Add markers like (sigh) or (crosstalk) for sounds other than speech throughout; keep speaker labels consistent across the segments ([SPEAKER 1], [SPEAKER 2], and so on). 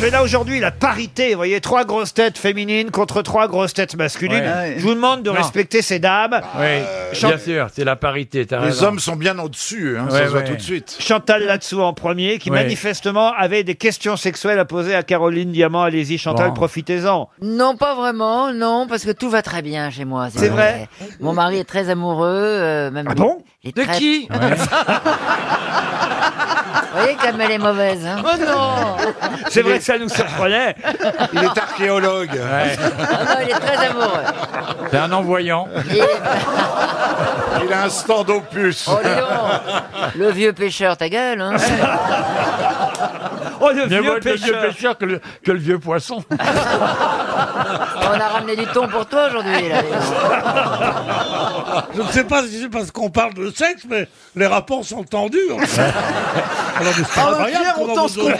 [SPEAKER 1] Mais là, aujourd'hui, la parité, vous voyez, trois grosses têtes féminines contre trois grosses têtes masculines.
[SPEAKER 2] Ouais.
[SPEAKER 1] Je vous demande de
[SPEAKER 2] Non.
[SPEAKER 1] respecter ces dames. Euh,
[SPEAKER 2] Oui,
[SPEAKER 1] Chan-
[SPEAKER 2] bien sûr, c'est la parité. t'as
[SPEAKER 3] Les
[SPEAKER 2] raison.
[SPEAKER 3] hommes sont bien au-dessus, hein,
[SPEAKER 2] Ouais,
[SPEAKER 3] ça se voit
[SPEAKER 2] ouais.
[SPEAKER 3] tout de suite.
[SPEAKER 1] Chantal Latsou en premier, qui
[SPEAKER 2] Oui.
[SPEAKER 1] manifestement avait des questions sexuelles à poser à Caroline Diamant. Allez-y, Chantal,
[SPEAKER 2] Bon.
[SPEAKER 1] profitez-en.
[SPEAKER 4] Non, pas vraiment, non, parce que tout va très bien chez moi.
[SPEAKER 1] C'est vrai
[SPEAKER 4] Mon mari est très amoureux, euh, même.
[SPEAKER 1] Ah bon
[SPEAKER 4] De (laughs) qui Vous voyez comme elle est mauvaise. Hein
[SPEAKER 5] Oh
[SPEAKER 4] Ah
[SPEAKER 1] C'est vrai que ça nous surprenait.
[SPEAKER 3] Il est archéologue.
[SPEAKER 2] Ouais,
[SPEAKER 4] Ah non, il est très amoureux.
[SPEAKER 2] C'est un envoyant.
[SPEAKER 4] Il est-
[SPEAKER 3] Il a un stand opus.
[SPEAKER 4] Oh, dis donc. le vieux pêcheur, ta gueule. Hein.
[SPEAKER 1] Oh, le
[SPEAKER 2] Mieux vaut
[SPEAKER 1] vieux
[SPEAKER 2] être le vieux
[SPEAKER 1] pêcheur.
[SPEAKER 2] pêcheur que le, que le vieux poisson.
[SPEAKER 4] On a ramené du thon pour toi aujourd'hui. là.
[SPEAKER 6] (laughs)
[SPEAKER 7] Ah,
[SPEAKER 6] Je ne sais pas si c'est parce qu'on parle de sexe, mais les rapports sont tendus. Alors, mais c'est pas variable, comment vous aurez-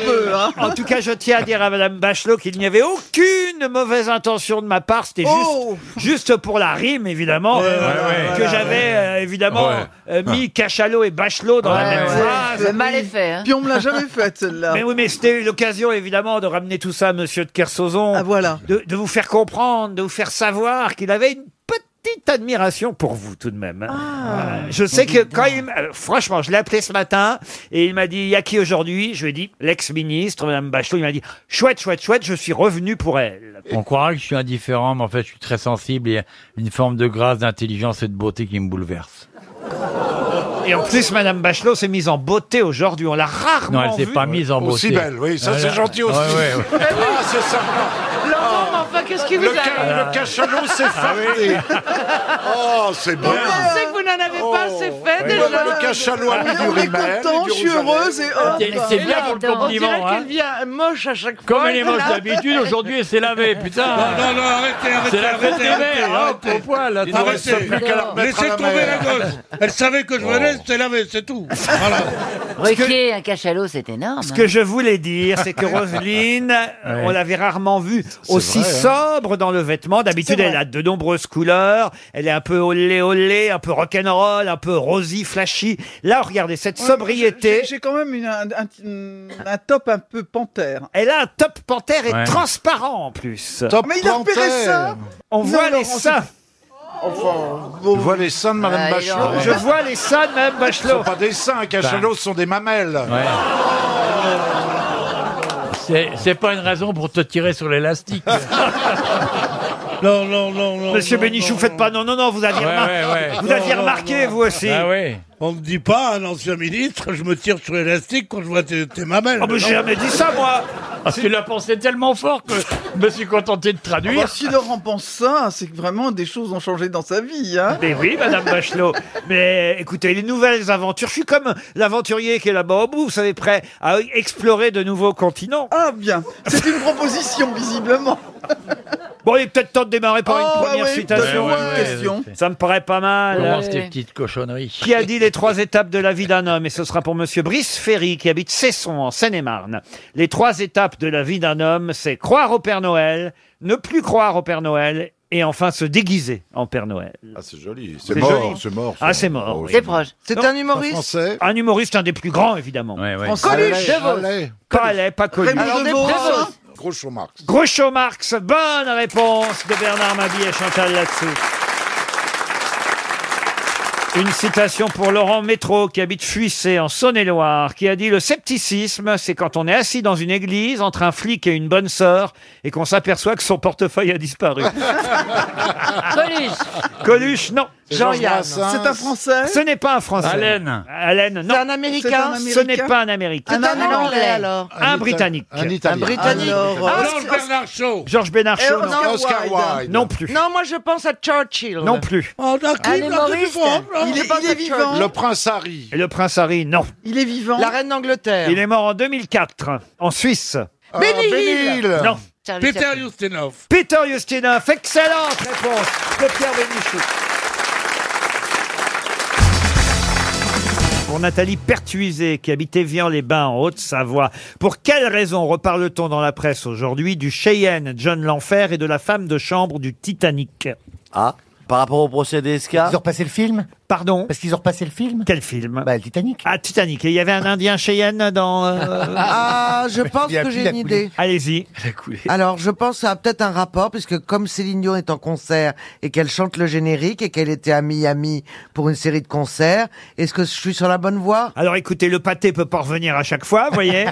[SPEAKER 1] En tout cas, je tiens à dire à Madame Bachelot qu'il n'y avait aucune mauvaise intention de ma part. C'était juste, juste pour la rime, évidemment, euh,
[SPEAKER 2] ouais,
[SPEAKER 1] que j'avais euh, évidemment
[SPEAKER 2] Ouais.
[SPEAKER 1] euh, mis Cachalot et Bachelot dans la
[SPEAKER 4] Ouais,
[SPEAKER 1] même
[SPEAKER 4] ouais.
[SPEAKER 1] phrase.
[SPEAKER 4] Le mal est fait. Hein.
[SPEAKER 8] Puis on me l'a jamais faite celle-là.
[SPEAKER 1] Mais oui, mais c'était l'occasion évidemment de ramener tout ça à Monsieur de Kersozon,
[SPEAKER 8] Ah voilà.
[SPEAKER 1] de, de vous faire comprendre, de vous faire savoir qu'il avait une petite admiration pour vous tout de même. hein.
[SPEAKER 7] Ah.
[SPEAKER 1] Voilà. Euh, je sais que quand il, m- euh, franchement, je l'ai appelé ce matin et il m'a dit il y a qui aujourd'hui Je lui ai dit l'ex-ministre, Madame Bachelot. Il m'a dit chouette, chouette, chouette, je suis revenu pour elle.
[SPEAKER 2] On croirait que je suis indifférent, mais en fait, je suis très sensible et une forme de grâce, d'intelligence et de beauté qui me bouleverse.
[SPEAKER 1] Et en plus, Madame Bachelot s'est mise en beauté aujourd'hui. On l'a rarement
[SPEAKER 2] Non, elle s'est
[SPEAKER 1] vue.
[SPEAKER 2] pas mise en beauté.
[SPEAKER 3] Aussi belle, oui, ça c'est
[SPEAKER 2] Voilà.
[SPEAKER 3] gentil aussi.
[SPEAKER 2] Ouais, ouais, ouais.
[SPEAKER 3] Ah, c'est sympa.
[SPEAKER 7] Enfin, qu'est-ce qui vous Ah
[SPEAKER 3] Le,
[SPEAKER 7] arrive
[SPEAKER 3] ca- le cachalot s'est fardé. (laughs) Oh, c'est bien.
[SPEAKER 7] Je sais que vous n'en avez pas assez
[SPEAKER 1] Oh.
[SPEAKER 7] fait déjà.
[SPEAKER 3] Voilà le cachalot a mis du
[SPEAKER 8] Ah, On est
[SPEAKER 3] rimel et
[SPEAKER 8] content,
[SPEAKER 3] du
[SPEAKER 8] je suis
[SPEAKER 3] rouge à lèvres.
[SPEAKER 8] heureuse et oh,
[SPEAKER 2] C'est
[SPEAKER 4] bah.
[SPEAKER 2] c'est
[SPEAKER 4] Et
[SPEAKER 2] bien
[SPEAKER 4] là,
[SPEAKER 2] pour le
[SPEAKER 4] attends,
[SPEAKER 7] On dirait
[SPEAKER 2] compliment, hein.
[SPEAKER 7] qu'elle vient moche à chaque fois.
[SPEAKER 2] Comme elle est moche d'habitude, aujourd'hui, elle s'est lavée, putain.
[SPEAKER 6] Non, non, arrêtez,
[SPEAKER 2] C'est
[SPEAKER 6] arrêtez,
[SPEAKER 2] la faute hein. des
[SPEAKER 6] arrêtez, arrêtez,
[SPEAKER 2] verts, hop, au
[SPEAKER 6] arrêtez.
[SPEAKER 2] poil. là,
[SPEAKER 3] Il
[SPEAKER 2] t'as
[SPEAKER 3] ne
[SPEAKER 2] raison.
[SPEAKER 3] reste plus qu'à la remettre
[SPEAKER 6] Laissez
[SPEAKER 3] à la
[SPEAKER 6] tomber la
[SPEAKER 3] mer.
[SPEAKER 6] gosse. Elle savait
[SPEAKER 2] Oh.
[SPEAKER 6] que je venais, c'était lavé, c'est tout. Voilà.
[SPEAKER 4] Ruquier, un cachalot, c'est énorme. hein.
[SPEAKER 1] Ce que je voulais dire, c'est
[SPEAKER 4] (laughs)
[SPEAKER 1] que Roselyne, euh, on l'avait rarement vue aussi
[SPEAKER 4] hein.
[SPEAKER 1] sobre dans le vêtement. D'habitude, elle a de nombreuses couleurs. Elle est un peu olé olé, un peu rock'n'roll, un peu rosy, flashy. Là, regardez cette sobriété.
[SPEAKER 8] J'ai- J'ai quand même une- un, un- un top un peu panthère.
[SPEAKER 1] Elle a un top panthère et
[SPEAKER 2] Ouais.
[SPEAKER 1] transparent en plus.
[SPEAKER 3] Top
[SPEAKER 8] Mais il a repéré
[SPEAKER 3] panthère.
[SPEAKER 8] ça.
[SPEAKER 1] On
[SPEAKER 8] Non,
[SPEAKER 1] voit
[SPEAKER 8] non,
[SPEAKER 1] les
[SPEAKER 8] on
[SPEAKER 1] seins.
[SPEAKER 3] Je vois les seins de
[SPEAKER 4] Ah,
[SPEAKER 3] Madame
[SPEAKER 4] il
[SPEAKER 3] Bachelot.
[SPEAKER 4] en-
[SPEAKER 1] Je vois les seins de Mme
[SPEAKER 3] Ce sont
[SPEAKER 1] Bachelot.
[SPEAKER 3] pas des seins, un cachalot, ce sont des mamelles.
[SPEAKER 2] Ouais. C'est- C'est pas une raison pour te tirer sur
[SPEAKER 3] (laughs)
[SPEAKER 2] l'élastique.
[SPEAKER 6] Non, non, non, non.
[SPEAKER 1] Monsieur
[SPEAKER 6] non,
[SPEAKER 1] Bénichou,
[SPEAKER 6] non,
[SPEAKER 1] faites pas
[SPEAKER 6] non.
[SPEAKER 1] non, non, non, vous aviez,
[SPEAKER 2] Ouais,
[SPEAKER 1] remar-
[SPEAKER 2] ouais, ouais.
[SPEAKER 1] Vous
[SPEAKER 6] Non,
[SPEAKER 1] aviez
[SPEAKER 6] non,
[SPEAKER 1] remarqué, vous aussi.
[SPEAKER 2] Ah oui.
[SPEAKER 6] On ne dit pas à un ancien ministre, je me tire sur l'élastique quand je vois tes, tes mamelles.
[SPEAKER 1] Oh, mais j'ai jamais dit ça, moi.
[SPEAKER 2] Parce que Ah, tu l'as pensé tellement fort que je me suis contenté de traduire.
[SPEAKER 6] Ah,
[SPEAKER 8] Alors, Ah bah, si Laurent pense ça, c'est que vraiment des choses ont changé dans sa vie. Hein.
[SPEAKER 1] Mais Eh oui, Madame
[SPEAKER 8] (laughs)
[SPEAKER 1] Bachelot. Mais écoutez, les nouvelles aventures. Je suis comme l'aventurier qui est là-bas au bout, vous savez, prêt à explorer de nouveaux continents.
[SPEAKER 8] Ah bien, c'est une proposition visiblement.
[SPEAKER 1] Bon, il est peut-être temps de démarrer par
[SPEAKER 8] Ah,
[SPEAKER 1] une première
[SPEAKER 8] bah oui,
[SPEAKER 1] citation.
[SPEAKER 8] ouais, ouais, question.
[SPEAKER 1] Ça me paraît pas mal.
[SPEAKER 2] Commence tes petites cochonneries.
[SPEAKER 1] Qui a dit les trois étapes de la vie d'un homme Et ce sera pour Monsieur Brice Ferry, qui habite Cesson, en Seine-et-Marne. Les trois étapes de la vie d'un homme, c'est croire au Père Noël, ne plus croire au Père Noël, et enfin se déguiser en Père Noël.
[SPEAKER 3] Ah, c'est joli. C'est
[SPEAKER 1] C'est
[SPEAKER 3] mort,
[SPEAKER 1] joli.
[SPEAKER 3] c'est mort.
[SPEAKER 1] Ah, c'est mort,
[SPEAKER 2] Oh,
[SPEAKER 1] oui.
[SPEAKER 4] C'est proche.
[SPEAKER 8] C'est
[SPEAKER 1] un
[SPEAKER 8] humoriste.
[SPEAKER 3] Français.
[SPEAKER 1] Un humoriste, un des plus grands, évidemment.
[SPEAKER 2] Ouais, ouais.
[SPEAKER 8] Français.
[SPEAKER 3] Allais, allais.
[SPEAKER 1] Pas Allais, pas connu.
[SPEAKER 8] Raymond Devos.
[SPEAKER 1] (laughs)
[SPEAKER 3] Gros Marx.
[SPEAKER 1] Groucho Marx, bonne réponse de Bernard Mabie et Chantal Latsou. Une citation pour Laurent Métro, qui habite Fuissé, en Saône-et-Loire, qui a dit « Le scepticisme, c'est quand on est assis dans une église, entre un flic et une bonne sœur, et qu'on s'aperçoit que son portefeuille a disparu.
[SPEAKER 7] (laughs)
[SPEAKER 4] Coluche. »
[SPEAKER 1] Coluche, non.
[SPEAKER 3] Jean-Yann.
[SPEAKER 8] C'est un Français.
[SPEAKER 1] Ce n'est pas un Français.
[SPEAKER 2] Allen.
[SPEAKER 1] Allen, non.
[SPEAKER 7] C'est un américain.
[SPEAKER 1] Ce n'est pas un Américain.
[SPEAKER 8] Un Anglais,
[SPEAKER 4] Anglais.
[SPEAKER 7] alors.
[SPEAKER 1] Un Britannique.
[SPEAKER 3] Un Italien.
[SPEAKER 4] Ah,
[SPEAKER 8] Alors, euh,
[SPEAKER 6] Georges Bernard Shaw.
[SPEAKER 1] Georges Bénarchot,
[SPEAKER 8] Eh,
[SPEAKER 1] non.
[SPEAKER 8] Oscar
[SPEAKER 3] Oscar
[SPEAKER 8] Wilde.
[SPEAKER 3] Wilde.
[SPEAKER 1] Non plus.
[SPEAKER 7] Non, moi je pense à Churchill.
[SPEAKER 1] Non plus.
[SPEAKER 6] Oh, d'un
[SPEAKER 4] Un
[SPEAKER 6] clip, d'un clip,
[SPEAKER 4] humoriste.
[SPEAKER 6] hop, là.
[SPEAKER 8] il est, il est vivant.
[SPEAKER 3] Le prince Harry.
[SPEAKER 1] Et le prince Harry, non.
[SPEAKER 8] Il est vivant.
[SPEAKER 7] La reine d'Angleterre.
[SPEAKER 1] Il est mort en 2004, en Suisse.
[SPEAKER 3] Ah,
[SPEAKER 7] Benny Hill.
[SPEAKER 3] Hill.
[SPEAKER 1] Non.
[SPEAKER 4] Service
[SPEAKER 6] Peter Ustinov.
[SPEAKER 1] Peter Ustinov, excellente réponse de Pierre Bénichou. Pour Nathalie Pertuiset, qui habitait Vian-les-Bains en Haute-Savoie, pour quelle raison reparle-t-on dans la presse aujourd'hui du Cheyenne John L'Enfer et de la femme de chambre du Titanic
[SPEAKER 9] Ah, par rapport au procès d'Esca
[SPEAKER 10] Ils ont repassé le film
[SPEAKER 1] Pardon
[SPEAKER 11] Parce qu'ils ont repassé le film
[SPEAKER 1] Quel film
[SPEAKER 11] Bah, le Titanic.
[SPEAKER 1] Ah, Titanic. Et il y avait un Indien Cheyenne dans... euh,
[SPEAKER 4] Ah, je pense
[SPEAKER 11] Il a-
[SPEAKER 4] que
[SPEAKER 11] il
[SPEAKER 4] j'ai
[SPEAKER 11] a
[SPEAKER 4] une
[SPEAKER 11] coulé.
[SPEAKER 4] idée.
[SPEAKER 1] Allez-y.
[SPEAKER 4] Alors, je pense que ça a peut-être un rapport, puisque comme Céline Dion est en concert et qu'elle chante le générique et qu'elle était à Miami pour une série de concerts, est-ce que je suis sur la bonne voie
[SPEAKER 1] Alors écoutez, le pâté peut pas revenir à chaque fois,
[SPEAKER 9] (laughs)
[SPEAKER 1] vous voyez.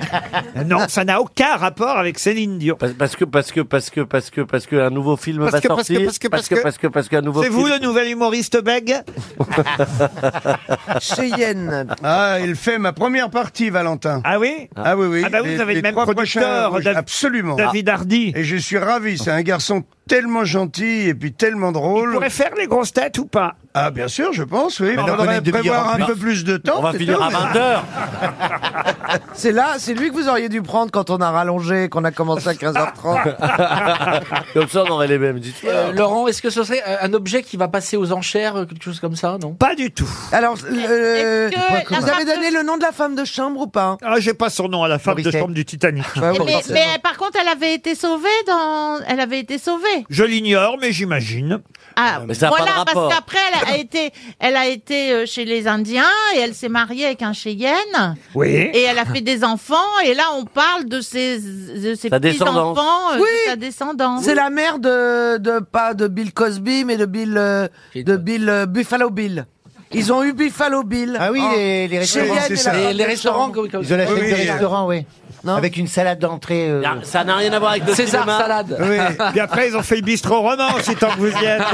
[SPEAKER 1] Euh, non, ça n'a aucun rapport avec Céline Dion.
[SPEAKER 2] Parce, parce que parce que parce que parce que parce que un nouveau film
[SPEAKER 1] Parce
[SPEAKER 2] va
[SPEAKER 1] que, parce que,
[SPEAKER 2] sortir.
[SPEAKER 1] parce que, parce que-
[SPEAKER 2] parce que parce qu'un nouveau.
[SPEAKER 1] C'est
[SPEAKER 2] film...
[SPEAKER 1] vous le nouvel humoriste bègue
[SPEAKER 4] Cheyenne.
[SPEAKER 6] Ah, il fait ma première partie, Valentin.
[SPEAKER 1] Ah oui
[SPEAKER 6] Ah oui, oui.
[SPEAKER 1] Ah bah vous
[SPEAKER 6] Les-
[SPEAKER 1] avez le
[SPEAKER 6] les
[SPEAKER 1] même
[SPEAKER 6] trois
[SPEAKER 1] producteur,
[SPEAKER 6] prochains-
[SPEAKER 1] Dav-
[SPEAKER 6] Absolument.
[SPEAKER 12] Ah.
[SPEAKER 6] Ah,
[SPEAKER 1] David Hardy.
[SPEAKER 6] Et je suis ravi, c'est un garçon tellement gentil et puis tellement
[SPEAKER 1] Il
[SPEAKER 6] drôle.
[SPEAKER 1] pourrait faire les grosses têtes ou pas
[SPEAKER 6] Ah bien sûr, je pense, oui. Il
[SPEAKER 11] on va
[SPEAKER 6] faudrait
[SPEAKER 11] connaître de
[SPEAKER 6] prévoir
[SPEAKER 11] Biron.
[SPEAKER 6] un peu plus de temps.
[SPEAKER 2] On va
[SPEAKER 6] c'est
[SPEAKER 2] finir
[SPEAKER 6] tout,
[SPEAKER 2] à
[SPEAKER 6] mais- (laughs)
[SPEAKER 2] 20h.
[SPEAKER 4] C'est là, c'est lui que vous auriez dû prendre quand on a rallongé, qu'on a commencé à
[SPEAKER 2] (laughs)
[SPEAKER 4] 15h30.
[SPEAKER 2] Comme ça, on aurait les mêmes histoires.
[SPEAKER 12] Laurent, est-ce que ce serait euh, un objet qui va passer aux enchères, euh, quelque chose comme ça, non
[SPEAKER 1] Pas du tout.
[SPEAKER 4] Alors, euh,
[SPEAKER 5] Est-ce que
[SPEAKER 4] vous
[SPEAKER 5] la
[SPEAKER 4] avez
[SPEAKER 5] marque-
[SPEAKER 4] donné le nom de la femme de chambre ou pas
[SPEAKER 1] Ah, j'ai pas son nom à la femme de
[SPEAKER 11] Morissette.
[SPEAKER 1] chambre du Titanic.
[SPEAKER 4] Bah,
[SPEAKER 2] Ah
[SPEAKER 5] Eh,
[SPEAKER 4] oui,
[SPEAKER 5] mais,
[SPEAKER 4] forcément.
[SPEAKER 5] mais, euh, par contre, elle avait été sauvée dans. Elle avait été sauvée.
[SPEAKER 1] Je l'ignore, mais j'imagine.
[SPEAKER 5] Ah,
[SPEAKER 2] Mais ça a pas de
[SPEAKER 5] voilà,
[SPEAKER 2] rapport.
[SPEAKER 5] parce qu'après,
[SPEAKER 2] (coughs)
[SPEAKER 5] elle a été, elle a été euh, chez les Indiens et elle s'est mariée avec un Cheyenne
[SPEAKER 1] Oui.
[SPEAKER 5] et elle a fait des enfants. Et là, on parle de ses, de ses
[SPEAKER 2] Sa descendance.
[SPEAKER 5] petits-enfants, euh,
[SPEAKER 4] Oui.
[SPEAKER 5] de sa descendance.
[SPEAKER 4] C'est la mère de, de pas de Bill Cosby mais de Bill euh, de Bill euh, Buffalo Bill. Ils ont eu Buffalo Bill.
[SPEAKER 11] Ah oui,
[SPEAKER 4] Oh.
[SPEAKER 11] les, les restaurants.
[SPEAKER 4] Cheyenne
[SPEAKER 13] c'est
[SPEAKER 4] et
[SPEAKER 13] ça.
[SPEAKER 4] la
[SPEAKER 12] Les,
[SPEAKER 4] femme
[SPEAKER 12] les
[SPEAKER 4] de
[SPEAKER 12] restaurants,
[SPEAKER 4] chambre.
[SPEAKER 12] comme, comme
[SPEAKER 11] Ils ont la scène
[SPEAKER 13] Oui,
[SPEAKER 11] des
[SPEAKER 13] oui.
[SPEAKER 11] restaurants, oui.
[SPEAKER 4] Non.
[SPEAKER 11] Avec une salade d'entrée. euh,
[SPEAKER 2] Ah, Ça n'a rien à voir avec le
[SPEAKER 12] César
[SPEAKER 2] cinéma.
[SPEAKER 12] Salade.
[SPEAKER 1] Puis après, ils ont fait le bistrot roman, si tant que vous y êtes.
[SPEAKER 4] (laughs)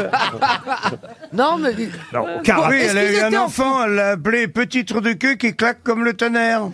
[SPEAKER 4] Non mais
[SPEAKER 1] Non, car...
[SPEAKER 6] Oui,
[SPEAKER 4] Est-ce
[SPEAKER 6] elle a
[SPEAKER 4] qu'ils
[SPEAKER 6] eu un
[SPEAKER 4] étaient en
[SPEAKER 6] enfant, elle l'a appelé Petit trou de queue qui claque comme le tonnerre.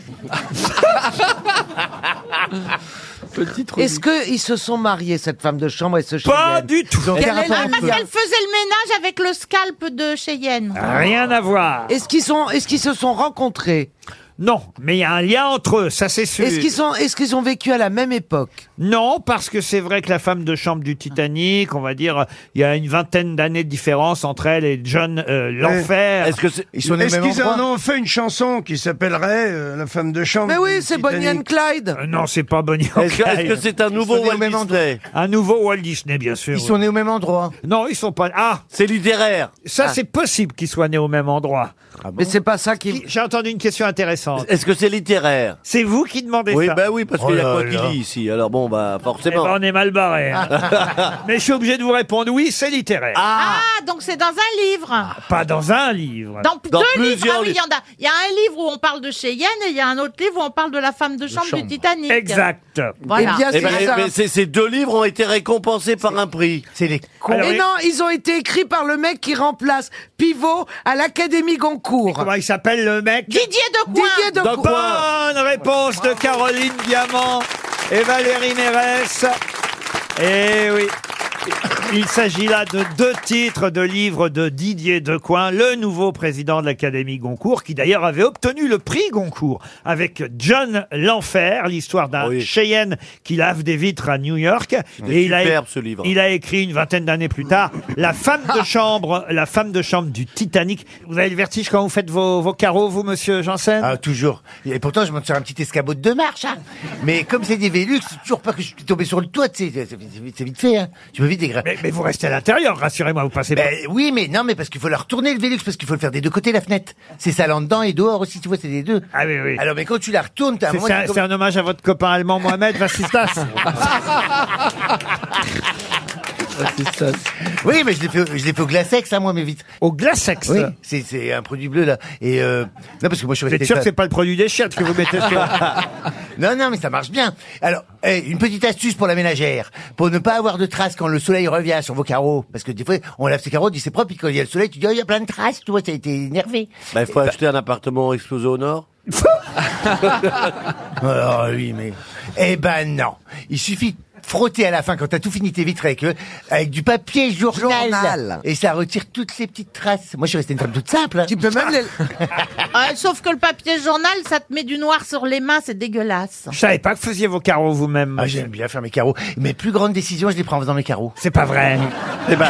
[SPEAKER 4] est-ce que ils se sont mariés cette femme de chambre et ce
[SPEAKER 1] Pas
[SPEAKER 4] Cheyenne
[SPEAKER 1] du tout.
[SPEAKER 11] Ils ont
[SPEAKER 4] Quel
[SPEAKER 11] aucun
[SPEAKER 4] est
[SPEAKER 11] rapport
[SPEAKER 4] le-
[SPEAKER 11] entre
[SPEAKER 5] Parce
[SPEAKER 11] eux.
[SPEAKER 5] qu'elle faisait le ménage avec le scalp de Cheyenne.
[SPEAKER 1] Rien à voir.
[SPEAKER 4] Est-ce qu'ils sont est-ce qu'ils se sont rencontrés
[SPEAKER 1] Non, mais il y a un lien entre eux, ça c'est sûr.
[SPEAKER 4] Est-ce qu'ils sont est-ce qu'ils ont vécu à la même époque
[SPEAKER 1] Non, parce que c'est vrai que la femme de chambre du Titanic, on va dire, euh, il y a une vingtaine d'années de différence entre elle et John euh, l'enfer.
[SPEAKER 2] Est-ce que c'est
[SPEAKER 11] Ils sont nés au
[SPEAKER 6] Est-ce
[SPEAKER 11] même
[SPEAKER 6] qu'ils en
[SPEAKER 11] endroit.
[SPEAKER 6] ont fait une chanson qui s'appellerait euh, La femme de chambre
[SPEAKER 4] Mais oui,
[SPEAKER 6] du
[SPEAKER 4] c'est
[SPEAKER 6] Titanic
[SPEAKER 4] Bonnie and Clyde.
[SPEAKER 1] Euh, non, c'est pas Bonnie and
[SPEAKER 2] est-ce que est-ce
[SPEAKER 1] Clyde.
[SPEAKER 2] que c'est un nouveau
[SPEAKER 11] sont nés au
[SPEAKER 2] Walt
[SPEAKER 11] même
[SPEAKER 2] Disney
[SPEAKER 1] Un nouveau Walt Disney, bien sûr.
[SPEAKER 11] Ils sont nés au même endroit.
[SPEAKER 1] Non, ils sont pas. Ah,
[SPEAKER 2] C'est littéraire.
[SPEAKER 1] ça c'est possible qu'ils soient nés au même endroit.
[SPEAKER 4] Mais c'est pas ça qui
[SPEAKER 1] J'ai entendu une question intéressante.
[SPEAKER 2] Ah Est-ce que c'est littéraire
[SPEAKER 1] C'est vous qui demandez
[SPEAKER 2] Oui,
[SPEAKER 1] ça
[SPEAKER 2] bah oui, parce
[SPEAKER 11] Oh
[SPEAKER 2] qu'il y a
[SPEAKER 11] là
[SPEAKER 2] quoi qui
[SPEAKER 11] là.
[SPEAKER 2] lit ici. Alors bon, bah
[SPEAKER 1] Eh ben,
[SPEAKER 2] forcément.
[SPEAKER 1] on est mal barré.
[SPEAKER 2] (laughs)
[SPEAKER 1] hein. Mais je suis obligé de vous répondre oui, c'est littéraire.
[SPEAKER 5] Ah, donc c'est dans un livre.
[SPEAKER 1] Pas dans un livre.
[SPEAKER 5] Dans, p-
[SPEAKER 2] Dans
[SPEAKER 5] deux
[SPEAKER 2] plusieurs
[SPEAKER 5] livres. Ah oui, il y en a. Il y a un livre où on parle de Cheyenne et il y a un autre livre où on parle de la femme de chambre,
[SPEAKER 14] chambre.
[SPEAKER 5] du Titanic.
[SPEAKER 1] Exact.
[SPEAKER 5] Voilà.
[SPEAKER 4] Eh bien,
[SPEAKER 2] Eh
[SPEAKER 4] c'est
[SPEAKER 2] ben, eh
[SPEAKER 4] ça.
[SPEAKER 2] ben,
[SPEAKER 5] (laughs)
[SPEAKER 2] c'est- ces deux livres ont été récompensés par un prix.
[SPEAKER 11] C'est les cons.
[SPEAKER 1] Alors,
[SPEAKER 4] Et
[SPEAKER 1] et-
[SPEAKER 4] non, ils ont été écrits par le mec qui remplace Pivot à l'Académie Goncourt.
[SPEAKER 1] Comment il s'appelle le mec
[SPEAKER 5] Didier de Coin.
[SPEAKER 4] Didier de
[SPEAKER 2] Dans
[SPEAKER 4] Cour-
[SPEAKER 1] Bonne réponse de Caroline Diamant et Valérie Mérès. Eh oui. Il s'agit là de deux titres de livres de Didier Decoing, le nouveau président de l'Académie Goncourt, qui d'ailleurs avait obtenu le prix Goncourt avec John l'Enfer, l'histoire d'un
[SPEAKER 2] Oui.
[SPEAKER 1] Cheyenne qui lave des vitres à New York. Et il a,
[SPEAKER 2] Superbe ce livre.
[SPEAKER 1] il a écrit une vingtaine d'années plus tard La femme de
[SPEAKER 11] (laughs)
[SPEAKER 1] chambre, la femme de chambre du Titanic. Vous avez le vertige quand vous faites vos, vos carreaux, vous, monsieur Janssen
[SPEAKER 11] Ah, toujours.
[SPEAKER 1] (laughs)
[SPEAKER 11] Et pourtant, je monte sur un petit escabeau de deux marches. hein. Mais comme c'est des Vélux, j'ai toujours peur que je suis tombé sur le toit. tu sais, C'est c'est vite c'est vite fait. Hein. Je me vite dégrader.
[SPEAKER 1] Mais, mais vous restez à l'intérieur, rassurez-moi, vous passez pas.
[SPEAKER 11] Ben oui, mais non, mais parce qu'il faut leur tourner le Vélux, parce qu'il faut le faire des deux côtés la fenêtre. C'est ça, là dedans et dehors aussi, tu vois, c'est des deux.
[SPEAKER 1] Ah oui, oui.
[SPEAKER 11] Alors, mais quand tu la retournes, t'as un
[SPEAKER 1] C'est-
[SPEAKER 11] moment.
[SPEAKER 1] C'est un,
[SPEAKER 11] tu tombes-
[SPEAKER 1] c'est un hommage à votre copain allemand Mohamed
[SPEAKER 11] (laughs)
[SPEAKER 1] Vassistas.
[SPEAKER 11] Ah, Oui, mais je l'ai fait, au- je l'ai fait au glacex, hein, moi, mais vite.
[SPEAKER 1] au glacex.
[SPEAKER 11] Oui, c'est- c'est un produit bleu là. Et euh... non, parce que moi, je suis
[SPEAKER 1] Vous êtes
[SPEAKER 11] resté
[SPEAKER 1] sûr que
[SPEAKER 11] ça-
[SPEAKER 1] c'est pas le produit des chiottes que vous mettez sur
[SPEAKER 11] (laughs) Non, non, mais ça marche bien. Alors, eh, une petite astuce pour la ménagère, pour ne pas avoir de traces quand le soleil revient sur vos carreaux, parce que des fois, on lave ses carreaux, on dit c'est propre, puis quand il y a le soleil, tu dis oh, il y a plein de traces, tu vois, ça a été énervé. Eh
[SPEAKER 2] Bah,
[SPEAKER 11] ben
[SPEAKER 2] il faut acheter un appartement explosé au
[SPEAKER 11] (laughs)
[SPEAKER 2] nord.
[SPEAKER 11] Alors Oh, oui, mais eh ben non, il suffit de frotter à la fin quand t'as tout fini tes vitres avec eux, avec du papier journal,
[SPEAKER 4] Journal.
[SPEAKER 11] et ça retire toutes ces petites traces. Moi, je suis restée une femme toute simple. hein.
[SPEAKER 4] Tu peux même les...
[SPEAKER 11] (laughs)
[SPEAKER 5] Euh, sauf que le papier journal, ça te met du noir sur les mains, c'est dégueulasse.
[SPEAKER 1] Je savais pas que vous faisiez vos carreaux vous-même.
[SPEAKER 11] Ah, j'aime bien faire mes carreaux. Mes plus grandes décisions, je les prends en faisant mes carreaux.
[SPEAKER 1] c'est pas vrai.
[SPEAKER 11] (laughs) Eh ben,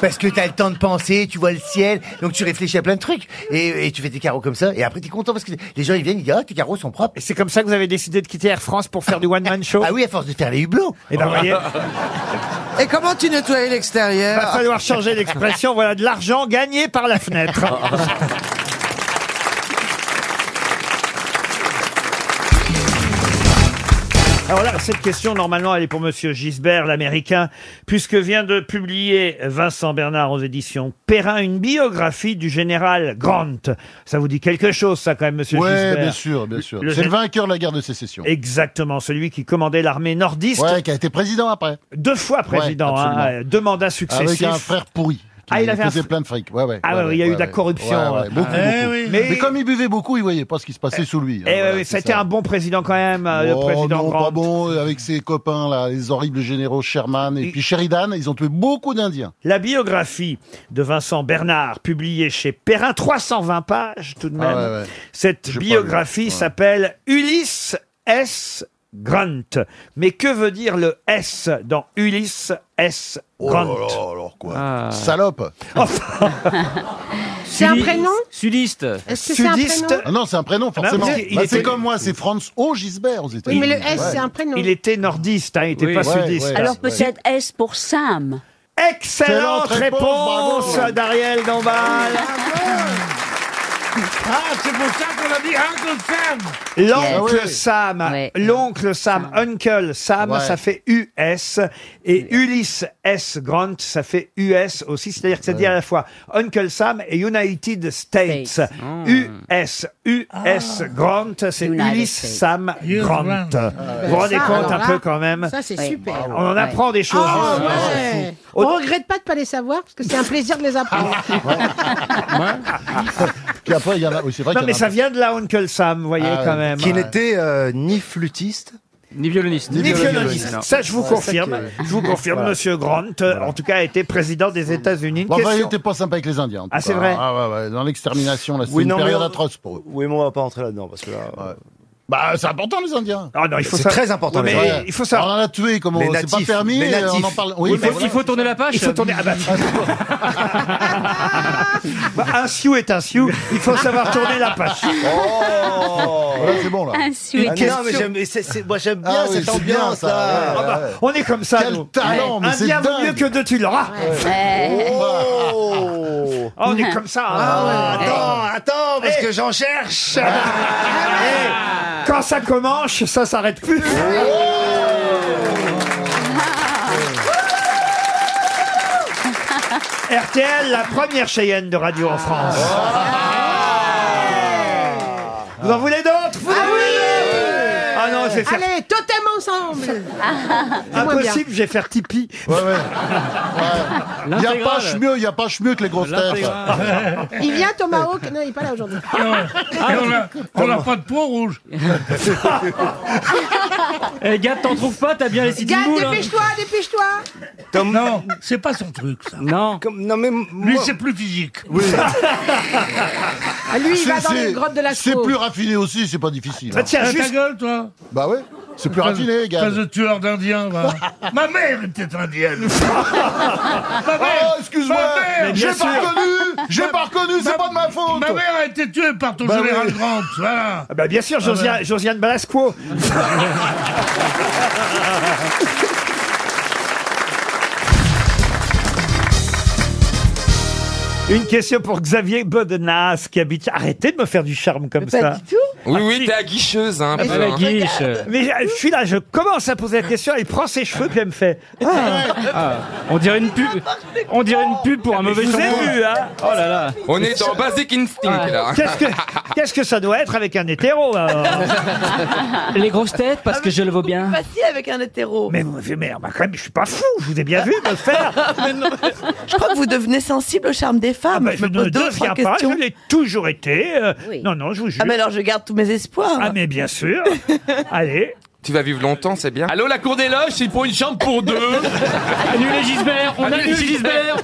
[SPEAKER 11] parce que t'as le temps de penser, tu vois le ciel, donc tu réfléchis à plein de trucs. Et, et tu fais tes carreaux comme ça, et après t'es content parce que les gens ils viennent, ils disent, ah, tes carreaux sont propres.
[SPEAKER 1] Et c'est comme ça
[SPEAKER 11] (laughs)
[SPEAKER 1] que vous avez décidé de quitter Air France pour faire du one-man show
[SPEAKER 6] (laughs)
[SPEAKER 11] Ah oui, à force de faire les hublots.
[SPEAKER 1] Eh ben, voyez,
[SPEAKER 15] Et comment tu nettoyais
[SPEAKER 1] Il
[SPEAKER 15] l'extérieur
[SPEAKER 1] va falloir changer l'expression. Voilà de l'argent gagné par la fenêtre.
[SPEAKER 11] ah, bah,
[SPEAKER 1] Alors là, cette question, normalement, elle est pour Monsieur Gisbert, l'Américain, puisque vient de publier Vincent Bernard aux éditions Perrin une biographie du général Grant. Ça vous dit quelque chose, ça, quand (laughs) même, Monsieur
[SPEAKER 16] Ouais,
[SPEAKER 1] Gisbert
[SPEAKER 16] bien sûr, bien sûr. C'est le
[SPEAKER 1] vainqueur de la guerre de sécession. Exactement, celui qui commandait l'armée nordiste.
[SPEAKER 16] Ouais, qui a été président après.
[SPEAKER 1] Deux fois président,
[SPEAKER 16] Ouais, absolument.
[SPEAKER 1] hein, deux mandats successifs.
[SPEAKER 16] Avec un frère pourri. qui
[SPEAKER 1] Ah, il avait un
[SPEAKER 16] faisait
[SPEAKER 1] fr-
[SPEAKER 16] plein de fric. Ouais, ouais,
[SPEAKER 1] Ah
[SPEAKER 16] ouais,
[SPEAKER 1] ouais, il y a
[SPEAKER 16] ouais,
[SPEAKER 1] eu de la
[SPEAKER 16] ouais.
[SPEAKER 1] corruption.
[SPEAKER 16] Ouais, ouais, beaucoup,
[SPEAKER 1] Ah,
[SPEAKER 16] beaucoup.
[SPEAKER 1] oui.
[SPEAKER 16] Mais...
[SPEAKER 1] Mais-
[SPEAKER 16] comme il buvait beaucoup, il voyait pas ce qui se passait sous lui. hein,
[SPEAKER 1] Eh ouais,
[SPEAKER 16] voilà,
[SPEAKER 1] ouais,
[SPEAKER 16] c'est
[SPEAKER 1] c'était
[SPEAKER 16] ça.
[SPEAKER 1] un bon président quand même, euh, le
[SPEAKER 16] Oh,
[SPEAKER 1] président
[SPEAKER 16] non,
[SPEAKER 1] Grant.
[SPEAKER 16] pas bon, euh, avec ses copains, là, les horribles généraux Sherman et puis Sheridan, ils ont tué beaucoup d'Indiens.
[SPEAKER 1] La biographie de Vincent Bernard, publiée chez Perrin, 320 pages tout de même.
[SPEAKER 16] Ah ouais, ouais.
[SPEAKER 1] Cette
[SPEAKER 16] J'ai pas
[SPEAKER 1] biographie s'appelle Ulysse S. Grant. Mais que veut dire le S dans Ulysse S.
[SPEAKER 16] Oh
[SPEAKER 1] Grant Ah. alors quoi
[SPEAKER 16] Salope
[SPEAKER 1] C'est un prénom
[SPEAKER 16] Sudiste
[SPEAKER 7] Est-ce que c'est un Sudiste prénom
[SPEAKER 16] Ah Non, c'est un prénom, forcément.
[SPEAKER 1] Ah, mais il
[SPEAKER 16] Bah,
[SPEAKER 1] était-
[SPEAKER 16] c'est comme moi, c'est Franz O. Gisbert aux États-Unis.
[SPEAKER 7] Oui, mais le S, c'est un prénom.
[SPEAKER 1] Il était nordiste, hein, il n'était
[SPEAKER 16] Oui,
[SPEAKER 1] pas
[SPEAKER 16] ouais,
[SPEAKER 1] sudiste.
[SPEAKER 16] ouais.
[SPEAKER 7] Alors peut-être S pour Sam.
[SPEAKER 1] Excellente réponse, d'Ariel Dombal.
[SPEAKER 6] Ah, c'est pour ça qu'on a dit Uncle Sam
[SPEAKER 16] Ah
[SPEAKER 1] L'oncle Sam, l'oncle Sam, Uncle Sam,
[SPEAKER 6] Ouais.
[SPEAKER 1] ça fait US et Ulysse S Grant, ça fait US aussi. C'est-à-dire que ça dit à la fois Uncle Sam et United States. US, US Grant, c'est
[SPEAKER 7] Ah. United
[SPEAKER 1] Ulysse
[SPEAKER 7] States.
[SPEAKER 1] Sam
[SPEAKER 7] Ulysse
[SPEAKER 1] Grant.
[SPEAKER 7] Grant.
[SPEAKER 1] Vous vous rendez
[SPEAKER 7] Ça,
[SPEAKER 1] compte
[SPEAKER 7] alors
[SPEAKER 1] un
[SPEAKER 7] là,
[SPEAKER 1] peu quand même
[SPEAKER 7] Ça, c'est super.
[SPEAKER 1] On en apprend des choses.
[SPEAKER 7] Ah,
[SPEAKER 1] ici.
[SPEAKER 7] ouais.
[SPEAKER 1] Au-
[SPEAKER 7] On regrette pas de pas les savoir parce que c'est un plaisir de les apprendre.
[SPEAKER 1] Ah.
[SPEAKER 16] Puis après, il y en a. oui, c'est vrai
[SPEAKER 1] Non
[SPEAKER 16] qu'il y en
[SPEAKER 1] mais
[SPEAKER 16] a
[SPEAKER 1] ça
[SPEAKER 16] un peu.
[SPEAKER 1] vient de là Uncle Sam, vous voyez
[SPEAKER 16] Ah,
[SPEAKER 1] quand
[SPEAKER 16] ouais.
[SPEAKER 1] même.
[SPEAKER 16] Qui euh,
[SPEAKER 1] n'était ni flûtiste. Ni violoniste. Ni,
[SPEAKER 16] Ni
[SPEAKER 1] violoniste.
[SPEAKER 16] violoniste, non.
[SPEAKER 1] Ça, je vous
[SPEAKER 16] Ouais,
[SPEAKER 1] confirme.
[SPEAKER 16] ça qui est-
[SPEAKER 1] Je vous confirme,
[SPEAKER 16] Voilà.
[SPEAKER 1] Monsieur Grant, euh, en tout cas, a été président des États-Unis. Une
[SPEAKER 16] Bon, enfin, il
[SPEAKER 1] question.
[SPEAKER 16] était pas sympa avec les Indiens. en tout
[SPEAKER 1] Ah, c'est
[SPEAKER 16] cas.
[SPEAKER 1] vrai
[SPEAKER 16] Ah, ouais, ouais, Dans l'extermination, là, c'est
[SPEAKER 4] Oui,
[SPEAKER 16] une
[SPEAKER 4] non, mais
[SPEAKER 16] période
[SPEAKER 4] on-
[SPEAKER 16] atroce pour eux.
[SPEAKER 4] Oui, mais on va pas entrer là-dedans parce que là.
[SPEAKER 16] Bah, c'est important les Indiens.
[SPEAKER 1] Ah non, il faut C'est ça- très important, Oui, les mais Indiens. il faut ça-
[SPEAKER 16] On en a tué, comme
[SPEAKER 1] Les
[SPEAKER 16] on- c'est pas
[SPEAKER 1] natifs,
[SPEAKER 16] permis.
[SPEAKER 1] les
[SPEAKER 16] et On en
[SPEAKER 1] natifs.
[SPEAKER 16] parle.
[SPEAKER 1] Oui, mais il faut
[SPEAKER 16] tourner la
[SPEAKER 1] Il faut tourner. Ah bah, Bah, un sioux est un sioux. Il faut savoir tourner la page.
[SPEAKER 4] Oh,
[SPEAKER 16] Voilà, c'est bon là.
[SPEAKER 1] Un sioux. Une
[SPEAKER 16] Ah,
[SPEAKER 1] question-
[SPEAKER 4] mais c'est- c'est- moi j'aime
[SPEAKER 16] Ah oui, c'est bien, ça, ouais,
[SPEAKER 1] Ah bah,
[SPEAKER 16] ouais, ouais.
[SPEAKER 1] On est comme ça.
[SPEAKER 16] Quel
[SPEAKER 1] nous.
[SPEAKER 16] talent, mais
[SPEAKER 1] Un
[SPEAKER 16] c'est
[SPEAKER 1] bien vaut
[SPEAKER 16] dingue.
[SPEAKER 1] mieux que deux, tu l'auras.
[SPEAKER 4] Oh
[SPEAKER 1] Ah, on est comme ça. hein.
[SPEAKER 17] Attends, attends, parce
[SPEAKER 1] Eh.
[SPEAKER 17] que j'en cherche.
[SPEAKER 1] Ah, Quand ça commence, ça s'arrête plus. RTL, la première Cheyenne de radio en France.
[SPEAKER 16] Ah.
[SPEAKER 1] Vous en voulez d'autres
[SPEAKER 16] Ah
[SPEAKER 1] Vous en voulez Ah non, je vais faire...
[SPEAKER 7] Allez, totem
[SPEAKER 1] (laughs)
[SPEAKER 7] ensemble. C'est moins bien.
[SPEAKER 1] Impossible, je vais faire Tipeee.
[SPEAKER 16] Il n'y a pas mieux, il y a pas mieux que les grosses têtes.
[SPEAKER 7] Il vient Tomahawk. Non, il est pas là
[SPEAKER 2] (laughs)
[SPEAKER 7] aujourd'hui. Ah,
[SPEAKER 16] Ah,
[SPEAKER 6] Et on a- on n'a pas de peau rouge. Eh, Gad, t'en trouves pas T'as bien les
[SPEAKER 7] Gad,
[SPEAKER 18] hein.
[SPEAKER 7] dépêche-toi, dépêche-toi.
[SPEAKER 6] Non, c'est pas son truc, ça.
[SPEAKER 4] Non. non mais
[SPEAKER 6] Lui, c'est plus physique.
[SPEAKER 16] Oui.
[SPEAKER 7] Ah, lui, il
[SPEAKER 16] C'est-
[SPEAKER 7] va dans
[SPEAKER 16] c'est-
[SPEAKER 7] les grottes de la
[SPEAKER 16] C'est plus raffiné aussi, c'est pas difficile.
[SPEAKER 6] Bah, tiens,
[SPEAKER 16] hein.
[SPEAKER 6] Ah, ta juste- gueule,
[SPEAKER 7] (laughs)
[SPEAKER 6] toi
[SPEAKER 16] Bah ouais, c'est plus raffiné, gars.
[SPEAKER 6] Pas de tueur d'Indiens,
[SPEAKER 16] (laughs)
[SPEAKER 6] va. Ma mère était indienne.
[SPEAKER 7] (laughs)
[SPEAKER 6] Ma mère,
[SPEAKER 16] Oh, excuse-moi,
[SPEAKER 6] ma mère,
[SPEAKER 16] mais bien
[SPEAKER 6] j'ai pas
[SPEAKER 16] sûr.
[SPEAKER 6] reconnu,
[SPEAKER 16] j'ai pas reconnu, c'est pas de ma faute.
[SPEAKER 6] Ma mère a été tuée par ton
[SPEAKER 1] Bah
[SPEAKER 6] général
[SPEAKER 1] oui.
[SPEAKER 6] Grant, voilà.
[SPEAKER 1] Ah bah bien sûr,
[SPEAKER 6] Ah
[SPEAKER 1] Josiane,
[SPEAKER 6] ouais.
[SPEAKER 1] Josiane
[SPEAKER 6] (laughs)
[SPEAKER 1] Balasco. Une question pour Xavier Bodenas qui habite. Arrêtez de me faire du charme comme ça.
[SPEAKER 19] Oui, oui, t'es aguicheuse,
[SPEAKER 18] Ah,
[SPEAKER 19] hein. un peu, hein.
[SPEAKER 1] Mais euh, je suis là, je commence à poser la question, elle prend ses cheveux puis elle me fait. Ah.
[SPEAKER 18] Ah, On dirait une pub. On dirait une pub pour un
[SPEAKER 1] mauvais Ah, je vous ai
[SPEAKER 18] shampoing.
[SPEAKER 1] vu, hein.
[SPEAKER 18] Oh là là.
[SPEAKER 19] On est dans Basic Instinct,
[SPEAKER 18] Ouais.
[SPEAKER 19] là.
[SPEAKER 1] Qu'est-ce que, qu'est-ce que ça doit être avec un hétéro alors
[SPEAKER 4] (laughs)
[SPEAKER 1] (laughs)
[SPEAKER 18] Les grosses têtes parce que je le vaux bien.
[SPEAKER 3] Facile avec un hétéro.
[SPEAKER 1] Mais, mais, mais, bah, quand même, je suis pas fou, je vous ai bien vu
[SPEAKER 18] (laughs)
[SPEAKER 1] me
[SPEAKER 3] (laughs)
[SPEAKER 1] faire.
[SPEAKER 3] Ah, Je crois que vous devenez sensible au charme des femmes.
[SPEAKER 1] Bah, je ne deviens pas, je l'ai toujours été. euh, Non, non, je vous jure.
[SPEAKER 3] Ah, mais alors je garde tous mes espoirs.
[SPEAKER 1] Ah, mais bien
[SPEAKER 3] (laughs)
[SPEAKER 1] sûr. Allez.
[SPEAKER 19] Tu vas vivre longtemps, c'est bien. Allô, la cour des loges, c'est pour une chambre
[SPEAKER 18] (laughs)
[SPEAKER 19] pour deux.
[SPEAKER 18] Annulez Gisbert, on annule Gisbert.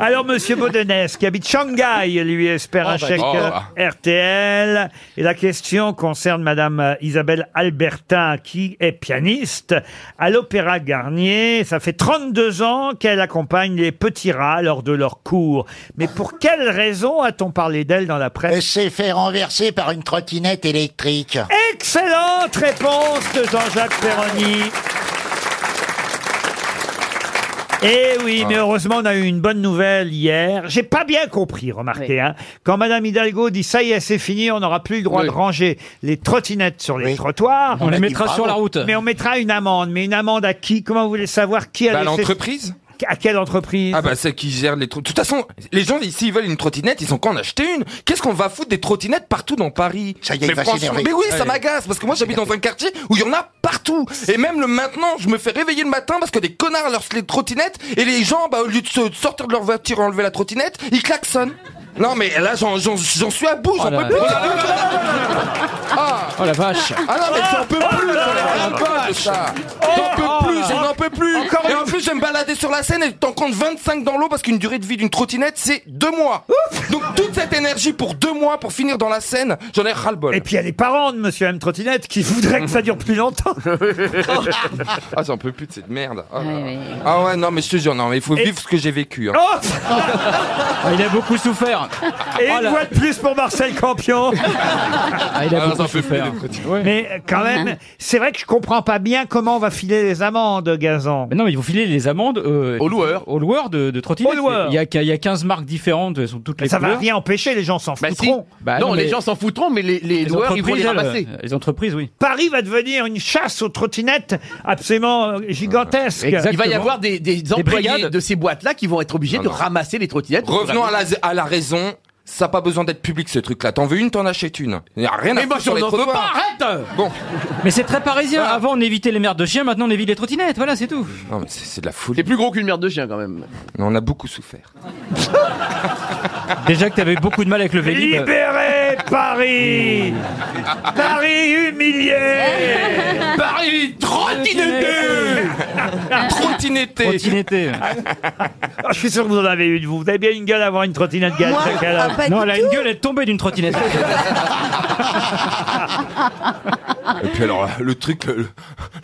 [SPEAKER 1] Alors, monsieur Baudenès, qui habite Shanghai, lui espère
[SPEAKER 19] Oh,
[SPEAKER 1] un
[SPEAKER 19] bah,
[SPEAKER 1] chèque
[SPEAKER 19] oh.
[SPEAKER 1] euh, RTL. Et la question concerne madame euh, Isabelle Albertin, qui est pianiste à l'Opéra Garnier. Ça fait 32 ans qu'elle accompagne les petits rats lors de leurs cours. Mais pour quelle raison a-t-on parlé d'elle dans la presse Elle s'est fait renverser par une trottinette électrique. Excellente réponse de Jean-Jacques Perroni. Eh
[SPEAKER 18] Ah.
[SPEAKER 1] oui, mais heureusement, on a eu une bonne nouvelle hier. J'ai pas bien compris, remarquez. Hein. Quand Madame Hidalgo dit ça y est, c'est fini, on n'aura plus le droit de ranger les trottinettes sur les trottoirs.
[SPEAKER 18] On On les a dit mettra Ah, bravo. sur la route.
[SPEAKER 1] Mais on mettra une amende. Mais une amende à qui Comment vous voulez savoir qui a
[SPEAKER 19] Bah, à
[SPEAKER 1] laissé-
[SPEAKER 19] l'entreprise
[SPEAKER 1] À quelle entreprise
[SPEAKER 19] Ah bah celle qui gère les trottinettes. De toute façon, les gens s'ils veulent une trottinette, ils ont qu'à en acheter une. Qu'est-ce qu'on va foutre des trottinettes partout dans Paris
[SPEAKER 11] Ça y est, il
[SPEAKER 19] mais,
[SPEAKER 11] va
[SPEAKER 19] franchement-
[SPEAKER 11] s'énerver.
[SPEAKER 19] mais oui,
[SPEAKER 11] Allez.
[SPEAKER 19] ça m'agace parce que moi j'habite dans un quartier où il y en a partout. Et même le maintenant, je me fais réveiller le matin parce que des connards leur les trottinettes et les gens, bah, au lieu de se- de sortir de leur voiture et enlever la trottinette, ils klaxonnent. Non mais là j'en j'en- j'en suis à bout, j'en peux plus. Ah.
[SPEAKER 18] Oh la vache
[SPEAKER 19] Ah non, mais j'en peux plus, j'en peux pas de ça.
[SPEAKER 18] Oh
[SPEAKER 19] J'en peux plus, j'en en peux plus. et en plus, je vais me balader sur la scène et t'en compte 25 dans l'eau parce qu'une durée de vie d'une trottinette, c'est deux mois. Donc toute cette énergie pour deux mois pour finir dans la scène, j'en ai ras-le-bol.
[SPEAKER 1] Et puis il y a les parents de Monsieur M. Trottinette qui voudraient que ça dure plus
[SPEAKER 19] (laughs)
[SPEAKER 1] longtemps.
[SPEAKER 19] ah, j'en peux plus de cette merde. Ah, Ah ouais, non, mais je te jure, non, mais il faut vivre ce que j'ai vécu.
[SPEAKER 18] Oh
[SPEAKER 19] hein.
[SPEAKER 7] Oh
[SPEAKER 18] Ah, il a beaucoup souffert. Oh
[SPEAKER 1] Et une voix de plus pour
[SPEAKER 18] (laughs)
[SPEAKER 1] Marcel Campion.
[SPEAKER 18] il a
[SPEAKER 19] Ah,
[SPEAKER 18] beaucoup
[SPEAKER 19] j'en peux plus
[SPEAKER 18] souffert.
[SPEAKER 19] des trottinettes.
[SPEAKER 1] Mais euh, quand même,
[SPEAKER 18] Ah.
[SPEAKER 1] c'est vrai que je comprends pas bien comment on va filer les amendes, Gazan.
[SPEAKER 18] Mais non, ils vont filer les amendes euh,
[SPEAKER 1] Aux loueurs.
[SPEAKER 18] Aux loueurs de, de trottinettes.
[SPEAKER 1] Aux loueurs.
[SPEAKER 18] Il y, a, il y a 15 marques différentes, elles sont toutes les
[SPEAKER 1] Ça va
[SPEAKER 18] couleurs.
[SPEAKER 1] rien empêcher, les gens s'en foutront.
[SPEAKER 18] Bah non, mais-
[SPEAKER 20] foutront, mais les, les
[SPEAKER 18] entreprises, elles, euh, Les entreprises, oui.
[SPEAKER 1] Paris va devenir une chasse aux trottinettes absolument euh, gigantesque.
[SPEAKER 20] Il va y avoir des, des employés
[SPEAKER 1] brigades.
[SPEAKER 20] de ces boîtes-là qui vont être obligés
[SPEAKER 19] Non,
[SPEAKER 20] de
[SPEAKER 19] non.
[SPEAKER 20] ramasser les trottinettes.
[SPEAKER 19] Revenons à la, à la raison. Ça n'a pas besoin d'être public ce truc-là. T'en veux une, t'en achètes une. Il a rien à
[SPEAKER 18] Mais moi,
[SPEAKER 19] foutre sur
[SPEAKER 18] j'en
[SPEAKER 19] les
[SPEAKER 18] en veux
[SPEAKER 19] trottoirs.
[SPEAKER 18] pas, arrête
[SPEAKER 19] Bon.
[SPEAKER 18] Mais c'est très parisien. Avant, on évitait les merdes de chiens, maintenant, on évite les trottinettes. Voilà, c'est tout.
[SPEAKER 19] Non, mais c'est c'est de la folie.
[SPEAKER 20] C'est plus gros qu'une merde de chien quand même.
[SPEAKER 19] Non, on a beaucoup souffert.
[SPEAKER 18] Déjà que t'avais beaucoup de mal avec le Vélib.
[SPEAKER 1] Libérez Paris Paris
[SPEAKER 19] (laughs)
[SPEAKER 1] humilié
[SPEAKER 19] Ah. Paris trottinetté Trottinetté
[SPEAKER 18] Trottinetté
[SPEAKER 1] Ah, Je suis sûr que vous en avez une, vous. Vous avez bien une gueule à avoir une trottinette gaz.
[SPEAKER 18] Moi, ah, pas Non, du elle a une tout. gueule, elle est tombée d'une trottinette.
[SPEAKER 19] Et puis alors, euh, le truc, le,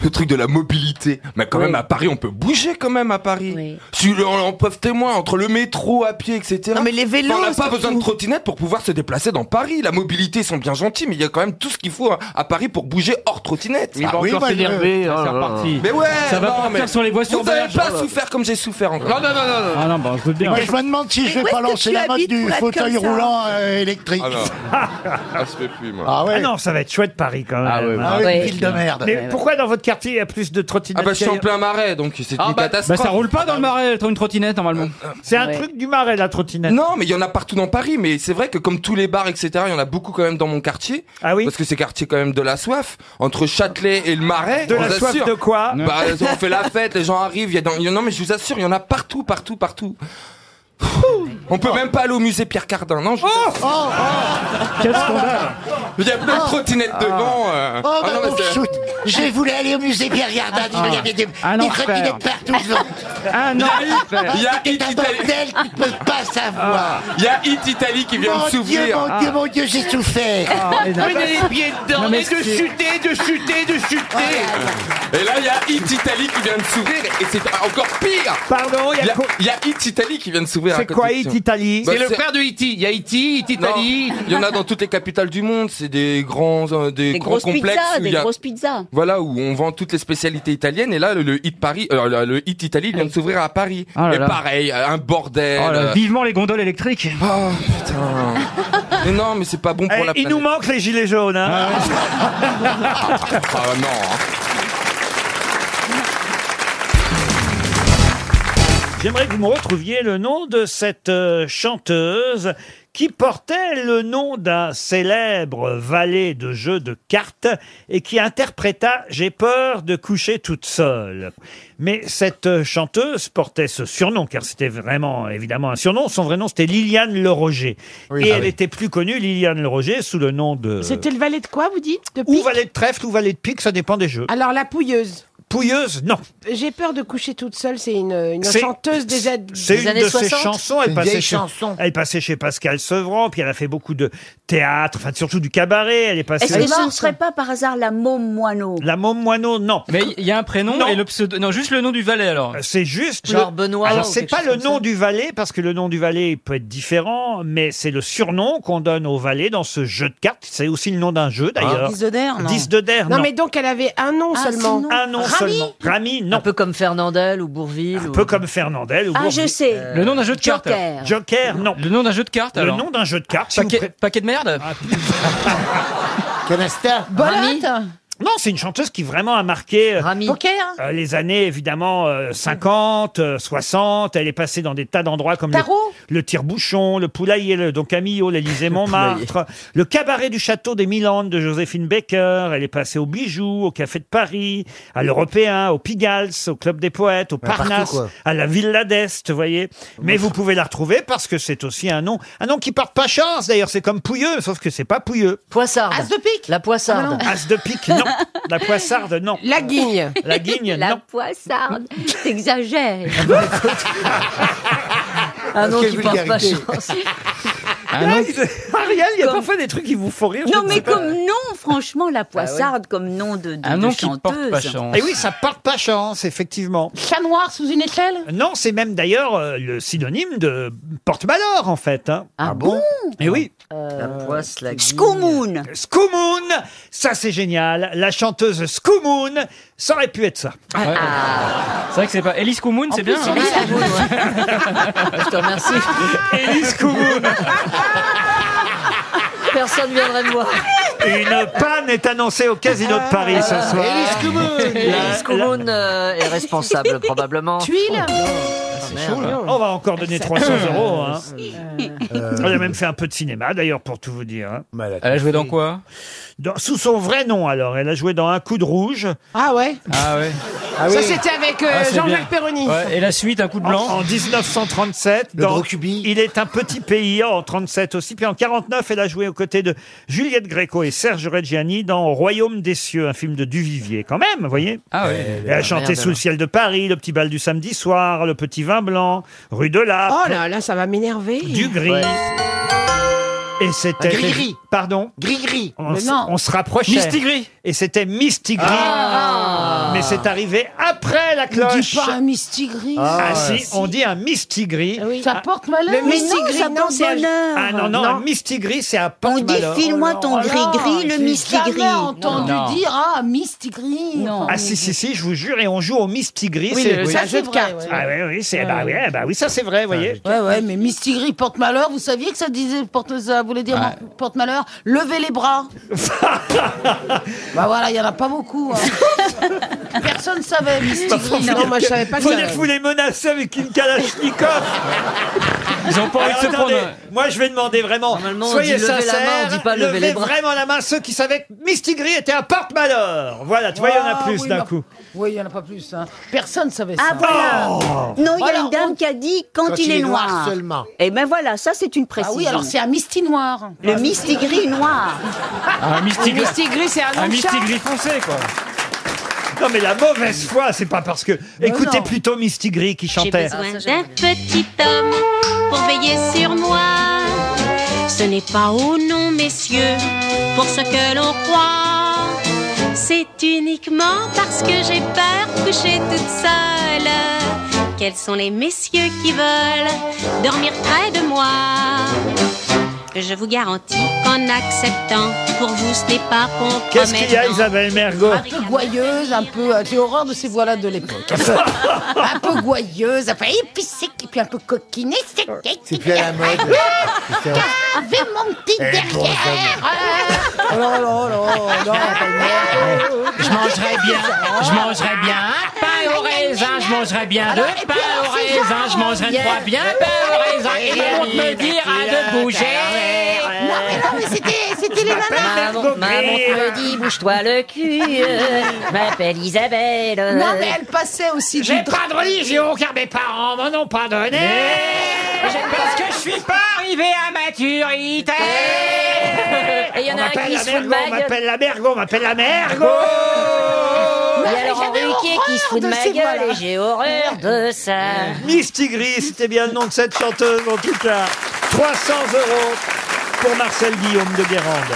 [SPEAKER 19] le truc de la mobilité. Mais quand même, à Paris, on peut bouger quand même à Paris. Si le- on en preuve témoin, entre le métro, à pied, etc.
[SPEAKER 3] Non, mais les vélos,
[SPEAKER 19] On n'a pas
[SPEAKER 3] surtout.
[SPEAKER 19] besoin de trottinette pour pouvoir se déplacer dans Paris. La mobilité, ils sont bien gentils, mais il y a quand même tout ce qu'il faut hein, à, à Paris pour bouger hors trottinette.
[SPEAKER 20] Il va Ah oui, encore bah, s'énerver,
[SPEAKER 19] c'est
[SPEAKER 20] euh, oh là là.
[SPEAKER 19] reparti. Mais ouais,
[SPEAKER 20] Ça va
[SPEAKER 19] non,
[SPEAKER 20] partir
[SPEAKER 19] mais
[SPEAKER 20] sur les voies
[SPEAKER 19] Vous n'avez
[SPEAKER 20] surveillées.
[SPEAKER 19] pas
[SPEAKER 20] Oh là là.
[SPEAKER 19] souffert comme j'ai souffert encore.
[SPEAKER 20] Non, non, non, non, non.
[SPEAKER 18] Ah non, bah, on se doute bien.
[SPEAKER 20] Moi, je me
[SPEAKER 16] demande si
[SPEAKER 20] Mais
[SPEAKER 16] je vais
[SPEAKER 20] où
[SPEAKER 16] pas
[SPEAKER 20] est-ce que
[SPEAKER 16] lancer
[SPEAKER 20] tu
[SPEAKER 16] la mode
[SPEAKER 20] habites
[SPEAKER 16] du
[SPEAKER 20] pour être
[SPEAKER 16] fauteuil
[SPEAKER 20] comme ça
[SPEAKER 16] roulant euh, électrique.
[SPEAKER 1] (laughs)
[SPEAKER 19] Ah non. Ah, je fais plus, moi.
[SPEAKER 16] Ah ouais.
[SPEAKER 1] non, ça va être chouette Paris quand même.
[SPEAKER 16] Ah ouais, Ah ouais, ouais. une ville de merde.
[SPEAKER 1] Mais
[SPEAKER 16] Ouais, ouais.
[SPEAKER 1] pourquoi dans votre quartier il y a plus de trottinettes
[SPEAKER 19] Ah bah je suis en
[SPEAKER 1] qu'ailleurs
[SPEAKER 19] plein marais, donc c'est
[SPEAKER 18] Ah
[SPEAKER 19] une
[SPEAKER 18] bah,
[SPEAKER 19] catastrophe.
[SPEAKER 18] bah, ça roule pas dans le marais, une trottinette normalement.
[SPEAKER 1] C'est un truc du marais la trottinette.
[SPEAKER 19] Non, mais il y en a partout dans Paris. Mais c'est vrai que comme tous les bars, etc., il y en a beaucoup quand même dans mon quartier.
[SPEAKER 1] Ah oui.
[SPEAKER 19] Parce que c'est quartier quand même de la soif. Entre Châtelet et le Marais.
[SPEAKER 1] De
[SPEAKER 19] on
[SPEAKER 1] la
[SPEAKER 19] vous
[SPEAKER 1] soif
[SPEAKER 19] assure.
[SPEAKER 1] de quoi
[SPEAKER 19] Bah, on fait la fête, les gens arrivent. il Y a dans- il y en- Non, mais je vous assure, il y en a partout, partout, partout. Pfff. On peut même pas aller au musée Pierre Cardin, non je...
[SPEAKER 1] Oh,
[SPEAKER 18] Quel scandale
[SPEAKER 19] Il y a
[SPEAKER 1] Ah.
[SPEAKER 19] plein de trottinettes devant. euh.
[SPEAKER 16] Oh,
[SPEAKER 19] Ah
[SPEAKER 16] bah,
[SPEAKER 19] non, mais
[SPEAKER 16] mon
[SPEAKER 19] c'est-
[SPEAKER 16] shoot. Je voulais aller au musée Pierre Gardin. Il y avait des,
[SPEAKER 18] Un
[SPEAKER 16] des
[SPEAKER 18] enfer.
[SPEAKER 16] trottinettes partout. devant.
[SPEAKER 18] Un enfer.
[SPEAKER 19] Il y a
[SPEAKER 16] C'est un bordel qui ne peut pas savoir.
[SPEAKER 4] Ah.
[SPEAKER 19] Il y a Hit Italy qui vient
[SPEAKER 16] Mon
[SPEAKER 19] de s'ouvrir.
[SPEAKER 16] Dieu, mon Dieu, mon Dieu, j'ai souffert.
[SPEAKER 4] Ah,
[SPEAKER 1] Ah,
[SPEAKER 20] On a les pieds dedans, mais de chuter, de chuter, de chuter.
[SPEAKER 19] Et là, il y a Hit Italy qui vient de s'ouvrir et c'est encore pire.
[SPEAKER 1] Pardon, il y a quoi-
[SPEAKER 19] il y a Hit Italy qui vient de s'ouvrir. à
[SPEAKER 1] C'est
[SPEAKER 19] côté
[SPEAKER 1] quoi
[SPEAKER 19] de
[SPEAKER 1] Hit
[SPEAKER 19] chez-
[SPEAKER 1] Italy
[SPEAKER 19] Bah,
[SPEAKER 20] C'est le frère de Iti. Il y a Iti, Iti
[SPEAKER 19] Non,
[SPEAKER 20] Italie.
[SPEAKER 19] Il y en a dans toutes les capitales du monde. C'est des grands, euh, des,
[SPEAKER 21] Des
[SPEAKER 19] grands
[SPEAKER 21] grosses
[SPEAKER 19] complexes.
[SPEAKER 21] pizzas,
[SPEAKER 19] où
[SPEAKER 21] des
[SPEAKER 19] il y a-
[SPEAKER 21] grosses pizzas.
[SPEAKER 19] Voilà où on vend toutes les spécialités italiennes et là le, le hit Paris, euh, le, le hit Italie vient de s'ouvrir à Paris.
[SPEAKER 18] Ah là
[SPEAKER 19] et
[SPEAKER 18] là.
[SPEAKER 19] pareil, un bordel.
[SPEAKER 18] Oh là,
[SPEAKER 19] euh,
[SPEAKER 18] Vivement les gondoles électriques.
[SPEAKER 19] Ah, putain. (laughs) mais non, mais c'est pas bon pour
[SPEAKER 1] Eh,
[SPEAKER 19] la
[SPEAKER 1] il
[SPEAKER 19] planète.
[SPEAKER 1] nous manque les gilets jaunes. hein.
[SPEAKER 19] Ah non. hein.
[SPEAKER 1] J'aimerais que vous me retrouviez le nom de cette euh, chanteuse qui portait le nom d'un célèbre valet de jeu de cartes et qui interpréta J'ai peur de coucher toute seule. Mais cette euh, chanteuse portait ce surnom, car c'était vraiment évidemment un surnom. Son vrai nom, c'était Liliane Le Roger. et elle était plus connue, Liliane Le Roger, sous le nom de...
[SPEAKER 7] C'était le valet de quoi, vous dites De Ah.
[SPEAKER 1] Ou
[SPEAKER 7] pique
[SPEAKER 1] valet de trèfle ou valet de pique, ça dépend des jeux.
[SPEAKER 7] (laughs) Alors, la pouilleuse.
[SPEAKER 1] Pouilleuse, non.
[SPEAKER 7] J'ai peur de coucher toute seule, c'est une, une
[SPEAKER 1] C'est-
[SPEAKER 7] chanteuse des, a-
[SPEAKER 1] C'est
[SPEAKER 7] des
[SPEAKER 1] une
[SPEAKER 7] années
[SPEAKER 1] de
[SPEAKER 7] 60.
[SPEAKER 1] ses chansons. Elle
[SPEAKER 7] Une
[SPEAKER 1] passait,
[SPEAKER 7] vieille
[SPEAKER 1] chez,
[SPEAKER 7] chanson.
[SPEAKER 1] elle passait chez Pascal Sevran, puis elle a fait beaucoup de théâtre, enfin surtout du cabaret. Elle est passée.
[SPEAKER 21] Est-ce que ce ne serait pas par hasard la môme moineau
[SPEAKER 1] La Môme Moineau, non.
[SPEAKER 18] Mais il y a un prénom
[SPEAKER 1] Non.
[SPEAKER 18] et le pseudo. Non, juste le nom du valet alors.
[SPEAKER 1] Euh, C'est juste.
[SPEAKER 18] Genre
[SPEAKER 1] le-
[SPEAKER 18] Benoît
[SPEAKER 1] Alors,
[SPEAKER 18] ou
[SPEAKER 1] c'est
[SPEAKER 18] quelque
[SPEAKER 1] pas
[SPEAKER 18] chose
[SPEAKER 1] le
[SPEAKER 18] comme
[SPEAKER 1] nom
[SPEAKER 18] ça.
[SPEAKER 1] du valet, parce que le nom du valet il peut être différent, mais c'est le surnom qu'on donne au valet dans ce jeu de cartes. C'est aussi le nom d'un jeu, d'ailleurs.
[SPEAKER 7] Disdodère, Ah. non Ah,
[SPEAKER 1] Disdodère,
[SPEAKER 7] Non,
[SPEAKER 1] non.
[SPEAKER 7] mais donc elle avait un nom seulement.
[SPEAKER 1] Un nom Rami Ah Rami, non. Un peu
[SPEAKER 15] comme Fernandel ou Bourville.
[SPEAKER 1] Un peu comme Fernandel ou
[SPEAKER 17] Ah, je
[SPEAKER 1] Bourville.
[SPEAKER 17] sais.
[SPEAKER 2] Euh, Le nom d'un jeu de cartes.
[SPEAKER 17] Joker.
[SPEAKER 1] Joker, non.
[SPEAKER 2] Le nom d'un jeu de cartes,
[SPEAKER 1] Le
[SPEAKER 2] alors.
[SPEAKER 1] nom d'un jeu de cartes.
[SPEAKER 2] Paquet, paquet de merde
[SPEAKER 1] Ah, Canasta. Non, c'est une chanteuse qui vraiment a marqué euh, euh, les années évidemment euh, 50, euh, 60. Elle est passée dans des tas d'endroits comme le-
[SPEAKER 7] Tarot
[SPEAKER 1] le, tire-bouchon, le poulailler, le Don Camillo, l'Élysée Montmartre, le cabaret du château des Milandes de Joséphine Baker. Elle est passée au Bijou, au Café de Paris, à l'Européen, au Pigalle, au Club des Poètes, au
[SPEAKER 22] Ouais, partout,
[SPEAKER 1] Parnasse,
[SPEAKER 22] quoi.
[SPEAKER 1] à la Villa d'Est, vous voyez. Mais vous pouvez la retrouver parce que c'est aussi un nom, un nom qui porte pas chance d'ailleurs. C'est comme Pouilleux, sauf que c'est pas Pouilleux.
[SPEAKER 15] Poissarde.
[SPEAKER 1] As de pique.
[SPEAKER 15] La poissarde.
[SPEAKER 1] As de pique, non. La poissarde, non.
[SPEAKER 7] La guigne.
[SPEAKER 1] La guigne,
[SPEAKER 17] La
[SPEAKER 1] non.
[SPEAKER 17] poissarde. (laughs) T'exagères.
[SPEAKER 15] Ah non,
[SPEAKER 1] Quelle
[SPEAKER 15] qui porte pas
[SPEAKER 1] vulgarité.
[SPEAKER 15] chance.
[SPEAKER 1] Là, il- Ariel, il y a parfois des trucs qui vous font rire. (laughs) je
[SPEAKER 17] Non,
[SPEAKER 1] ne
[SPEAKER 17] mais
[SPEAKER 1] sais pas. Bah
[SPEAKER 17] comme nom, franchement, la poissarde, comme nom de, de,
[SPEAKER 1] Un
[SPEAKER 17] de
[SPEAKER 1] nom qui
[SPEAKER 17] chanteuse.
[SPEAKER 1] porte pas chance. Eh oui, ça porte pas chance, effectivement.
[SPEAKER 7] Chat noir sous une échelle
[SPEAKER 1] Non, c'est même d'ailleurs euh, le synonyme de porte-malheur, en fait. hein. Ah, bon Eh oui.
[SPEAKER 2] Euh,
[SPEAKER 15] La poisse, la
[SPEAKER 1] Skoumoun. Skoumoun, ça c'est génial. La chanteuse Skoumoun, ça aurait pu être ça.
[SPEAKER 15] Ah.
[SPEAKER 2] C'est vrai que c'est pas. Elise Koumoun, c'est bien. hein. (laughs)
[SPEAKER 15] Je te (laughs) remercie.
[SPEAKER 1] Élise Koumoun.
[SPEAKER 15] Personne viendrait me voir.
[SPEAKER 1] Une panne est annoncée au Casino de Paris ce soir.
[SPEAKER 15] Élise
[SPEAKER 1] Koumoun.
[SPEAKER 15] Ah. Elise Koumoun euh, est responsable probablement.
[SPEAKER 7] Tuile
[SPEAKER 1] Ah, On va encore donner 300 euros. hein. Elle a même fait un peu de cinéma, d'ailleurs, pour tout vous dire. hein.
[SPEAKER 2] Elle a joué dans quoi
[SPEAKER 1] Dans- Sous son vrai nom, alors. Elle a joué dans Un coup de rouge.
[SPEAKER 7] Ah ouais
[SPEAKER 2] Ah ouais.
[SPEAKER 7] Ça, c'était avec euh,
[SPEAKER 1] Ah, c'est
[SPEAKER 7] Jean-Jacques
[SPEAKER 1] bien.
[SPEAKER 7] Perroni.
[SPEAKER 2] Ouais, et la suite, un coup de blanc.
[SPEAKER 1] En, en 1937, dans Il est un petit pays, en 37 aussi. Puis en 49, elle a joué aux côtés de Juliette Gréco et Serge Reggiani dans Royaume des cieux, un film de Duvivier, quand même, vous voyez
[SPEAKER 2] Ah
[SPEAKER 1] Et Elle a chanté
[SPEAKER 2] merde,
[SPEAKER 1] Sous le
[SPEAKER 2] alors.
[SPEAKER 1] ciel de Paris, Le petit bal du samedi soir, Le petit vin blanc, Rue de la
[SPEAKER 7] Oh là là, ça va m'énerver.
[SPEAKER 1] Du gris. Et c'était.
[SPEAKER 7] Un gris-gris.
[SPEAKER 1] Pardon
[SPEAKER 7] Gris-gris.
[SPEAKER 1] On,
[SPEAKER 7] Mais
[SPEAKER 1] s-
[SPEAKER 7] non.
[SPEAKER 1] on se rapprochait.
[SPEAKER 7] Mistigri.
[SPEAKER 1] Et c'était Mistigri. Mais c'est arrivé après la
[SPEAKER 7] On
[SPEAKER 1] cloche.
[SPEAKER 7] dit pas un mistigris.
[SPEAKER 1] Ah, si, on dit un Ah, mistigris.
[SPEAKER 7] Ça porte malheur.
[SPEAKER 17] Le mistigris, non, c'est un-
[SPEAKER 1] Ah non, non, un mistigris, c'est un porte Oh,
[SPEAKER 17] On dit file-moi ton gris-gris, le mistigris.
[SPEAKER 1] Non.
[SPEAKER 7] ah, mistigris. Non.
[SPEAKER 1] Ah si, si, si, je vous jure, et on joue au mistigris.
[SPEAKER 7] Oui,
[SPEAKER 1] c'est
[SPEAKER 7] le- ça, c'est vrai, ouais.
[SPEAKER 1] Ah oui, oui, c'est, bah,
[SPEAKER 7] Ouais.
[SPEAKER 1] oui, ah, bah oui, ça c'est vrai, vous voyez.
[SPEAKER 7] Ouais, ouais, mais mistigris porte malheur. Vous saviez que ça disait porte, ça voulait dire
[SPEAKER 1] Ouais.
[SPEAKER 7] porte malheur. Levez les bras.
[SPEAKER 1] (laughs)
[SPEAKER 7] bah voilà, il y en a pas beaucoup.
[SPEAKER 1] (laughs)
[SPEAKER 7] hein. Personne savait mistigris. Non, moi je savais pas.
[SPEAKER 1] Faut
[SPEAKER 7] que-
[SPEAKER 1] dire que vous les menacez avec une kalachnikov.
[SPEAKER 2] Ils ont pas envie de se
[SPEAKER 1] attendez,
[SPEAKER 2] prendre.
[SPEAKER 1] Moi, je vais demander vraiment.
[SPEAKER 15] on
[SPEAKER 1] Soyez
[SPEAKER 15] dit lever la main,
[SPEAKER 1] sincères.
[SPEAKER 15] on dit pas lever
[SPEAKER 1] levez
[SPEAKER 15] les bras.
[SPEAKER 1] vraiment la main ceux qui savaient que Mistigri était un porte-malheur. Voilà, tu vois, il y en a
[SPEAKER 7] Ah,
[SPEAKER 1] plus
[SPEAKER 7] oui,
[SPEAKER 1] d'un
[SPEAKER 7] non.
[SPEAKER 1] coup.
[SPEAKER 7] Oui, il y en a pas plus. hein. Personne savait
[SPEAKER 17] Ah
[SPEAKER 7] ça.
[SPEAKER 17] voilà Non, il y a une dame qui a dit Oh quand,
[SPEAKER 7] Quand
[SPEAKER 17] il, est noir. seulement. Et ben voilà, ça c'est une
[SPEAKER 7] Ah
[SPEAKER 17] précision.
[SPEAKER 7] oui, alors c'est un misti noir.
[SPEAKER 17] Le mistigris noir.
[SPEAKER 2] Ah, Un mistigris.
[SPEAKER 7] Un mistigris, c'est un nom
[SPEAKER 2] Un
[SPEAKER 7] de chat.
[SPEAKER 2] mistigris foncé, quoi.
[SPEAKER 1] Non, mais la mauvaise foi, c'est pas parce que. Écoutez
[SPEAKER 7] non.
[SPEAKER 1] plutôt Mistigri qui
[SPEAKER 23] J'ai
[SPEAKER 1] chantait.
[SPEAKER 23] besoin d'un petit homme pour veiller sur moi. Ce n'est pas au nom, messieurs, pour ce que l'on croit. C'est uniquement parce que j'ai peur de coucher toute seule. Quels sont les messieurs qui veulent dormir près de moi Je vous garantis qu'en acceptant, pour vous ce n'est pas compromettant.
[SPEAKER 1] Qu'est-ce
[SPEAKER 15] Oh,
[SPEAKER 1] qu'il y a, Isabelle Mergot
[SPEAKER 7] Un peu gouailleuse, un peu. euh, J'ai horreur de ces voix-là
[SPEAKER 2] (laughs)
[SPEAKER 7] de l'époque. un peu gouailleuse, enfin épicée, et puis un peu coquinée. C'est
[SPEAKER 11] plus à la mode. (laughs) C'est vrai.
[SPEAKER 7] Avec mon
[SPEAKER 2] Eh,
[SPEAKER 7] petit
[SPEAKER 11] Elle est bourgeonne.
[SPEAKER 7] derrière. Oh là là là là,
[SPEAKER 4] Je mangerais bien, je mangerais bien un pain au raisin, je mangerais bien deux pains au raisin, je mangerais trois bien pains au raisin, et on me dira de bouger.
[SPEAKER 7] Non, mais non, mais c'était, c'était les nanas.
[SPEAKER 4] Maman- Maman
[SPEAKER 15] me dit, bouge-toi le cul.
[SPEAKER 4] (laughs)
[SPEAKER 15] Je m'appelle Isabelle.
[SPEAKER 1] Euh,
[SPEAKER 7] Non, mais elle passait aussi.
[SPEAKER 4] J'ai
[SPEAKER 7] du-
[SPEAKER 4] pas de religion car mes parents m'en ont pas donné. Parce que je suis pas arrivé à maturité.
[SPEAKER 15] Et il y en
[SPEAKER 1] On
[SPEAKER 15] a un
[SPEAKER 1] m'appelle
[SPEAKER 15] qui
[SPEAKER 1] la
[SPEAKER 15] se fout de
[SPEAKER 1] Mergo, on
[SPEAKER 15] ma gueule.
[SPEAKER 1] m'appelle la Mergo, on m'appelle la Mergo
[SPEAKER 15] Il y a Laurent Ruquier qui se fout de
[SPEAKER 7] de
[SPEAKER 15] ma
[SPEAKER 7] ces
[SPEAKER 15] gueule
[SPEAKER 7] voix-là.
[SPEAKER 15] et j'ai horreur de ça.
[SPEAKER 1] Mistigri, c'était bien le nom de cette chanteuse en tout cas. 300 euros pour Marcel Guillaume de Guérande.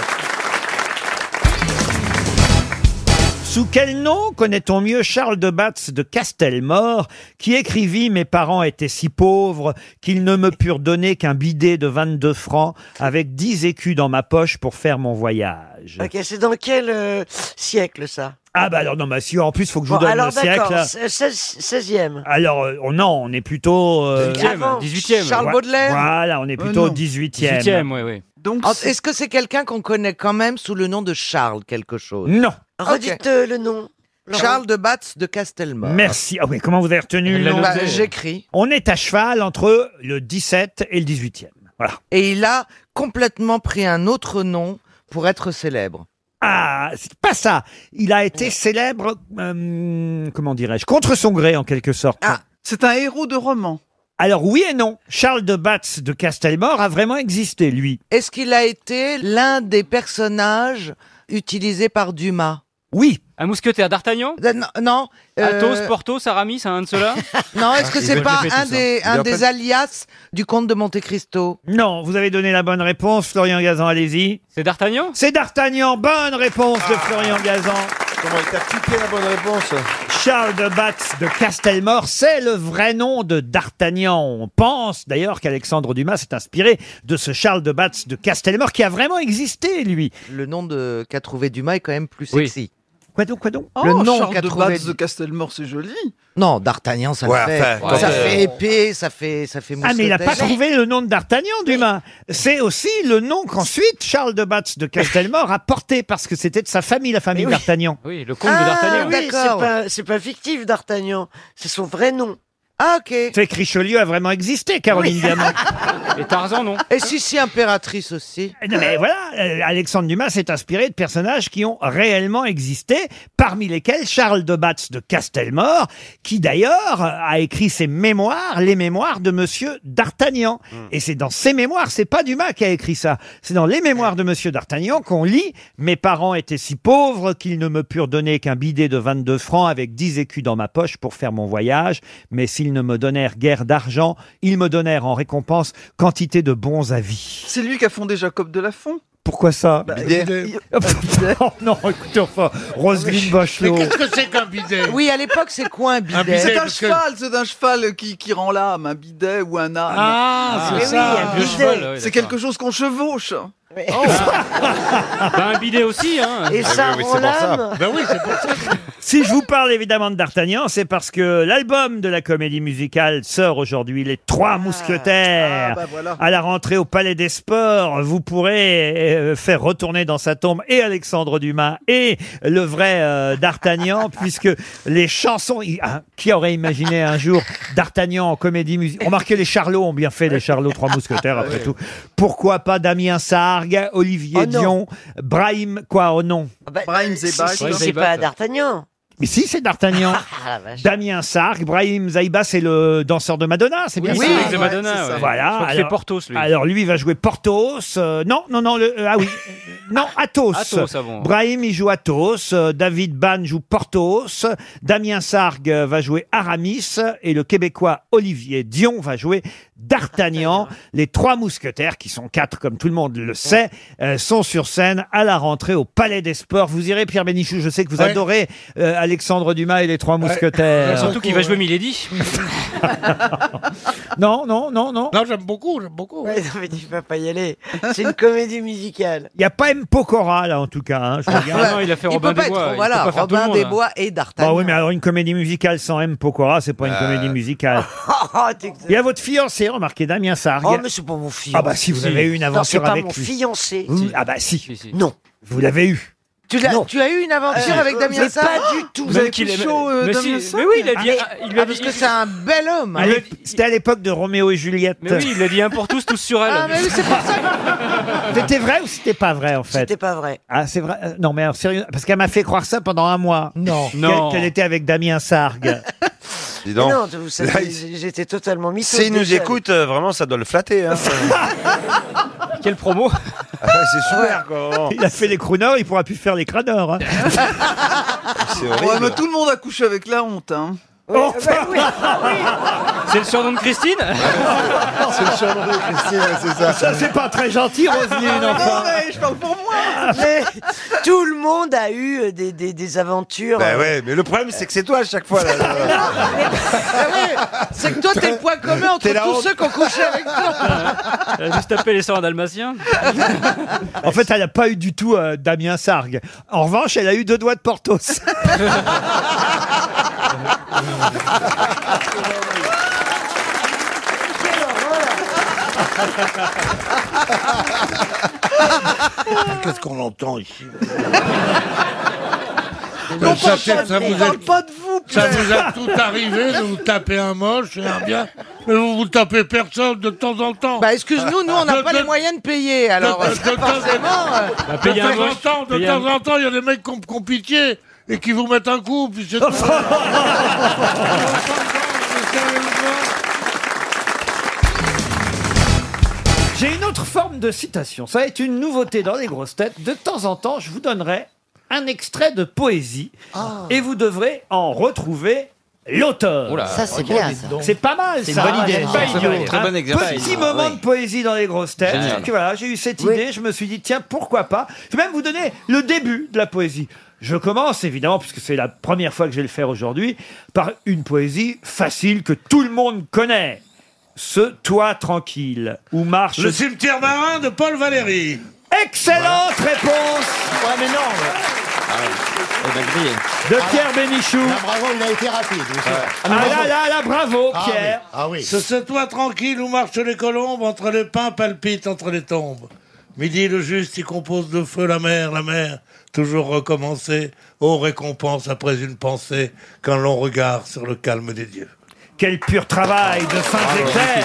[SPEAKER 1] Sous quel nom connaît-on mieux Charles de Batz de Castelmore, qui écrivit Mes parents étaient si pauvres qu'ils ne me purent donner qu'un bidet de 22 francs avec 10 écus dans ma poche pour faire mon voyage
[SPEAKER 24] Ok, c'est dans quel euh, siècle ça
[SPEAKER 1] Ah bah alors non, bah si en plus faut que je vous
[SPEAKER 24] Bon,
[SPEAKER 1] donne
[SPEAKER 24] alors
[SPEAKER 1] le siècle.
[SPEAKER 24] d'accord, 16e.
[SPEAKER 1] Alors, euh, on- non, on est plutôt... euh,
[SPEAKER 24] 18e, Avant, 18e. Charles
[SPEAKER 1] Voi-
[SPEAKER 4] Baudelaire
[SPEAKER 1] Voilà, on est
[SPEAKER 4] Euh,
[SPEAKER 1] plutôt
[SPEAKER 4] non.
[SPEAKER 1] 18e.
[SPEAKER 4] 18e,
[SPEAKER 1] oui, oui.
[SPEAKER 4] Donc, est-ce que c'est quelqu'un qu'on connaît quand même sous le nom de Charles quelque chose
[SPEAKER 1] Non.
[SPEAKER 4] Redites
[SPEAKER 24] euh, le nom.
[SPEAKER 4] Charles de Batz de Castelmore.
[SPEAKER 1] Merci. Ah oui, comment vous avez retenu le
[SPEAKER 4] Bah,
[SPEAKER 1] nom
[SPEAKER 4] J'écris.
[SPEAKER 1] On est à cheval entre le 17 et le 18e. Voilà.
[SPEAKER 4] Et il a complètement pris un autre nom pour être célèbre.
[SPEAKER 1] Ah, c'est pas ça. Il a été célèbre, euh, comment dirais-je, contre son gré en quelque sorte.
[SPEAKER 4] Ah.
[SPEAKER 8] c'est un héros de roman.
[SPEAKER 1] Alors oui et non. Charles de Batz de Castelmore a vraiment existé, lui.
[SPEAKER 4] Est-ce qu'il a été l'un des personnages utilisés par Dumas
[SPEAKER 1] Oui.
[SPEAKER 4] Un mousquetaire d'Artagnan Non. non
[SPEAKER 2] Athos,
[SPEAKER 4] euh,
[SPEAKER 2] Porthos, Aramis, c'est un de
[SPEAKER 18] Hein
[SPEAKER 2] ceux-là
[SPEAKER 4] Non,
[SPEAKER 18] Ah,
[SPEAKER 1] Ah,
[SPEAKER 4] est-ce que
[SPEAKER 2] Ils
[SPEAKER 4] c'est
[SPEAKER 2] veulent
[SPEAKER 4] pas
[SPEAKER 2] les faire
[SPEAKER 4] un
[SPEAKER 2] tous,
[SPEAKER 4] des,
[SPEAKER 2] hein.
[SPEAKER 4] un
[SPEAKER 2] Ils
[SPEAKER 4] des
[SPEAKER 2] appellent-
[SPEAKER 4] alias du comte de Monte Cristo
[SPEAKER 1] Non, vous avez donné la bonne réponse, Florian Gazan, allez-y. C'est D'Artagnan C'est D'Artagnan, bonne réponse de Florian Gazan.
[SPEAKER 18] Ah. Comment il t'a piqué la bonne réponse
[SPEAKER 1] Charles de Batz de Castelmore, c'est le vrai nom de D'Artagnan. On pense d'ailleurs qu'Alexandre Dumas s'est inspiré de ce Charles de Batz de Castelmore qui a vraiment existé, lui.
[SPEAKER 4] Le nom de qu'a trouvé Dumas est quand même plus
[SPEAKER 1] Oui.
[SPEAKER 4] sexy.
[SPEAKER 1] Quoi donc, quoi donc
[SPEAKER 4] Le
[SPEAKER 8] Oh,
[SPEAKER 4] nom
[SPEAKER 8] Charles
[SPEAKER 4] qu'a
[SPEAKER 8] de
[SPEAKER 4] trouvé-
[SPEAKER 8] Batz de Castelmore, c'est joli.
[SPEAKER 4] Non, D'Artagnan, ça le
[SPEAKER 8] Ouais,
[SPEAKER 4] fait.
[SPEAKER 8] enfin,
[SPEAKER 4] ça
[SPEAKER 8] quand, euh,
[SPEAKER 4] fait épée, ça fait, ça fait
[SPEAKER 1] Ah mais il a pas
[SPEAKER 4] mousquetaire.
[SPEAKER 1] trouvé le nom de D'Artagnan, Dumas. C'est aussi le nom qu'ensuite Charles de Batz de Castelmore a porté parce que c'était de sa famille, la famille
[SPEAKER 24] Mais oui.
[SPEAKER 1] d'Artagnan.
[SPEAKER 2] Oui,
[SPEAKER 3] (laughs)
[SPEAKER 2] le
[SPEAKER 24] Ah oui, c'est pas, c'est pas fictif d'Artagnan, c'est son vrai nom.
[SPEAKER 4] Ah ok.
[SPEAKER 1] C'est que Richelieu a vraiment existé,
[SPEAKER 24] (laughs)
[SPEAKER 1] Caroline Diamant.
[SPEAKER 24] Ah,
[SPEAKER 2] Et Tarzan, non
[SPEAKER 4] Et si, si, impératrice aussi.
[SPEAKER 1] Non, mais voilà, euh, Alexandre Dumas s'est inspiré de personnages qui ont réellement existé, parmi lesquels Charles de Batz de Castelmore, qui d'ailleurs euh, a écrit ses mémoires, les mémoires de Monsieur d'Artagnan.
[SPEAKER 4] Hmm.
[SPEAKER 1] Et c'est dans ses mémoires, c'est pas Dumas qui a écrit ça, c'est dans les mémoires de Monsieur d'Artagnan qu'on lit « Mes parents étaient si pauvres qu'ils ne me purent donner qu'un bidet de 22 francs avec 10 écus dans ma poche pour faire mon voyage, mais s'ils ne me donnèrent guère d'argent, ils me donnèrent en récompense quantité de bons avis. »
[SPEAKER 8] C'est lui qui a fondé Jacob Delafont.
[SPEAKER 1] Pourquoi ça
[SPEAKER 8] Bah, Bidet. bidet.
[SPEAKER 1] Oh (laughs) non, écoutez, enfin, Roselyne Bachelot. (laughs)
[SPEAKER 8] c'est qu'un bidet
[SPEAKER 4] Oui, à l'époque, c'est quoi un bidet
[SPEAKER 1] bidet,
[SPEAKER 8] C'est un
[SPEAKER 1] parce que-
[SPEAKER 8] cheval, c'est un cheval qui, qui rend l'âme, un bidet ou un âne.
[SPEAKER 2] Ah, c'est Mais ça, oui, un un vieux bidet. cheval, oui,
[SPEAKER 8] c'est
[SPEAKER 2] d'accord.
[SPEAKER 8] quelque chose qu'on chevauche.
[SPEAKER 2] Bah, un bidet aussi, hein.
[SPEAKER 8] Et ça, Oui, oui, oui, c'est pour ça. Roland.
[SPEAKER 2] Ben oui, c'est pour ça.
[SPEAKER 1] Si je vous parle évidemment de D'Artagnan, c'est parce que l'album de la comédie musicale sort aujourd'hui, Les Trois Mousquetaires.
[SPEAKER 8] Ah, bah voilà.
[SPEAKER 1] À la rentrée au Palais des Sports, vous pourrez euh, faire retourner dans sa tombe et Alexandre Dumas et le vrai euh,
[SPEAKER 8] (laughs)
[SPEAKER 1] D'Artagnan, puisque les chansons... il- ah, qui aurait imaginé un jour D'Artagnan en comédie musicale Remarquez, les Charlots ont bien fait, les Charlots Trois Mousquetaires, après tout. Pourquoi pas Damien Sargue, Olivier
[SPEAKER 24] Oh non.
[SPEAKER 1] Dion, Brahim... Quoi, oh non
[SPEAKER 24] Bah,
[SPEAKER 8] Brahim
[SPEAKER 24] si,
[SPEAKER 8] Zeybak.
[SPEAKER 24] si,
[SPEAKER 1] Brahim
[SPEAKER 24] c'est
[SPEAKER 1] Zeybak.
[SPEAKER 24] pas d'Artagnan.
[SPEAKER 1] mais si, c'est D'Artagnan.
[SPEAKER 24] (laughs) Ah, la vache.
[SPEAKER 1] Damien Sark, Brahim Zaïba, c'est le danseur de Madonna, c'est bien ça
[SPEAKER 2] Oui, c'est celui de Madonna, ouais.
[SPEAKER 1] Voilà.
[SPEAKER 2] Je crois que c'est Porthos, lui.
[SPEAKER 1] Alors lui, il va jouer Porthos. euh, non, non, non. le- euh, ah oui. non, Athos.
[SPEAKER 2] (laughs) Athos, ah bon.
[SPEAKER 1] Brahim, il joue Athos. euh, David Ban joue Porthos. Damien Sarg euh, va jouer Aramis. Et le Québécois Olivier Dion va jouer D'Artagnan. Les trois mousquetaires, qui sont quatre, comme tout le monde le sait, euh, sont sur scène à la rentrée au Palais des Sports. Vous irez, Pierre Bénichou, je sais que vous
[SPEAKER 2] Ouais.
[SPEAKER 1] adorez euh, Alexandre Dumas et les trois
[SPEAKER 18] Euh,
[SPEAKER 1] mousquetaires.
[SPEAKER 2] Surtout qu'il va
[SPEAKER 1] (laughs)
[SPEAKER 2] jouer Milady.
[SPEAKER 1] Non, non, non, non.
[SPEAKER 6] Non, j'aime beaucoup, j'aime beaucoup.
[SPEAKER 24] Ouais, non, mais tu vas pas y aller. C'est une comédie musicale.
[SPEAKER 1] (laughs) Il n'y a pas M. Pokora, là, en tout cas. hein, je regarde.
[SPEAKER 2] Ah non, il a fait Il Robin peut pas des être- Bois, il voilà, peut pas faire tout le Robin monde, des hein. Bois
[SPEAKER 4] et
[SPEAKER 1] Bah oui, mais alors une comédie musicale sans M. Pokora, c'est pas une
[SPEAKER 24] Bah.
[SPEAKER 2] Euh.
[SPEAKER 1] comédie musicale. Bah
[SPEAKER 24] (laughs)
[SPEAKER 1] Il y a votre fiancé, remarquez, Damien Sargue.
[SPEAKER 24] Oh, mais c'est pas mon fiancé.
[SPEAKER 1] Ah bah si, vous avez eu une
[SPEAKER 24] Non, c'est
[SPEAKER 1] aventure
[SPEAKER 24] pas
[SPEAKER 1] avec
[SPEAKER 24] mon
[SPEAKER 1] lui.
[SPEAKER 24] fiancé.
[SPEAKER 1] Vous- Ah bah si.
[SPEAKER 24] Non.
[SPEAKER 1] Vous l'avez eu.
[SPEAKER 4] Tu, l'as- tu as eu une aventure
[SPEAKER 24] Euh,
[SPEAKER 4] avec Damien
[SPEAKER 24] mais
[SPEAKER 4] Sargue
[SPEAKER 24] pas du tout.
[SPEAKER 1] Vous avez qu'il pris chaud, euh,
[SPEAKER 4] mais
[SPEAKER 1] Damien
[SPEAKER 4] si,
[SPEAKER 1] Sargue
[SPEAKER 4] mais oui, il a dit.
[SPEAKER 1] Ah, mais-
[SPEAKER 4] il lui a
[SPEAKER 1] ah,
[SPEAKER 4] dit
[SPEAKER 1] parce
[SPEAKER 4] que c'est un bel homme. hein.
[SPEAKER 1] À l'ép- Ah, C'était à l'époque de Roméo et Juliette.
[SPEAKER 2] Mais oui, il a dit un pour tous, tous sur elle.
[SPEAKER 4] Ah, mais oui, c'est pour ça
[SPEAKER 1] C'était vrai ou c'était pas vrai en fait C'était
[SPEAKER 24] pas vrai.
[SPEAKER 1] Ah c'est vrai. Euh, Non mais alors, sérieux, parce qu'elle m'a fait croire ça pendant un mois. Non.
[SPEAKER 24] Non.
[SPEAKER 1] Qu'elle était avec Damien Sargue.
[SPEAKER 24] Mais
[SPEAKER 1] donc.
[SPEAKER 24] Non, vous savez,
[SPEAKER 1] Là,
[SPEAKER 24] j'étais totalement mis.
[SPEAKER 25] S'il nous écoute, euh, vraiment, ça doit le flatter.
[SPEAKER 1] (laughs)
[SPEAKER 25] Hein. Ah, bah,
[SPEAKER 2] Quelle promo
[SPEAKER 25] C'est super, quoi.
[SPEAKER 1] Il a fait les crooners, il pourra plus faire
[SPEAKER 25] (laughs)
[SPEAKER 1] les crâneurs. hein.
[SPEAKER 4] euh,
[SPEAKER 8] Ouais, mais tout le monde a couché avec la honte. Hein.
[SPEAKER 1] Oh.
[SPEAKER 8] bah oui,
[SPEAKER 18] C'est le surnom de Christine
[SPEAKER 17] C'est le surnom de Christine, ouais, c'est ça.
[SPEAKER 1] Ça, c'est pas très gentil,
[SPEAKER 4] Ah,
[SPEAKER 1] Roselyne, enfin.
[SPEAKER 26] je parle pour moi. Mais tout le monde a eu euh, des, des- des aventures.
[SPEAKER 4] euh,
[SPEAKER 27] Ben ouais, mais le problème c'est que c'est toi à chaque
[SPEAKER 4] (laughs)
[SPEAKER 27] fois. Là,
[SPEAKER 4] Ah
[SPEAKER 26] C'est que toi, t'es le point commun entre
[SPEAKER 27] T'es la
[SPEAKER 26] tous
[SPEAKER 27] honte.
[SPEAKER 26] ceux qui ont couché avec toi.
[SPEAKER 18] Elle a juste tapé les sœurs dalmatiens.
[SPEAKER 1] En fait, elle n'a pas eu du tout euh, Damien Sargue. En revanche, elle a eu deux doigts de Portos.
[SPEAKER 6] Ah, Qu'est-ce qu'on entend ici
[SPEAKER 17] Non,
[SPEAKER 6] ça,
[SPEAKER 17] pas
[SPEAKER 6] peut-être,
[SPEAKER 17] de-
[SPEAKER 6] ça vous
[SPEAKER 17] parle
[SPEAKER 6] est-
[SPEAKER 17] pas de vous,
[SPEAKER 6] ça
[SPEAKER 17] Pierre.
[SPEAKER 6] vous a tout arrivé de vous taper un moche et un bien, mais vous vous tapez personne de temps en temps.
[SPEAKER 15] Bah excuse-nous, nous on n'a pas les moyens de payer, alors
[SPEAKER 6] de- (laughs)
[SPEAKER 15] euh,
[SPEAKER 6] de- de-
[SPEAKER 15] forcément. euh,
[SPEAKER 6] de temps en temps, de temps en temps, il y a des mecs qui ont qui ont pitié et qui vous mettent un coup, puis c'est tout.
[SPEAKER 1] J'ai une autre forme de citation. Ça va être une nouveauté dans les grosses têtes. De temps en temps, je vous donnerai un extrait de poésie
[SPEAKER 20] Ah.
[SPEAKER 1] et vous devrez en retrouver l'auteur.
[SPEAKER 20] Oula, Ça, c'est bien, ça.
[SPEAKER 1] C'est pas mal,
[SPEAKER 20] C'est
[SPEAKER 1] ça.
[SPEAKER 20] une bonne idée,
[SPEAKER 1] pas
[SPEAKER 20] ça.
[SPEAKER 1] idiot.
[SPEAKER 20] C'est bon, très
[SPEAKER 1] Un
[SPEAKER 20] bon exercice.
[SPEAKER 1] Petit
[SPEAKER 20] Ah,
[SPEAKER 1] moment
[SPEAKER 20] oui.
[SPEAKER 1] de poésie dans les grosses têtes.
[SPEAKER 20] Génial.
[SPEAKER 1] Que Voilà, j'ai eu cette idée. Je me suis dit tiens, pourquoi pas. Je vais même vous donner le début de la poésie. Je commence évidemment, puisque c'est la première fois que je vais le faire aujourd'hui, par une poésie facile que tout le monde connaît. Ce toit tranquille où marche
[SPEAKER 6] Le cimetière marin de Paul Valéry.
[SPEAKER 1] Excellente réponse Ouais, mais non
[SPEAKER 2] Ah
[SPEAKER 1] De Pierre Bénichou.
[SPEAKER 6] Ah, bravo, il a été rapide.
[SPEAKER 1] Ah là là là, bravo
[SPEAKER 6] Ah,
[SPEAKER 1] Pierre
[SPEAKER 6] Ce, ce toit tranquille où marchent les colombes, entre les pins palpitent, entre les tombes. Midi le juste y compose de feu la mer, la mer, toujours recommencer, aux récompenses après une pensée, quand l'on regarde sur le calme des dieux. Ah,
[SPEAKER 1] Quel pur travail de Saint-Exupéry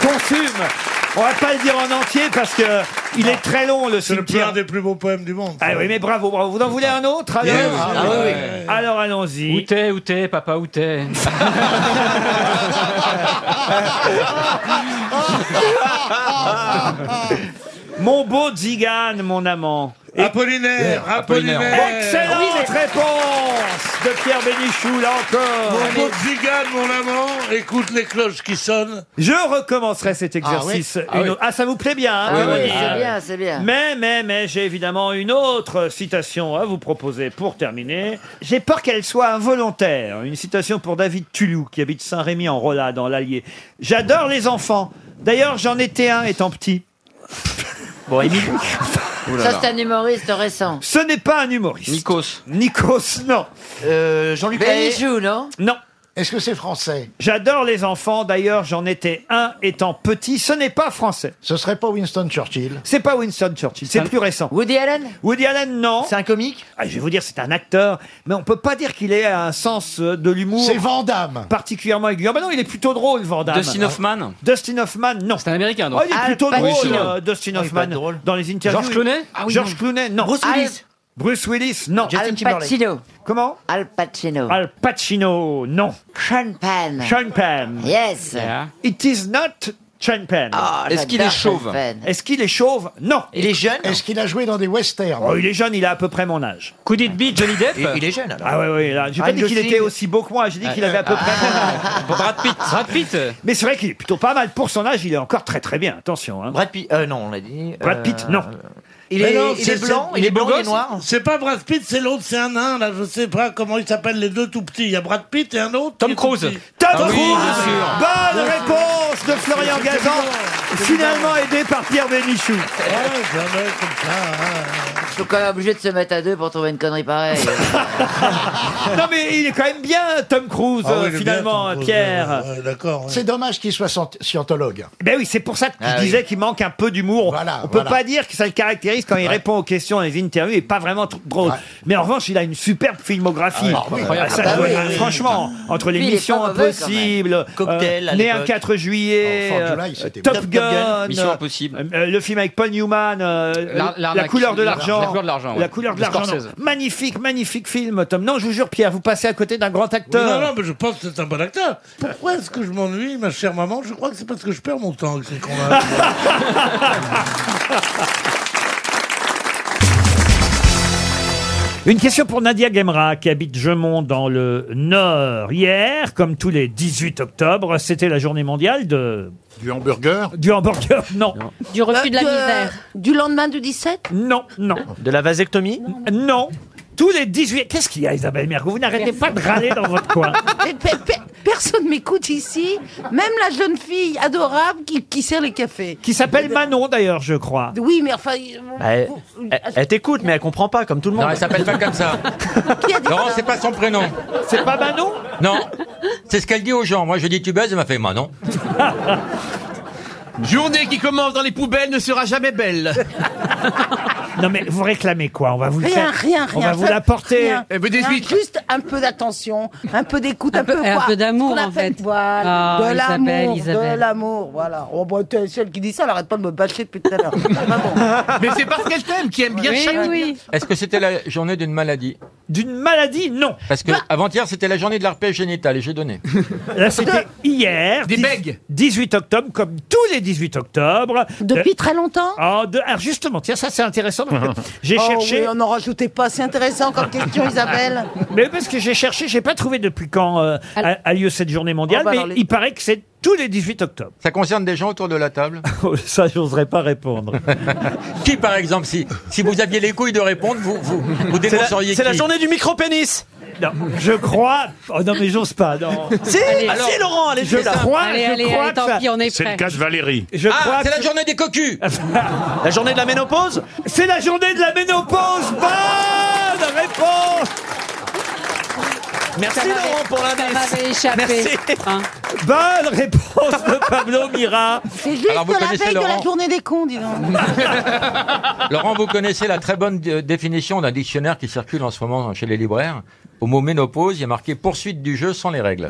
[SPEAKER 1] Consume On va pas le dire en entier parce que il est très long le
[SPEAKER 6] C'est le plus, un
[SPEAKER 1] cimetière.
[SPEAKER 6] des plus beaux poèmes du monde.
[SPEAKER 1] Ah oui, mais bravo, bravo. Vous en voulez un autre alors
[SPEAKER 18] Yes. Ah oui, oui.
[SPEAKER 1] Alors allons-y.
[SPEAKER 18] Où t'es, où t'es, papa, où t'es
[SPEAKER 1] (laughs) Mon beau Zigane, mon amant.
[SPEAKER 6] Apollinaire, Apollinaire. Apollinaire.
[SPEAKER 1] Excellente
[SPEAKER 6] Oui, mais-
[SPEAKER 1] réponse de Pierre Bénichou, là encore.
[SPEAKER 6] Mon pauvre Zigane, mon amant, écoute les cloches qui sonnent.
[SPEAKER 1] Je recommencerai cet exercice.
[SPEAKER 6] Ah oui.
[SPEAKER 1] une-
[SPEAKER 6] Ah oui.
[SPEAKER 1] Ah, ça vous plaît bien, hein,
[SPEAKER 6] Ah oui,
[SPEAKER 1] Caroline
[SPEAKER 6] oui, c'est
[SPEAKER 26] bien, c'est bien.
[SPEAKER 1] Mais, mais, mais, j'ai évidemment une autre citation à vous proposer pour terminer. J'ai peur qu'elle soit involontaire. Une citation pour David Tulou, qui habite Saint-Rémy en Rolla, dans l'Allier. J'adore les enfants. D'ailleurs, j'en étais un étant petit. Bon, Émile. (laughs)
[SPEAKER 7] Ça, c'est un humoriste récent.
[SPEAKER 1] Ce n'est pas un humoriste. Nikos. Nikos, non. Jean-Luc
[SPEAKER 7] Bénichou,
[SPEAKER 1] non Non. Est-ce que c'est français J'adore les enfants. D'ailleurs, j'en étais un étant petit. Ce n'est pas français. Ce serait pas Winston Churchill C'est pas Winston Churchill. C'est plus récent. Woody Allen Woody Allen, non. C'est un comique Je vais vous dire, c'est un acteur. Mais on peut pas dire qu'il ait un sens euh, de l'humour. C'est Van Damme. Particulièrement aigu. Ah bah non, il est plutôt drôle, Van Damme. Hein
[SPEAKER 18] Dustin Hoffman
[SPEAKER 1] Dustin Hoffman, non. C'est un américain,
[SPEAKER 18] donc.
[SPEAKER 1] il est
[SPEAKER 18] Al
[SPEAKER 1] plutôt
[SPEAKER 18] Pacino.
[SPEAKER 1] drôle, euh, Dustin
[SPEAKER 18] Oh, il est pas
[SPEAKER 1] Hoffman. Dans les interviews.
[SPEAKER 18] George Clooney
[SPEAKER 1] il-
[SPEAKER 18] Ah oui,
[SPEAKER 1] George
[SPEAKER 18] non.
[SPEAKER 1] Clooney, non.
[SPEAKER 18] Bruce Willis
[SPEAKER 1] Bruce Willis, non.
[SPEAKER 7] Al Pacino.
[SPEAKER 1] Comment
[SPEAKER 7] Al Pacino.
[SPEAKER 1] Al Pacino, non.
[SPEAKER 7] Sean Penn.
[SPEAKER 1] Sean Penn.
[SPEAKER 7] Yes.
[SPEAKER 1] It is not Sean Penn.
[SPEAKER 7] Ah, Est-ce qu'il est j'adore chauve Sean Penn.
[SPEAKER 1] Est-ce qu'il est chauve Non.
[SPEAKER 28] Il est jeune Est-ce qu'il a joué dans des westerns
[SPEAKER 1] Oh, il est jeune, il a à peu près mon âge.
[SPEAKER 18] Could it be Johnny Depp
[SPEAKER 28] Il- il est jeune, alors.
[SPEAKER 1] Ah ouais, ouais, là. J'ai pas
[SPEAKER 28] Ryan
[SPEAKER 1] dit qu'il
[SPEAKER 28] Gosling.
[SPEAKER 1] était aussi beau que moi, j'ai dit qu'il avait à peu près mon âge.
[SPEAKER 18] Brad Pitt. Brad Pitt
[SPEAKER 1] Mais c'est vrai qu'il est plutôt pas mal. Pour son âge, il est encore très très bien, attention. Brad Pitt, non, on l'a dit. Brad Pitt,
[SPEAKER 6] euh,
[SPEAKER 1] non.
[SPEAKER 6] Mais non, c'est- c'est- C'est pas Brad Pitt, c'est l'autre, c'est un nain, là, je sais pas comment ils s'appellent, les deux tout petits. Il y a Brad Pitt et un autre. Tom Cruise.
[SPEAKER 1] Tom
[SPEAKER 6] Ah
[SPEAKER 1] Cruise Bonne réponse de Florian Gazan, finalement aidé par Pierre Bénichou.
[SPEAKER 6] hein.
[SPEAKER 7] Ils sont quand même obligés de se mettre à deux pour trouver une connerie pareille.
[SPEAKER 1] non mais il est quand même bien Tom Cruise
[SPEAKER 28] Ah oui,
[SPEAKER 1] euh,
[SPEAKER 28] il est
[SPEAKER 1] finalement
[SPEAKER 28] bien, Tom
[SPEAKER 1] euh,
[SPEAKER 28] Cruise,
[SPEAKER 1] Pierre.
[SPEAKER 28] ouais, ouais,
[SPEAKER 6] D'accord.
[SPEAKER 28] C'est dommage qu'il soit scient- scientologue.
[SPEAKER 1] Ben oui, c'est pour ça que tu
[SPEAKER 28] Ah oui.
[SPEAKER 1] disais qu'il manque un peu d'humour. On- on peut
[SPEAKER 28] voilà.
[SPEAKER 1] pas dire que ça le caractérise quand il répond aux questions dans les interviews et pas vraiment trop drôle. Mais en revanche, il a une superbe filmographie.
[SPEAKER 28] Ah ouais,
[SPEAKER 1] Ah, ça,
[SPEAKER 28] incroyable.
[SPEAKER 1] ouais,
[SPEAKER 28] Ah oui.
[SPEAKER 1] franchement, entre
[SPEAKER 28] Puis, il est
[SPEAKER 1] l'émission
[SPEAKER 28] pas mauvais, quand même.
[SPEAKER 1] Impossible,
[SPEAKER 28] Cocktail, à
[SPEAKER 1] euh, Né un
[SPEAKER 28] l'époque.
[SPEAKER 1] 4 juillet,
[SPEAKER 28] Enfant de
[SPEAKER 1] euh,
[SPEAKER 28] July, c'était
[SPEAKER 1] Top
[SPEAKER 28] bon.
[SPEAKER 1] Gun,
[SPEAKER 28] Mission
[SPEAKER 1] euh,
[SPEAKER 28] Impossible.
[SPEAKER 1] euh, le film avec Paul Newman, euh,
[SPEAKER 28] L'ar-
[SPEAKER 1] la,
[SPEAKER 28] l'arnaque.
[SPEAKER 1] couleur de l'argent,
[SPEAKER 28] La couleur de l'argent, ouais.
[SPEAKER 1] La couleur de
[SPEAKER 28] De
[SPEAKER 1] l'argent,
[SPEAKER 28] Scorsese.
[SPEAKER 1] non. Magnifique, magnifique film, Tom. Non, je vous jure, Pierre, vous passez à côté d'un grand acteur.
[SPEAKER 6] Non, non, mais je pense que c'est un bon acteur. Pourquoi est-ce que je m'ennuie, ma chère maman Je crois que c'est parce que je perds mon temps avec ces cons-là.
[SPEAKER 1] (laughs) Une question pour Nadia Guemra, qui habite Gemont dans le Nord. Hier, comme tous les 18 octobre, c'était la journée mondiale de... Du hamburger Du hamburger, (laughs) non.
[SPEAKER 29] Du refus de la
[SPEAKER 1] Euh,
[SPEAKER 29] misère.
[SPEAKER 7] Du lendemain du 17
[SPEAKER 1] Non, non.
[SPEAKER 4] De la vasectomie
[SPEAKER 1] Non. Tous les 18... Qu'est-ce qu'il y a, Isabelle Mergo Vous n'arrêtez pas de râler dans votre coin.
[SPEAKER 7] Mais pe- pe- Personne m'écoute ici, même la jeune fille adorable qui, qui sert les cafés.
[SPEAKER 1] Qui s'appelle Manon, d'ailleurs, je crois.
[SPEAKER 7] Oui, mais enfin,
[SPEAKER 4] Bah, Elle, elle- elle t'écoute, mais elle comprend pas, comme tout le monde.
[SPEAKER 2] Non, elle s'appelle pas
[SPEAKER 4] (laughs)
[SPEAKER 2] comme ça. Laurent, c'est pas son prénom.
[SPEAKER 1] C'est pas Manon
[SPEAKER 2] Non. C'est ce qu'elle dit aux gens. Moi, je dis tu baises, elle m'a fait moi, non.
[SPEAKER 30] (laughs) Journée qui commence dans les poubelles ne sera jamais
[SPEAKER 2] (laughs)
[SPEAKER 30] belle.
[SPEAKER 1] Non, mais vous réclamez quoi On va vous le
[SPEAKER 7] rien,
[SPEAKER 1] faire.
[SPEAKER 7] rien, rien.
[SPEAKER 1] On va vous
[SPEAKER 7] Ça-
[SPEAKER 1] l'apporter.
[SPEAKER 7] rien. Rien, Juste un peu d'attention, un peu d'écoute, un,
[SPEAKER 29] peu- un
[SPEAKER 7] voilà,
[SPEAKER 29] peu d'amour,
[SPEAKER 7] ce qu'on
[SPEAKER 29] en
[SPEAKER 7] appelle-
[SPEAKER 29] fait.
[SPEAKER 7] Voilà,
[SPEAKER 29] Ah,
[SPEAKER 7] de
[SPEAKER 29] Isabelle,
[SPEAKER 7] l'amour, de
[SPEAKER 29] Isabelle.
[SPEAKER 7] l'amour, voilà. Oh, bah, t'es celle qui dit ça, elle arrête pas de me bâcher depuis tout à l'heure.
[SPEAKER 2] Mais c'est parce qu'elle t'aime, qui aime
[SPEAKER 7] bien Oui, chaque- oui.
[SPEAKER 2] Est-ce que c'était la journée d'une maladie
[SPEAKER 1] D'une maladie, non. Bah
[SPEAKER 2] Parce que avant-hier, c'était la journée de l'arpège génital et j'ai donné.
[SPEAKER 1] Là, c'était hier. Des 18 octobre, comme tous les 18 octobre.
[SPEAKER 7] Depuis
[SPEAKER 1] Euh,
[SPEAKER 7] très longtemps
[SPEAKER 1] ah, de- alors justement, tiens, ça c'est intéressant. parce que (laughs) J'ai
[SPEAKER 7] Oh
[SPEAKER 1] cherché.
[SPEAKER 7] oui, on n'en rajoutait pas, c'est intéressant comme question, Isabelle.
[SPEAKER 1] (laughs) Mais parce que j'ai cherché, j'ai pas trouvé depuis quand euh, a, a lieu cette journée mondiale,
[SPEAKER 2] Oh, bah
[SPEAKER 1] mais
[SPEAKER 2] alors les-
[SPEAKER 1] il paraît que c'est tous les 18 octobre. Oh,
[SPEAKER 2] Ça concerne des gens autour de
[SPEAKER 1] (laughs)
[SPEAKER 2] la table
[SPEAKER 1] Ça, j'oserais pas répondre.
[SPEAKER 2] (laughs) qui, par exemple, si, si vous aviez les couilles de répondre, vous, vous, vous
[SPEAKER 4] C'est la,
[SPEAKER 2] dénonceriez
[SPEAKER 4] c'est la
[SPEAKER 2] qui
[SPEAKER 4] journée du micro-pénis
[SPEAKER 1] Non, je crois. Oh non, mais j'ose pas, non.
[SPEAKER 4] Si, Alors- si, Laurent, allez,
[SPEAKER 1] je
[SPEAKER 4] fais ça.
[SPEAKER 1] crois,
[SPEAKER 4] Allez,
[SPEAKER 1] je
[SPEAKER 4] allez,
[SPEAKER 1] crois
[SPEAKER 4] allez,
[SPEAKER 1] que
[SPEAKER 4] tant
[SPEAKER 1] ça-
[SPEAKER 4] pis, on est C'est prêt. le cas
[SPEAKER 1] de Valérie. Je
[SPEAKER 4] Ah,
[SPEAKER 1] crois
[SPEAKER 4] c'est
[SPEAKER 1] que-
[SPEAKER 4] la journée
[SPEAKER 1] (laughs)
[SPEAKER 2] des cocus
[SPEAKER 4] La journée de la ménopause
[SPEAKER 1] C'est la journée de la ménopause Bonne réponse
[SPEAKER 4] Merci
[SPEAKER 31] Ça m'avait-
[SPEAKER 4] Laurent pour
[SPEAKER 31] ça
[SPEAKER 4] l'indice
[SPEAKER 31] m'avait échappé,
[SPEAKER 4] Merci
[SPEAKER 1] Bonne réponse de Pablo Mira.
[SPEAKER 7] C'est juste
[SPEAKER 2] Alors, vous
[SPEAKER 7] la
[SPEAKER 2] connaissez
[SPEAKER 7] veille de la
[SPEAKER 2] Laurent
[SPEAKER 7] journée des cons, dis donc.
[SPEAKER 2] Laurent, vous connaissez la très bonne euh, définition d'un dictionnaire qui circule en ce moment chez les libraires. Au mot ménopause, il y a marqué poursuite du jeu sans les règles.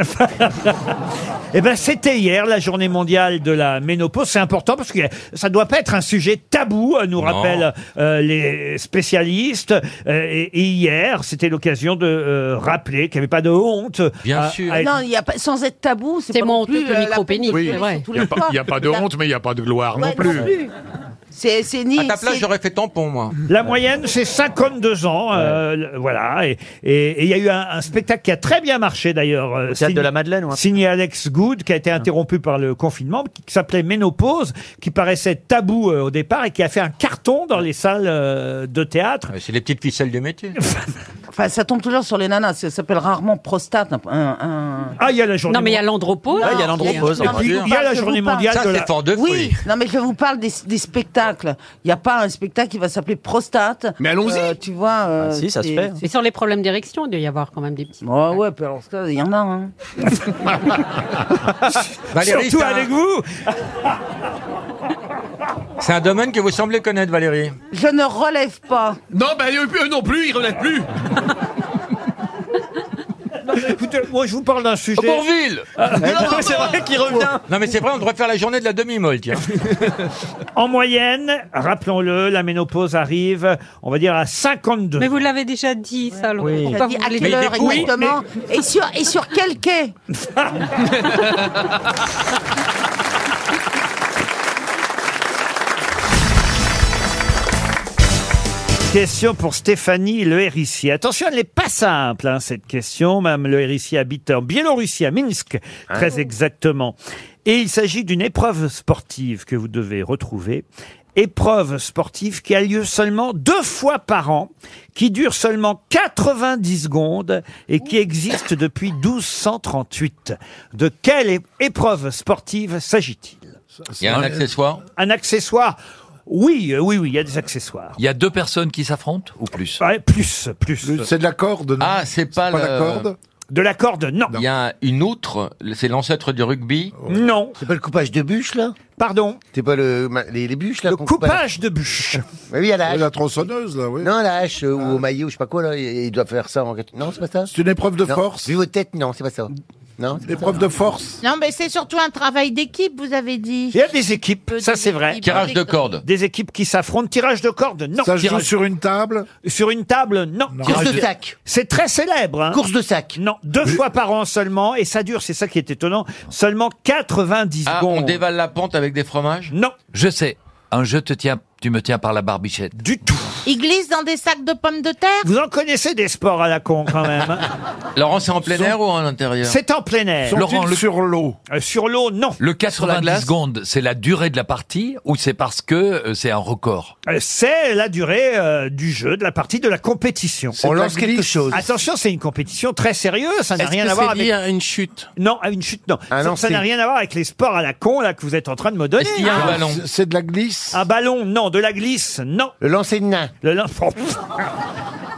[SPEAKER 1] Eh ben, c'était hier la journée mondiale de la ménopause. C'est important parce que ça doit pas être un sujet tabou, euh, nous rappellent euh, les spécialistes. Euh, et, et hier, c'était l'occasion de euh, rappeler qu'il n'y avait pas de honte. à- à être-
[SPEAKER 7] Non, il y a pas, sans être tabou, c'est pas non
[SPEAKER 29] mon
[SPEAKER 7] plus
[SPEAKER 29] honteux, le
[SPEAKER 7] euh, la
[SPEAKER 29] micro-pénis,
[SPEAKER 7] peine de
[SPEAKER 29] Oui,
[SPEAKER 7] pleurer
[SPEAKER 29] ouais.
[SPEAKER 7] sur tous
[SPEAKER 29] Y a
[SPEAKER 7] les
[SPEAKER 29] pas-
[SPEAKER 7] toits.
[SPEAKER 29] y a pas de
[SPEAKER 7] La-
[SPEAKER 29] honte,
[SPEAKER 4] (laughs) mais il n'y a pas de gloire
[SPEAKER 7] Ouais, C'est c'est ni.
[SPEAKER 2] À ta place,
[SPEAKER 7] c'est-
[SPEAKER 2] j'aurais fait tampon, moi.
[SPEAKER 1] La moyenne, c'est 52 ans. euh, le- voilà. Et et- et il y a eu un, un spectacle qui a très bien marché, d'ailleurs. euh,
[SPEAKER 4] théâtre
[SPEAKER 1] signé-
[SPEAKER 4] de la Madeleine, ouais.
[SPEAKER 1] Signé Alex Good, qui a été interrompu par le confinement, qui, qui s'appelait Ménopause, qui paraissait tabou euh, au départ et qui a fait un carton dans les salles euh, de théâtre.
[SPEAKER 2] Ouais, C'est les petites ficelles du métier.
[SPEAKER 7] Enfin, ça tombe toujours sur les nanas. Ça s'appelle rarement prostate. un- un-
[SPEAKER 1] Ah, il y a la journée.
[SPEAKER 29] Non, mais il y a l'andropause.
[SPEAKER 2] Ah, il y a l'andropause,
[SPEAKER 1] Et puis, il y a la journée mondiale
[SPEAKER 2] Ça,
[SPEAKER 1] de
[SPEAKER 2] c'est
[SPEAKER 1] la...
[SPEAKER 2] fort de fruits.
[SPEAKER 7] Oui, non mais je vous parle des, des spectacles. Il n'y a pas un spectacle qui va s'appeler prostate. Mais allons-y. tu vois. euh,
[SPEAKER 2] Ah,
[SPEAKER 7] c'est-
[SPEAKER 29] Mais sur les problèmes d'érection, il doit y avoir quand même des petits.
[SPEAKER 7] Ouais, ouais, puis alors, ça, il y en a. Hein.
[SPEAKER 2] (laughs) Valérie,
[SPEAKER 1] Surtout
[SPEAKER 2] c'est un-
[SPEAKER 1] avec vous
[SPEAKER 2] C'est un domaine que vous semblez connaître, Valérie.
[SPEAKER 7] Je ne relève pas.
[SPEAKER 4] Non, bah eux non plus, ils relèvent plus
[SPEAKER 1] Écoutez, moi, je vous parle d'un sujet... Ah,
[SPEAKER 4] Bourville C'est vrai qu'il revient
[SPEAKER 2] Non, mais c'est vrai, on devrait faire la journée de la demi-molle, tiens.
[SPEAKER 1] (laughs) En moyenne, rappelons-le, la ménopause arrive, on va dire, à 52
[SPEAKER 29] Mais vous l'avez déjà dit, ça, Laurent.
[SPEAKER 1] Oui.
[SPEAKER 29] Pourquoi
[SPEAKER 7] Dit
[SPEAKER 29] vous
[SPEAKER 7] à
[SPEAKER 29] voulez-
[SPEAKER 7] quelle heure exactement et, sur, et sur quel
[SPEAKER 19] (laughs)
[SPEAKER 7] quai
[SPEAKER 1] Question pour Stéphanie Le Hérissi. Attention, elle n'est pas simple, hein, cette question. Madame Le Hérissi habite en Biélorussie, à Minsk, très exactement. Et il s'agit d'une épreuve sportive que vous devez retrouver. Épreuve sportive qui a lieu seulement deux fois par an, qui dure seulement 90 secondes et qui existe depuis 1238. De quelle é- épreuve sportive s'agit-il
[SPEAKER 2] Il y a un accessoire.
[SPEAKER 1] Un accessoire Oui, euh, oui, oui, il y a des accessoires.
[SPEAKER 3] Il y a deux personnes qui s'affrontent ou plus
[SPEAKER 1] Ouais, plus, plus.
[SPEAKER 3] C'est de la corde,
[SPEAKER 2] Ah, c'est pas,
[SPEAKER 3] pas
[SPEAKER 2] le-
[SPEAKER 3] la corde
[SPEAKER 1] De la corde, non.
[SPEAKER 2] Il y a une outre, c'est l'ancêtre du rugby.
[SPEAKER 1] Non.
[SPEAKER 11] C'est pas le coupage de bûche, là
[SPEAKER 1] Pardon
[SPEAKER 11] C'est pas le, ma- les, les bûches, là Le
[SPEAKER 1] coupage de bûche
[SPEAKER 11] Oui, oui, à la hache.
[SPEAKER 3] La tronçonneuse, là, oui.
[SPEAKER 11] Non, à la hache euh, ou au maillot, je sais pas quoi, là, il il doit faire ça en... Non, c'est pas ça C'est
[SPEAKER 3] une épreuve de
[SPEAKER 11] force Vu vos têtes, non, c'est pas ça. Non Une
[SPEAKER 3] épreuve de force
[SPEAKER 5] Non, mais c'est surtout un travail d'équipe, vous avez dit.
[SPEAKER 1] Il y a des équipes, ça c'est vrai.
[SPEAKER 5] équipes. Tirage de
[SPEAKER 2] corde.
[SPEAKER 1] Des équipes qui s'affrontent. Tirage de corde, non.
[SPEAKER 3] Ça se joue
[SPEAKER 1] Tirage-
[SPEAKER 3] sur une table
[SPEAKER 1] Sur une table, non.
[SPEAKER 3] Course de
[SPEAKER 11] sac.
[SPEAKER 1] C'est très célèbre. hein.
[SPEAKER 11] Course de sac.
[SPEAKER 1] Non, deux fois par an seulement, et ça dure, c'est ça qui est étonnant, seulement 90
[SPEAKER 2] Ah, on
[SPEAKER 1] secondes.
[SPEAKER 2] dévale la pente avec des fromages
[SPEAKER 1] Non.
[SPEAKER 3] Je sais. Un je te tiens Tu me tiens par la barbichette.
[SPEAKER 1] Du tout.
[SPEAKER 5] Il glisse dans des sacs de pommes de terre
[SPEAKER 1] Vous en connaissez des sports à la con quand même. hein.
[SPEAKER 3] Laurent, c'est en plein air ou en intérieur
[SPEAKER 1] C'est en plein air.
[SPEAKER 3] Laurent, le-
[SPEAKER 1] l'eau Sur l'eau, non.
[SPEAKER 3] Le
[SPEAKER 1] Sur la
[SPEAKER 3] 90
[SPEAKER 1] glace
[SPEAKER 3] secondes, c'est la durée de la partie ou c'est parce que euh, c'est un record
[SPEAKER 1] Euh, C'est la durée euh, du jeu, de la partie, de la compétition.
[SPEAKER 3] On lance quelque chose.
[SPEAKER 1] Attention, c'est une compétition très sérieuse. Ça n'a
[SPEAKER 4] Est-ce
[SPEAKER 1] rien
[SPEAKER 4] que
[SPEAKER 1] à voir
[SPEAKER 4] c'est
[SPEAKER 1] avec.
[SPEAKER 4] lié
[SPEAKER 3] à une chute.
[SPEAKER 1] Non, à une chute, non. Ça- ça
[SPEAKER 4] lancer.
[SPEAKER 1] n'a rien à voir avec les sports à la con là que vous êtes en train de me donner.
[SPEAKER 4] Est-ce qu'il y a un ballon
[SPEAKER 1] C'est de la glisse. Un ballon, non. De la glisse, non. Le lancer de nain. Le lan- (laughs)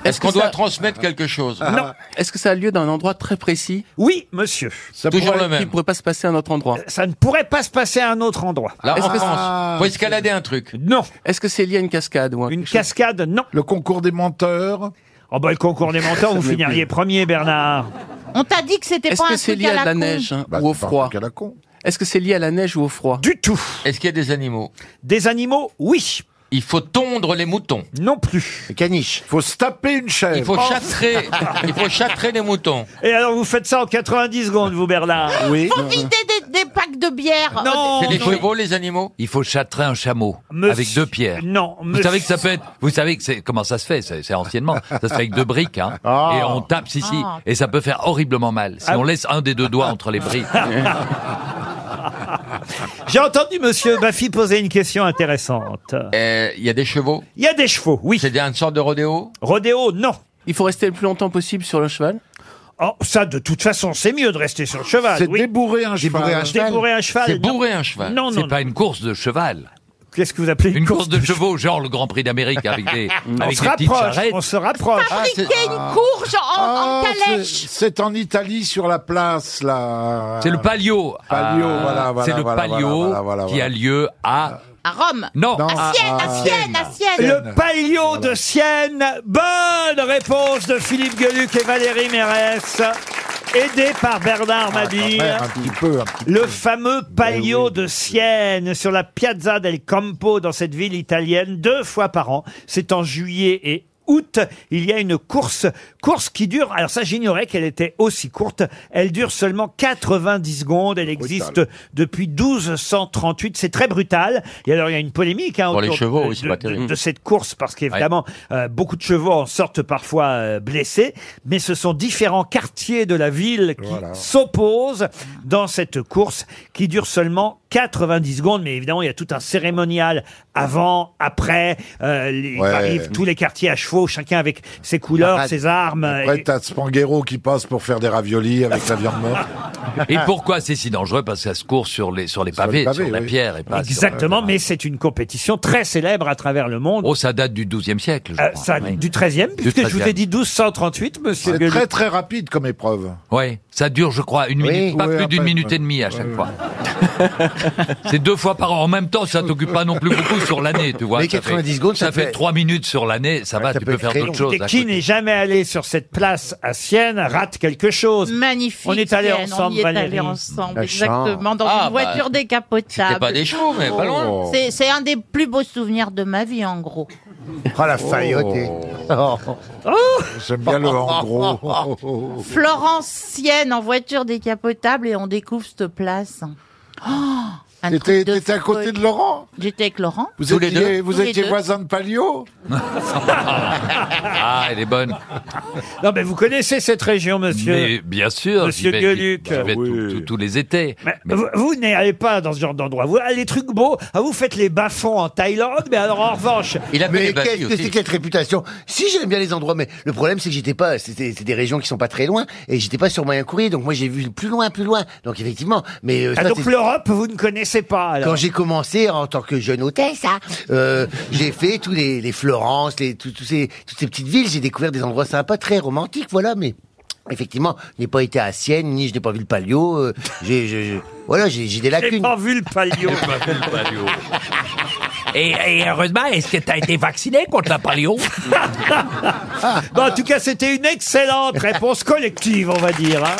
[SPEAKER 3] Est-ce qu'on doit transmettre quelque chose
[SPEAKER 2] Ah.
[SPEAKER 4] Non. Est-ce que ça a lieu dans un endroit très précis
[SPEAKER 1] Oui, monsieur.
[SPEAKER 3] Toujours
[SPEAKER 4] pourrait,
[SPEAKER 3] le même.
[SPEAKER 4] Qui pourrait pas se passer à un autre endroit
[SPEAKER 1] Ça ne pourrait pas se passer à un autre endroit.
[SPEAKER 3] Là, en
[SPEAKER 4] Est-ce que-
[SPEAKER 3] France, faut escalader un truc.
[SPEAKER 1] Non.
[SPEAKER 4] Est-ce que c'est lié à une cascade ou à
[SPEAKER 1] Une cascade, non.
[SPEAKER 4] Le concours des menteurs
[SPEAKER 1] Oh bah le concours des
[SPEAKER 4] (laughs)
[SPEAKER 1] menteurs, vous finiriez premier, Bernard.
[SPEAKER 5] On t'a dit que c'était
[SPEAKER 4] Est-ce
[SPEAKER 5] pas un
[SPEAKER 4] que c'est
[SPEAKER 5] truc
[SPEAKER 4] lié à,
[SPEAKER 5] à
[SPEAKER 4] de la
[SPEAKER 5] con.
[SPEAKER 4] neige hein,
[SPEAKER 2] Bah,
[SPEAKER 3] Bah,
[SPEAKER 4] ou au froid Est-ce que c'est lié à la neige ou au froid
[SPEAKER 1] Du tout.
[SPEAKER 3] Est-ce qu'il y a des animaux
[SPEAKER 1] Des animaux, oui.
[SPEAKER 3] Il faut tondre les moutons.
[SPEAKER 1] Non plus.
[SPEAKER 3] Les caniches. Il faut se taper une chèvre. Il faut
[SPEAKER 1] Oh. (laughs)
[SPEAKER 3] châtrer, il faut châtrer les moutons.
[SPEAKER 1] Et alors vous faites ça en 90 secondes, vous, Bernard
[SPEAKER 3] Oui.
[SPEAKER 5] Faut vider des, des packs de bière. euh,
[SPEAKER 1] Oh, Non,
[SPEAKER 3] C'est les
[SPEAKER 5] non.
[SPEAKER 3] chevaux, les animaux Il faut châtrer un chameau
[SPEAKER 1] Monsieur-
[SPEAKER 3] avec deux pierres.
[SPEAKER 1] Non,
[SPEAKER 3] Vous
[SPEAKER 1] monsieur-
[SPEAKER 3] savez que ça peut être. Vous savez que c'est comment ça se fait C'est c'est anciennement. Ça se fait avec deux briques, hein.
[SPEAKER 1] Ah.
[SPEAKER 3] Et on tape, si si.
[SPEAKER 1] Ah.
[SPEAKER 3] Et ça peut faire horriblement mal si
[SPEAKER 1] Ah.
[SPEAKER 3] on laisse un des deux doigts entre
[SPEAKER 1] (laughs)
[SPEAKER 3] les briques.
[SPEAKER 1] J'ai entendu Monsieur Baffy poser une question intéressante.
[SPEAKER 3] Eh, Il y a des chevaux
[SPEAKER 1] Il y a des chevaux, oui.
[SPEAKER 3] C'est une sorte de rodéo
[SPEAKER 1] Rodéo, non.
[SPEAKER 4] Il faut rester le plus longtemps possible sur le cheval
[SPEAKER 1] Oh, ça, de toute façon, c'est mieux de rester sur le cheval.
[SPEAKER 3] C'est
[SPEAKER 1] oui.
[SPEAKER 3] débourrer un cheval.
[SPEAKER 1] Débourrer un cheval.
[SPEAKER 3] C'est
[SPEAKER 1] non.
[SPEAKER 3] bourrer un cheval.
[SPEAKER 1] Non, non.
[SPEAKER 3] C'est pas une course de cheval.
[SPEAKER 1] Qu'est-ce que vous appelez
[SPEAKER 3] une, course, de chevaux, genre le Grand Prix d'Amérique avec des,
[SPEAKER 1] On
[SPEAKER 3] avec
[SPEAKER 1] se
[SPEAKER 3] des petites
[SPEAKER 1] rapproche,
[SPEAKER 3] charrettes.
[SPEAKER 1] on se rapproche.
[SPEAKER 3] Fabriquer
[SPEAKER 5] une courge en, en calèche.
[SPEAKER 32] Ah, C'est c'est en Italie sur la place là.
[SPEAKER 3] C'est le palio.
[SPEAKER 32] Palio,
[SPEAKER 3] Ah,
[SPEAKER 32] voilà, voilà,
[SPEAKER 3] C'est le
[SPEAKER 32] voilà,
[SPEAKER 3] palio
[SPEAKER 32] voilà, voilà,
[SPEAKER 3] qui
[SPEAKER 32] voilà.
[SPEAKER 3] a lieu à.
[SPEAKER 5] À Rome.
[SPEAKER 3] Non.
[SPEAKER 5] À Sienne, à Sienne, à Sienne.
[SPEAKER 1] Le palio de Sienne. Bonne réponse de Philippe Gueluc et Valérie Mérès. Aidé par Bernard
[SPEAKER 2] Ah,
[SPEAKER 1] Mabille.
[SPEAKER 32] Ah, Un petit peu, un petit
[SPEAKER 1] Le fameux
[SPEAKER 3] Ben
[SPEAKER 1] palio de Sienne sur la Piazza del Campo dans cette ville italienne, deux fois par an. C'est en juillet et août. Il y a une course, course qui dure, alors ça j'ignorais qu'elle était aussi courte, elle dure seulement 90 secondes, elle existe depuis 1238, c'est très brutal. Et alors il y a une polémique hein,
[SPEAKER 3] Pour les
[SPEAKER 1] autour
[SPEAKER 3] chevaux,
[SPEAKER 1] de-
[SPEAKER 3] oui, c'est
[SPEAKER 1] de-
[SPEAKER 3] pas
[SPEAKER 1] de-
[SPEAKER 3] terrible.
[SPEAKER 1] de cette course parce qu'évidemment euh, beaucoup de chevaux en sortent parfois euh, blessés, mais ce sont différents quartiers de la ville qui s'opposent dans cette course qui dure seulement 90 secondes, mais évidemment il y a tout un cérémonial avant, après, euh, les-
[SPEAKER 32] Ouais.
[SPEAKER 1] arrivent tous les quartiers à chevaux, chacun avec ses couleurs,
[SPEAKER 32] Parade.
[SPEAKER 1] ses armes.
[SPEAKER 32] peu. Après,
[SPEAKER 1] et-
[SPEAKER 32] t'as Spanghero qui passe pour faire des raviolis avec la viande
[SPEAKER 1] (laughs)
[SPEAKER 32] morte.
[SPEAKER 3] Et pourquoi c'est si dangereux Parce que ça se court sur les, sur les pavés, sur,
[SPEAKER 32] pavés,
[SPEAKER 3] la
[SPEAKER 32] oui.
[SPEAKER 3] pierre et pas sur- euh,
[SPEAKER 1] Exactement, mais c'est une compétition très célèbre à travers le monde.
[SPEAKER 3] Oh, ça date du 12e siècle, je
[SPEAKER 1] Euh,
[SPEAKER 3] crois.
[SPEAKER 1] ça,
[SPEAKER 3] Oui.
[SPEAKER 1] Du 13e,
[SPEAKER 3] Du
[SPEAKER 1] puisque je vous ai
[SPEAKER 3] 13e.
[SPEAKER 1] dit 1238, monsieur.
[SPEAKER 32] C'est
[SPEAKER 1] Gueluc.
[SPEAKER 32] très très rapide comme épreuve.
[SPEAKER 3] Ouais, ça dure, je crois, une
[SPEAKER 32] Oui.
[SPEAKER 3] minute, pas
[SPEAKER 32] Ouais,
[SPEAKER 3] plus d'une
[SPEAKER 32] après,
[SPEAKER 3] minute
[SPEAKER 32] ouais.
[SPEAKER 3] et demie à chaque
[SPEAKER 32] Ouais,
[SPEAKER 3] fois. (laughs) c'est deux fois par an. En même temps, ça t'occupe pas non plus beaucoup sur l'année, tu vois.
[SPEAKER 11] Mais
[SPEAKER 3] ça
[SPEAKER 11] 90
[SPEAKER 3] fait,
[SPEAKER 11] secondes, ça
[SPEAKER 3] fait
[SPEAKER 11] fait-
[SPEAKER 3] trois minutes sur l'année, ça va, tu peux faire d'autres choses.
[SPEAKER 1] Et
[SPEAKER 3] à
[SPEAKER 1] qui
[SPEAKER 3] côté. (laughs)
[SPEAKER 1] n'est jamais allé sur cette place à Sienne rate quelque chose.
[SPEAKER 5] Magnifique.
[SPEAKER 1] On est allé
[SPEAKER 5] Sienne,
[SPEAKER 1] ensemble,
[SPEAKER 5] on y est
[SPEAKER 1] Valérie.
[SPEAKER 5] allé ensemble,
[SPEAKER 1] La chance.
[SPEAKER 5] exactement, dans
[SPEAKER 3] Ah,
[SPEAKER 5] une voiture
[SPEAKER 3] bah,
[SPEAKER 5] décapotable. Oh.
[SPEAKER 3] c'était pas des chevaux, mais pas loin.
[SPEAKER 5] C'est- C'est un des plus beaux souvenirs de ma vie, en gros.
[SPEAKER 11] Oh la Oh. faillotée.
[SPEAKER 1] Oh.
[SPEAKER 32] J'aime bien le en
[SPEAKER 11] (laughs)
[SPEAKER 32] gros.
[SPEAKER 5] Florence-Sienne en voiture décapotable et on découvre cette place. Oh, un truc
[SPEAKER 32] T'étais
[SPEAKER 5] de
[SPEAKER 32] t'étais à côté de Laurent
[SPEAKER 5] J'étais avec Laurent.
[SPEAKER 32] Vous étiez, vous
[SPEAKER 5] Tous les
[SPEAKER 32] étiez
[SPEAKER 5] deux.
[SPEAKER 32] voisin de Palio
[SPEAKER 3] ah, elle est bonne.
[SPEAKER 1] Non, mais vous connaissez cette région, monsieur.
[SPEAKER 3] Mais bien sûr, j'y
[SPEAKER 1] Monsieur
[SPEAKER 3] vais,
[SPEAKER 1] Gueluc.
[SPEAKER 3] j'y vais tout- tout- tous les étés. Mais-
[SPEAKER 1] Vous, vous n'allez pas dans ce genre d'endroit. Vous, ah, les trucs beaux, ah, vous faites les bas-fonds en Thaïlande, mais alors en revanche.
[SPEAKER 11] mais qu'est-ce que c'est que cette réputation Si j'aime bien les endroits, mais le problème c'est que j'étais pas, c'était c'était des régions qui sont pas très loin et j'étais pas sur moyen courrier, donc moi j'ai vu plus loin, plus loin. Donc effectivement, mais euh,
[SPEAKER 1] Ah,
[SPEAKER 11] ça,
[SPEAKER 1] donc
[SPEAKER 11] c'est-
[SPEAKER 1] l'Europe, vous ne connaissez pas. alors.
[SPEAKER 11] Quand j'ai commencé en tant que jeune hôtesse, hein, euh, j'ai fait tous les, les Florence, les, tout- tous ces, toutes ces petites villes. J'ai découvert des endroits sympas, très romantiques, voilà. Mais effectivement, je n'ai pas été à Sienne, ni je n'ai pas vu le Palio. euh, j'ai, je- je- voilà, j'ai, j'ai des
[SPEAKER 1] J'ai
[SPEAKER 11] lacunes.
[SPEAKER 1] pas vu le
[SPEAKER 3] (laughs)
[SPEAKER 1] palio.
[SPEAKER 20] Et, et heureusement, est-ce que t'as été vacciné contre la polio
[SPEAKER 1] (laughs) Bon, en tout cas, c'était une excellente réponse collective, on va dire. hein.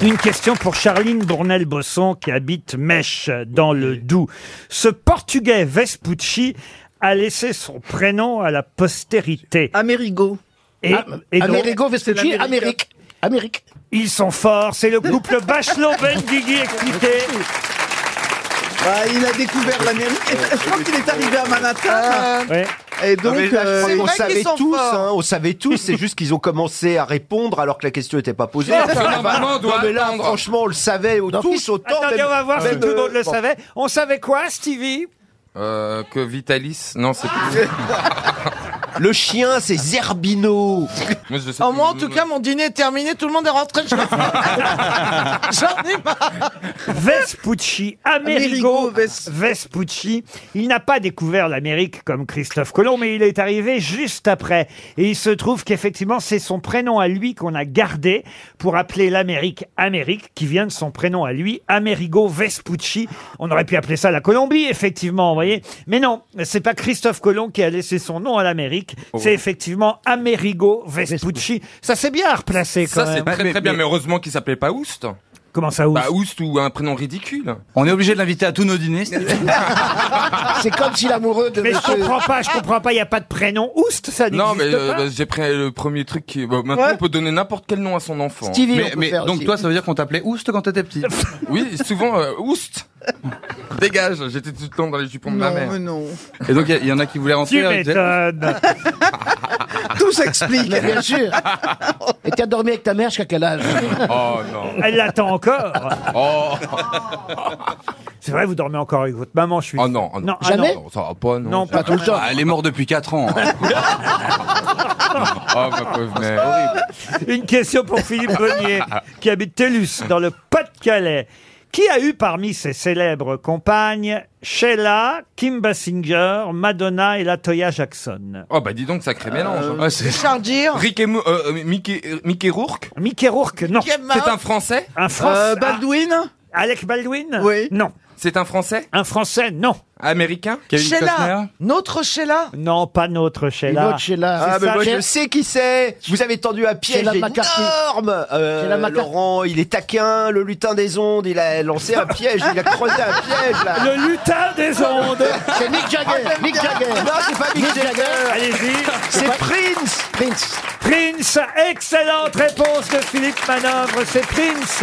[SPEAKER 1] Une question pour Charline Bournel-Bosson qui habite Mèche dans le Doubs. Ce portugais Vespucci a laissé son prénom à la postérité. Amerigo. Et, et donc-
[SPEAKER 33] Ah, Amerigo Vespucci, Amérique.
[SPEAKER 1] Amérique.
[SPEAKER 33] (laughs)
[SPEAKER 1] Ils sont forts, c'est le couple Bachelot-Benguigui expliqué.
[SPEAKER 8] Bah,
[SPEAKER 33] Ah, il a découvert l'Amérique. Je crois qu'il est arrivé à Manhattan.
[SPEAKER 1] Euh, Ouais.
[SPEAKER 33] Et
[SPEAKER 8] Ah,
[SPEAKER 33] donc,
[SPEAKER 2] Non, Ah, mais là,
[SPEAKER 33] euh,
[SPEAKER 2] je
[SPEAKER 33] c'est
[SPEAKER 2] pense qu'on
[SPEAKER 33] vrai qu'ils
[SPEAKER 2] savait
[SPEAKER 33] sont
[SPEAKER 2] tous,
[SPEAKER 33] forts.
[SPEAKER 2] hein, on savait tous, c'est juste qu'ils ont commencé à répondre alors que la question n'était pas posée.
[SPEAKER 1] Mais normalement, on
[SPEAKER 2] non,
[SPEAKER 1] doit
[SPEAKER 2] mais là,
[SPEAKER 1] attendre.
[SPEAKER 2] franchement, on le savait au- tous autant.
[SPEAKER 1] Attendez,
[SPEAKER 2] même-
[SPEAKER 1] on va voir si
[SPEAKER 2] même,
[SPEAKER 1] tout le monde
[SPEAKER 2] euh,
[SPEAKER 1] le
[SPEAKER 2] bon.
[SPEAKER 1] savait. On savait quoi, Stevie
[SPEAKER 19] Euh, que Vitalis Non, c'est
[SPEAKER 16] Ah. (laughs)
[SPEAKER 19] plus.
[SPEAKER 2] Le chien, c'est Zerbino.
[SPEAKER 19] Moi, je sais
[SPEAKER 7] En
[SPEAKER 19] plus.
[SPEAKER 7] moi, en tout cas, mon dîner est terminé, tout le monde est rentré. Je... J'en ai marre.
[SPEAKER 1] (laughs) Vespucci, Amerigo
[SPEAKER 33] Amerigo
[SPEAKER 1] Vespucci. Il n'a pas découvert l'Amérique comme Christophe Colomb, mais il est arrivé juste après. Et il se trouve qu'effectivement, c'est son prénom à lui qu'on a gardé pour appeler l'Amérique Amérique, qui vient de son prénom à lui, Amerigo Vespucci. On aurait pu appeler ça la Colombie, effectivement, vous voyez. Mais non, c'est pas Christophe Colomb qui a laissé son nom à l'Amérique.
[SPEAKER 19] Oh.
[SPEAKER 1] C'est effectivement Amerigo Vespucci. Ça, c'est bien replacé quand
[SPEAKER 19] Ça, c'est
[SPEAKER 1] même.
[SPEAKER 19] très très bien, mais heureusement qu'il s'appelait pas Oust.
[SPEAKER 1] Comment ça, Oust
[SPEAKER 19] Bah, Oust ou un prénom ridicule.
[SPEAKER 16] On est obligé de l'inviter à tous nos dîners.
[SPEAKER 19] (laughs)
[SPEAKER 1] C'est comme si l'amoureux de Mais je comprends pas, je comprends pas, il n'y a pas de prénom Oust, ça n'existe
[SPEAKER 19] Non, mais euh,
[SPEAKER 1] pas.
[SPEAKER 19] bah, j'ai pris le premier truc qui. bah, maintenant,
[SPEAKER 1] Ouais.
[SPEAKER 19] on peut donner n'importe quel nom à son enfant.
[SPEAKER 16] Stevie, Mais- on peut mais faire donc, aussi. toi,
[SPEAKER 19] ça veut dire qu'on t'appelait Oust quand
[SPEAKER 1] (laughs)
[SPEAKER 19] t'étais petit Oui, souvent euh, Oust. Dégage, j'étais tout le temps dans les jupons de ma mère.
[SPEAKER 33] non.
[SPEAKER 16] Et donc, il y a- il y, en a qui voulaient rentrer.
[SPEAKER 19] Tu
[SPEAKER 16] euh, ils disaient-
[SPEAKER 1] m'étonnes.
[SPEAKER 16] (laughs)
[SPEAKER 33] Tout s'explique.
[SPEAKER 16] Mais bien sûr.
[SPEAKER 21] Et t'as dormi avec ta mère jusqu'à quel âge
[SPEAKER 19] Oh non.
[SPEAKER 1] Elle l'attend encore.
[SPEAKER 19] Oh.
[SPEAKER 1] C'est vrai, vous dormez encore avec votre maman, je suis. Oh non, non. ah
[SPEAKER 19] Jamais
[SPEAKER 1] non.
[SPEAKER 19] Ça va pas, non.
[SPEAKER 1] Non, pas tout le temps.
[SPEAKER 16] Ah, elle est morte depuis 4 ans.
[SPEAKER 1] (laughs)
[SPEAKER 19] Oh, ma pauvre mère.
[SPEAKER 1] Une question pour Philippe Bonnier, qui habite Tellus, dans le Pas-de-Calais. Qui a eu parmi ses célèbres compagnes Sheila, Kim Basinger, Madonna et Latoya Jackson
[SPEAKER 19] Oh bah dis donc, sacré mélange. hein.
[SPEAKER 1] Chardir
[SPEAKER 19] Rick et Mo- euh, euh, Mickey, euh, Mickey Rourke
[SPEAKER 1] Mickey Rourke, non.
[SPEAKER 19] C'est un Français
[SPEAKER 1] Un Français.
[SPEAKER 19] Euh,
[SPEAKER 1] Baldwin Alec Baldwin Oui. Non.
[SPEAKER 19] C'est un Français
[SPEAKER 1] Un Français, non.
[SPEAKER 19] Américain
[SPEAKER 1] Sheila Notre Sheila Non, pas notre Sheila.
[SPEAKER 2] Une autre Sheila. Ah,
[SPEAKER 1] C'est
[SPEAKER 2] mais
[SPEAKER 1] ça,
[SPEAKER 2] moi,
[SPEAKER 1] Sheila.
[SPEAKER 2] je sais qui c'est. Vous avez tendu un piège
[SPEAKER 1] Sheila McCarthy.
[SPEAKER 2] énorme. Euh,
[SPEAKER 1] Sheila McCarthy.
[SPEAKER 2] Laurent, il est taquin, le lutin des ondes. Il a lancé un piège, il a creusé un piège, là.
[SPEAKER 1] Le lutin des ondes.
[SPEAKER 2] C'est Mick Jagger. Mick Jagger. Non, Ah, c'est pas Mick, Jagger.
[SPEAKER 1] Allez-y.
[SPEAKER 2] C'est Prince. Prince.
[SPEAKER 1] Prince, excellente réponse de Philippe Manœuvre, c'est Prince.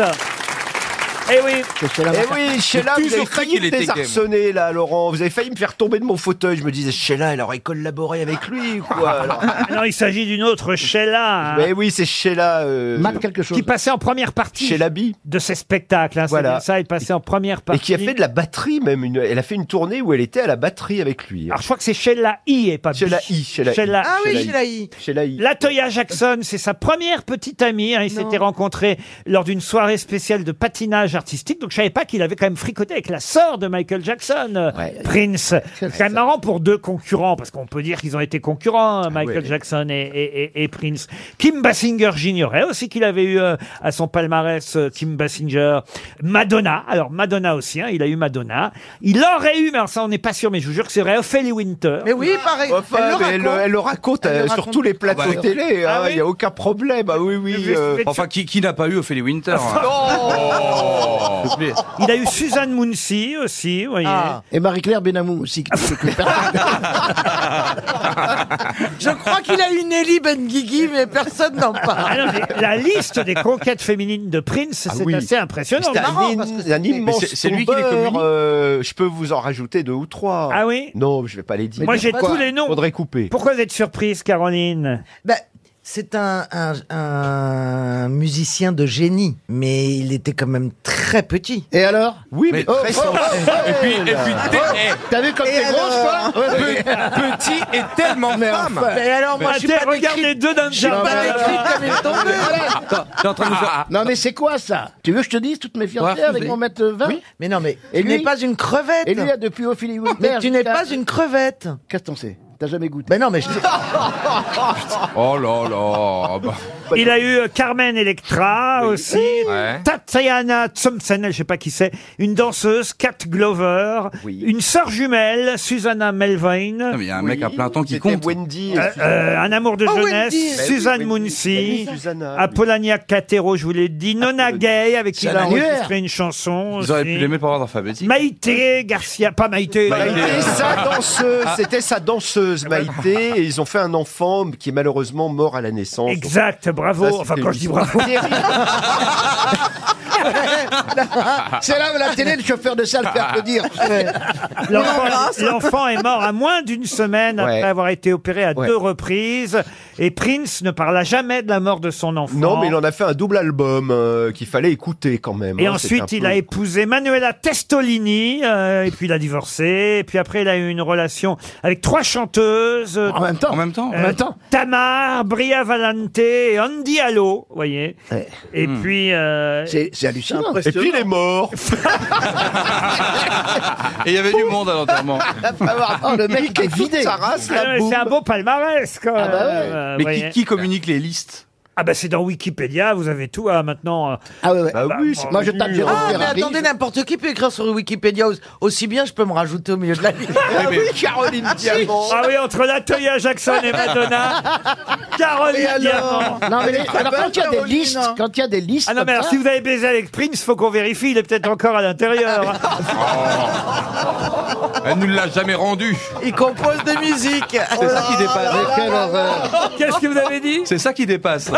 [SPEAKER 1] Eh oui.
[SPEAKER 2] Eh oui, Sheila, vous avez failli me désarçonner, là, Laurent. Vous avez failli me faire tomber de mon fauteuil. Je me disais, Sheila, elle aurait collaboré avec lui, quoi. (laughs) alors.
[SPEAKER 1] Ah Non, il s'agit d'une autre Sheila. hein,
[SPEAKER 2] Mais oui, c'est Sheila. Euh, quelque chose.
[SPEAKER 1] Qui passait en première partie
[SPEAKER 2] Sheila B.
[SPEAKER 1] de ses spectacles. hein, c'est
[SPEAKER 2] Voilà.
[SPEAKER 1] bien ça, il passait en première
[SPEAKER 2] Et
[SPEAKER 1] partie.
[SPEAKER 2] qui a fait de la batterie, même. Une... Elle a fait une tournée où elle était à la batterie avec lui.
[SPEAKER 1] Alors, je crois que c'est Sheila I et pas B.
[SPEAKER 2] Sheila I. Sheila I.
[SPEAKER 1] Sheila- Ah oui, Sheila
[SPEAKER 2] I. Sheila I.
[SPEAKER 1] Latoya Jackson, c'est sa première petite amie. hein, ils s'étaient rencontrés lors d'une soirée spéciale de patinage artistique. Donc je savais pas qu'il avait quand même fricoté avec la sœur de Michael Jackson, euh, Prince. C'est quand même marrant pour deux concurrents, parce qu'on peut dire qu'ils ont été concurrents, hein, Michael Jackson et, et- et- et Prince. Kim Basinger, j'ignorais aussi qu'il avait eu euh, à son palmarès euh, Kim Basinger. Madonna, alors Madonna aussi, hein, il a eu Madonna. Il aurait eu, mais alors ça on n'est pas sûr, mais je vous jure que c'est vrai, Ophélie Winter.
[SPEAKER 2] Mais oui, pareil. Enfin, elle, mais elle le- elle le raconte, Oh, euh, sur tous les plateaux
[SPEAKER 16] Ah bah,
[SPEAKER 2] télé. hein, Il
[SPEAKER 16] ah oui
[SPEAKER 2] n'y a aucun problème. Ah oui, oui. euh,
[SPEAKER 16] Enfin, qui, qui n'a pas eu Ophélie Winter hein (laughs) S'il te plaît.
[SPEAKER 2] oh,
[SPEAKER 1] Il a eu Suzanne Mouncy aussi, vous voyez.
[SPEAKER 2] Ah.
[SPEAKER 21] Et Marie-Claire Benamou aussi. qui- que personne-
[SPEAKER 7] Je crois qu'il a une Nelly Benguigui, mais personne n'en parle.
[SPEAKER 1] Ah non, mais la liste des conquêtes féminines de Prince, c'est assez impressionnant.
[SPEAKER 2] Ah C'est un,
[SPEAKER 1] Marrant,
[SPEAKER 2] im-
[SPEAKER 1] parce que-
[SPEAKER 2] c'est un immense
[SPEAKER 1] Mais c'est- c'est lui qui les
[SPEAKER 2] tombeur,
[SPEAKER 1] communique
[SPEAKER 2] euh, je peux vous en rajouter deux ou trois.
[SPEAKER 1] Ah oui
[SPEAKER 2] Non, je vais pas les dire.
[SPEAKER 1] Moi, j'ai
[SPEAKER 2] Pourquoi
[SPEAKER 1] tous les noms.
[SPEAKER 2] Faudrait couper.
[SPEAKER 1] Pourquoi vous êtes surprise, Caroline
[SPEAKER 21] Bah, c'est un, un, un musicien de génie, mais il était quand même très petit. oh, Et alors
[SPEAKER 2] Oui, mais, très
[SPEAKER 19] Et puis, et puis,
[SPEAKER 21] oh,
[SPEAKER 19] t'es- eh,
[SPEAKER 21] T'as vu comme
[SPEAKER 19] Et
[SPEAKER 21] t'es grosse,
[SPEAKER 19] alors
[SPEAKER 21] toi (laughs)
[SPEAKER 19] Pe- Petit et tellement femme.
[SPEAKER 21] Mais alors, moi, je suis pas
[SPEAKER 1] regarde les deux d'un
[SPEAKER 21] Je suis pas décrite comme une tombeuse.
[SPEAKER 16] T'es en train de nous faire-
[SPEAKER 21] Non mais c'est quoi ça Tu veux que je te dise toutes mes fiancées
[SPEAKER 16] Ouais,
[SPEAKER 21] avec
[SPEAKER 16] oui.
[SPEAKER 21] mon mètre 20 Mais non mais
[SPEAKER 7] tu n'es pas une crevette.
[SPEAKER 21] Et lui a depuis Ophélie Winter.
[SPEAKER 7] Mais tu n'es pas une crevette.
[SPEAKER 21] Qu'est-ce que t'en sais T'as jamais goûté Mais non mais je
[SPEAKER 19] Oh là là. bah.
[SPEAKER 1] Il a eu euh, Carmen Electra aussi, Tatiana Thompson, je sais pas qui c'est, une danseuse, Kat Glover, une sœur jumelle, Susanna Melvin.
[SPEAKER 16] mais il y a un mec à plein temps qui
[SPEAKER 2] C'était
[SPEAKER 16] compte.
[SPEAKER 2] Wendy. et
[SPEAKER 1] Euh,
[SPEAKER 2] Suzanne.
[SPEAKER 1] euh, un amour de
[SPEAKER 2] Oh,
[SPEAKER 1] jeunesse,
[SPEAKER 2] Wendy.
[SPEAKER 1] Suzanne Ah,
[SPEAKER 2] Bah oui, Wendy.
[SPEAKER 1] Mouncy,
[SPEAKER 2] Bah oui, Susanna,
[SPEAKER 1] Apollonia Catero, je vous l'ai dit, Nona Gay, avec qui
[SPEAKER 16] C'est
[SPEAKER 1] il a
[SPEAKER 16] un annuaire.
[SPEAKER 1] enregistré une chanson.
[SPEAKER 16] Ils auraient
[SPEAKER 1] aussi.
[SPEAKER 16] pu les mettre par ordre alphabétique.
[SPEAKER 1] Maïté Garcia, pas Maïté.
[SPEAKER 2] Maïté,
[SPEAKER 1] (laughs)
[SPEAKER 2] Bah, sa danseuse,
[SPEAKER 1] Ah. bah.
[SPEAKER 2] c'était sa danseuse Maïté, et ils ont fait un enfant qui est malheureusement mort à la naissance.
[SPEAKER 1] Exact, bravo.
[SPEAKER 2] Ça, c'était
[SPEAKER 1] enfin, quand je dis
[SPEAKER 2] une-
[SPEAKER 1] bravo.
[SPEAKER 4] (laughs) C'est là où la télé, le chauffeur de salle fait applaudir.
[SPEAKER 1] L'enfant- L'enfant est mort à moins d'une semaine après avoir été opéré à deux reprises. Et Prince ne parla jamais de la mort de son enfant.
[SPEAKER 34] Non, mais il en a fait un double album euh, qu'il fallait écouter quand même.
[SPEAKER 1] Et
[SPEAKER 34] hein, c'était
[SPEAKER 1] ensuite,
[SPEAKER 34] un
[SPEAKER 1] il
[SPEAKER 34] peu-
[SPEAKER 1] a épousé Manuela Testolini, euh, et puis il a divorcé, et puis après, il a eu une relation avec trois chanteuses. En même temps. En même temps.
[SPEAKER 35] en même temps.
[SPEAKER 1] Tamar, Bria Valente et Andy Allo, vous voyez. Et puis... euh, c'est Ah,
[SPEAKER 36] hallucinant. Et puis, il est
[SPEAKER 1] (laughs) mort.
[SPEAKER 2] Ah,
[SPEAKER 19] Et il y avait du monde
[SPEAKER 1] (laughs)
[SPEAKER 19] à l'enterrement.
[SPEAKER 4] le mec qui est vidé. Sa race, la
[SPEAKER 1] bah, Ah ouais,
[SPEAKER 4] boum.
[SPEAKER 1] C'est un beau palmarès, quand
[SPEAKER 4] Ah bah ouais.
[SPEAKER 1] même, euh,
[SPEAKER 4] Mais qui-
[SPEAKER 1] voyez.
[SPEAKER 4] qui
[SPEAKER 19] communique les listes
[SPEAKER 1] ah bah c'est dans Wikipédia, vous avez tout hein, maintenant.
[SPEAKER 4] Ah ouais, oui, moi, je tape Jérôme
[SPEAKER 7] Ah, mais attendez, n'importe qui peut écrire sur Wikipédia aussi- aussi bien, je peux me rajouter au milieu de
[SPEAKER 4] (laughs)
[SPEAKER 7] la liste.
[SPEAKER 1] Ah oui,
[SPEAKER 7] Caroline
[SPEAKER 1] Ah oui, entre Latoya Jackson
[SPEAKER 4] (laughs)
[SPEAKER 1] et Madonna, Caroline
[SPEAKER 4] Et Ah, bah, alors
[SPEAKER 1] Diamant.
[SPEAKER 4] Non, mais les- alors, quand il y a des listes,
[SPEAKER 7] hein.
[SPEAKER 4] quand il y a des listes.
[SPEAKER 1] Ah non, mais
[SPEAKER 4] comme
[SPEAKER 1] alors,
[SPEAKER 4] ça-
[SPEAKER 1] si vous avez baisé avec Prince, faut qu'on vérifie, il est peut-être encore à l'intérieur.
[SPEAKER 19] Elle ne l'a jamais rendu.
[SPEAKER 7] Il (laughs) compose des
[SPEAKER 1] (laughs)
[SPEAKER 7] musiques.
[SPEAKER 19] C'est ça qui dépasse.
[SPEAKER 4] Quelle horreur.
[SPEAKER 1] Qu'est-ce que vous avez dit
[SPEAKER 19] C'est ça qui dépasse.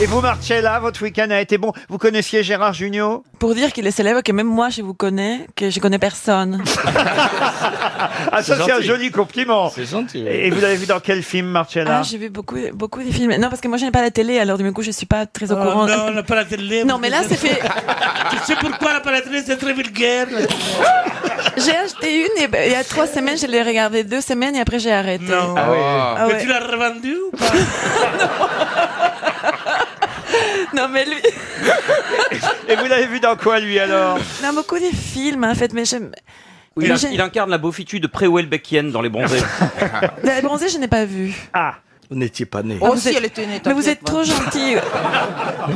[SPEAKER 1] Et vous, Marcella, votre week-end a été bon. Vous connaissiez Gérard Junior
[SPEAKER 15] Pour dire qu'il est célèbre, que même moi je vous connais, que je connais personne.
[SPEAKER 1] Ah, ça, c'est un joli compliment.
[SPEAKER 19] C'est gentil.
[SPEAKER 1] Et vous l'avez vu dans quel film, Marcella
[SPEAKER 15] Ah, j'ai vu beaucoup, beaucoup de films. Non, parce que moi je n'ai pas la télé, alors du coup je suis pas très au courant.
[SPEAKER 6] Oh non, on n'a pas la télé.
[SPEAKER 15] Non, mais là, c'est fait-
[SPEAKER 6] (laughs) Tu sais pourquoi on n'a pas la télé, c'est très vulgaire.
[SPEAKER 15] J'ai acheté une et ben, il y a trois semaines, je l'ai regardée deux semaines et après j'ai arrêté.
[SPEAKER 6] Non.
[SPEAKER 15] Ah
[SPEAKER 6] mais
[SPEAKER 15] ouais.
[SPEAKER 6] tu l'as revendu ou pas
[SPEAKER 15] Non, mais lui.
[SPEAKER 1] Et vous l'avez vu dans quoi, lui, alors
[SPEAKER 15] Non, beaucoup de films en fait, mais je.
[SPEAKER 37] Oui, il,
[SPEAKER 15] mais
[SPEAKER 37] a-
[SPEAKER 15] j'ai-
[SPEAKER 37] il incarne la beaufitude pré-Welbeckienne dans Les Bronzés.
[SPEAKER 2] (laughs)
[SPEAKER 15] La bronzée, je n'ai pas vu.
[SPEAKER 1] Ah
[SPEAKER 37] Vous n'étiez pas né.
[SPEAKER 15] Ah, vous
[SPEAKER 7] si,
[SPEAKER 15] êtes-
[SPEAKER 7] elle était née,
[SPEAKER 15] Mais vous êtes
[SPEAKER 7] t'inquiète,
[SPEAKER 15] trop gentil.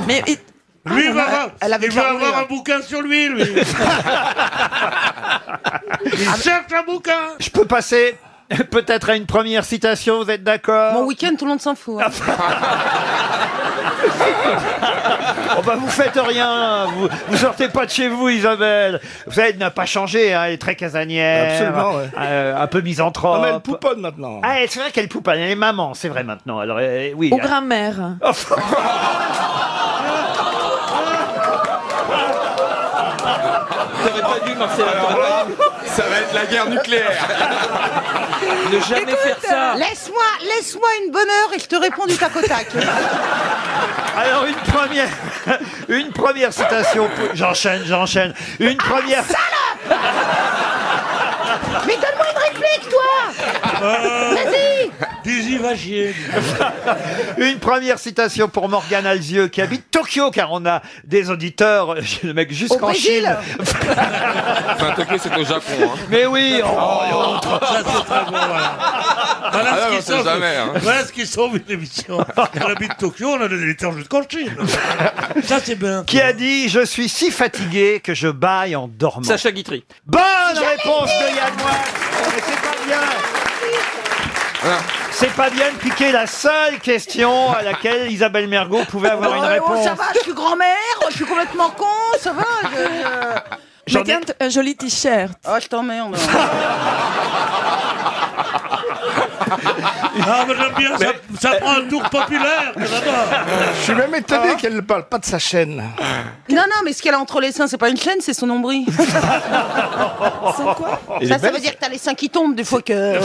[SPEAKER 15] mais. il-
[SPEAKER 6] Lui,
[SPEAKER 15] Ah,
[SPEAKER 6] il va
[SPEAKER 15] non,
[SPEAKER 6] avoir,
[SPEAKER 15] elle avait
[SPEAKER 6] il
[SPEAKER 15] déjà
[SPEAKER 6] va
[SPEAKER 15] roulé,
[SPEAKER 6] avoir
[SPEAKER 15] hein. Ah,
[SPEAKER 6] un bouquin sur lui,
[SPEAKER 15] (laughs)
[SPEAKER 6] lui.
[SPEAKER 4] (laughs)
[SPEAKER 6] il cherche un bouquin.
[SPEAKER 1] Je peux passer peut-être à une première citation, vous êtes d'accord Mon
[SPEAKER 15] week-end, tout le monde s'en fout. hein.
[SPEAKER 1] (laughs) Oh bah vous faites rien, vous, vous sortez pas de chez vous Isabelle. Vous savez, elle n'a pas changé, hein, elle est très casanière,
[SPEAKER 35] Absolument, ouais.
[SPEAKER 1] euh, un peu misanthrope.
[SPEAKER 35] Non, mais elle pouponne maintenant.
[SPEAKER 1] Ah, c'est vrai qu'elle pouponne, elle est maman, c'est vrai maintenant. Alors euh, oui.
[SPEAKER 15] Ou
[SPEAKER 1] elle-
[SPEAKER 15] grand-mère.
[SPEAKER 19] T'aurais pas dû, Marcel. Ça va être la guerre nucléaire.
[SPEAKER 37] Ne jamais faire ça.
[SPEAKER 19] euh,
[SPEAKER 38] Laisse-moi, laisse-moi une bonne heure et je te réponds du tac au tac.
[SPEAKER 1] (laughs) Alors une première, (laughs) une première citation. pour- J'enchaîne, j'enchaîne. Une première.
[SPEAKER 38] Mais donne-moi une réplique, toi
[SPEAKER 1] Euh.
[SPEAKER 38] Vas-y
[SPEAKER 6] Dizzy va chier.
[SPEAKER 1] (laughs) Une première citation pour Morgane Alzieux qui habite Tokyo, car on a des auditeurs, (laughs) le mec jusqu'en
[SPEAKER 19] Brésil.
[SPEAKER 1] Chine.
[SPEAKER 19] Enfin, Tokyo, c'est au Japon. Hein.
[SPEAKER 1] Mais oui, oh,
[SPEAKER 6] Ça, c'est très bon, voilà. Voilà,
[SPEAKER 19] Ah
[SPEAKER 6] ce
[SPEAKER 19] non,
[SPEAKER 6] qui
[SPEAKER 19] on sait
[SPEAKER 6] sauve,
[SPEAKER 19] jamais, hein.
[SPEAKER 6] voilà ce qui sauve une émission. On habite Tokyo, on a des éditeurs jusqu'en Chine. (laughs) Ça, c'est bien.
[SPEAKER 1] Qui a dit Je suis si fatigué que je baille en dormant
[SPEAKER 37] Sacha Guitry.
[SPEAKER 1] Bonne réponse de Yann Moix Oh, Mais C'est pas bien C'est pas bien de piquer la seule question à laquelle Isabelle Mergot pouvait avoir une
[SPEAKER 7] Oh,
[SPEAKER 1] réponse.
[SPEAKER 7] ça va, je suis grand-mère, je suis complètement con, ça va. Je,
[SPEAKER 15] Mais tiens, t- un joli t-shirt.
[SPEAKER 7] Oh, je t'emmerde.
[SPEAKER 6] Ah, mais j'aime bien, ça, ça prend un tour populaire, que j'adore.
[SPEAKER 2] Je suis même
[SPEAKER 1] Ah.
[SPEAKER 2] étonné qu'elle ne parle pas de sa chaîne.
[SPEAKER 7] Non, non, mais ce qu'elle a entre les seins, c'est pas une chaîne, c'est son nombril.
[SPEAKER 2] Elle
[SPEAKER 7] Oh. ça,
[SPEAKER 2] est
[SPEAKER 7] ça
[SPEAKER 2] belle,
[SPEAKER 7] veut dire que t'as les seins qui tombent des fois que.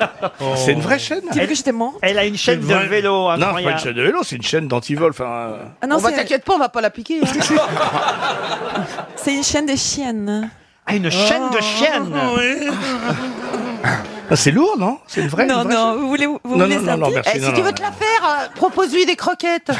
[SPEAKER 7] Ah,
[SPEAKER 2] C'est une vraie chaîne.
[SPEAKER 15] Tu veux que je te montre
[SPEAKER 1] Elle a Oh. une chaîne de
[SPEAKER 2] vraie-
[SPEAKER 1] vélo.
[SPEAKER 2] Non,
[SPEAKER 1] incroyable.
[SPEAKER 2] c'est pas une chaîne de vélo, c'est une chaîne d'antivol. Enfin, euh,
[SPEAKER 15] Ah non,
[SPEAKER 7] on va
[SPEAKER 15] c'est-
[SPEAKER 7] t'inquiète pas, on va pas la piquer.
[SPEAKER 15] (laughs) C'est une chaîne de chiennes.
[SPEAKER 1] Ah, une chaîne de
[SPEAKER 4] Oh,
[SPEAKER 1] chiennes
[SPEAKER 2] ah, c'est
[SPEAKER 6] Oh,
[SPEAKER 2] lourd, non C'est une vraie.
[SPEAKER 15] Non,
[SPEAKER 2] une vraie
[SPEAKER 15] non,
[SPEAKER 2] chaîne.
[SPEAKER 15] vous voulez, vous
[SPEAKER 2] non,
[SPEAKER 15] voulez
[SPEAKER 2] non,
[SPEAKER 15] ça
[SPEAKER 2] non, non, merci.
[SPEAKER 7] Eh, si
[SPEAKER 2] non,
[SPEAKER 7] tu
[SPEAKER 2] non,
[SPEAKER 7] veux te la faire, euh, propose-lui des (laughs) croquettes.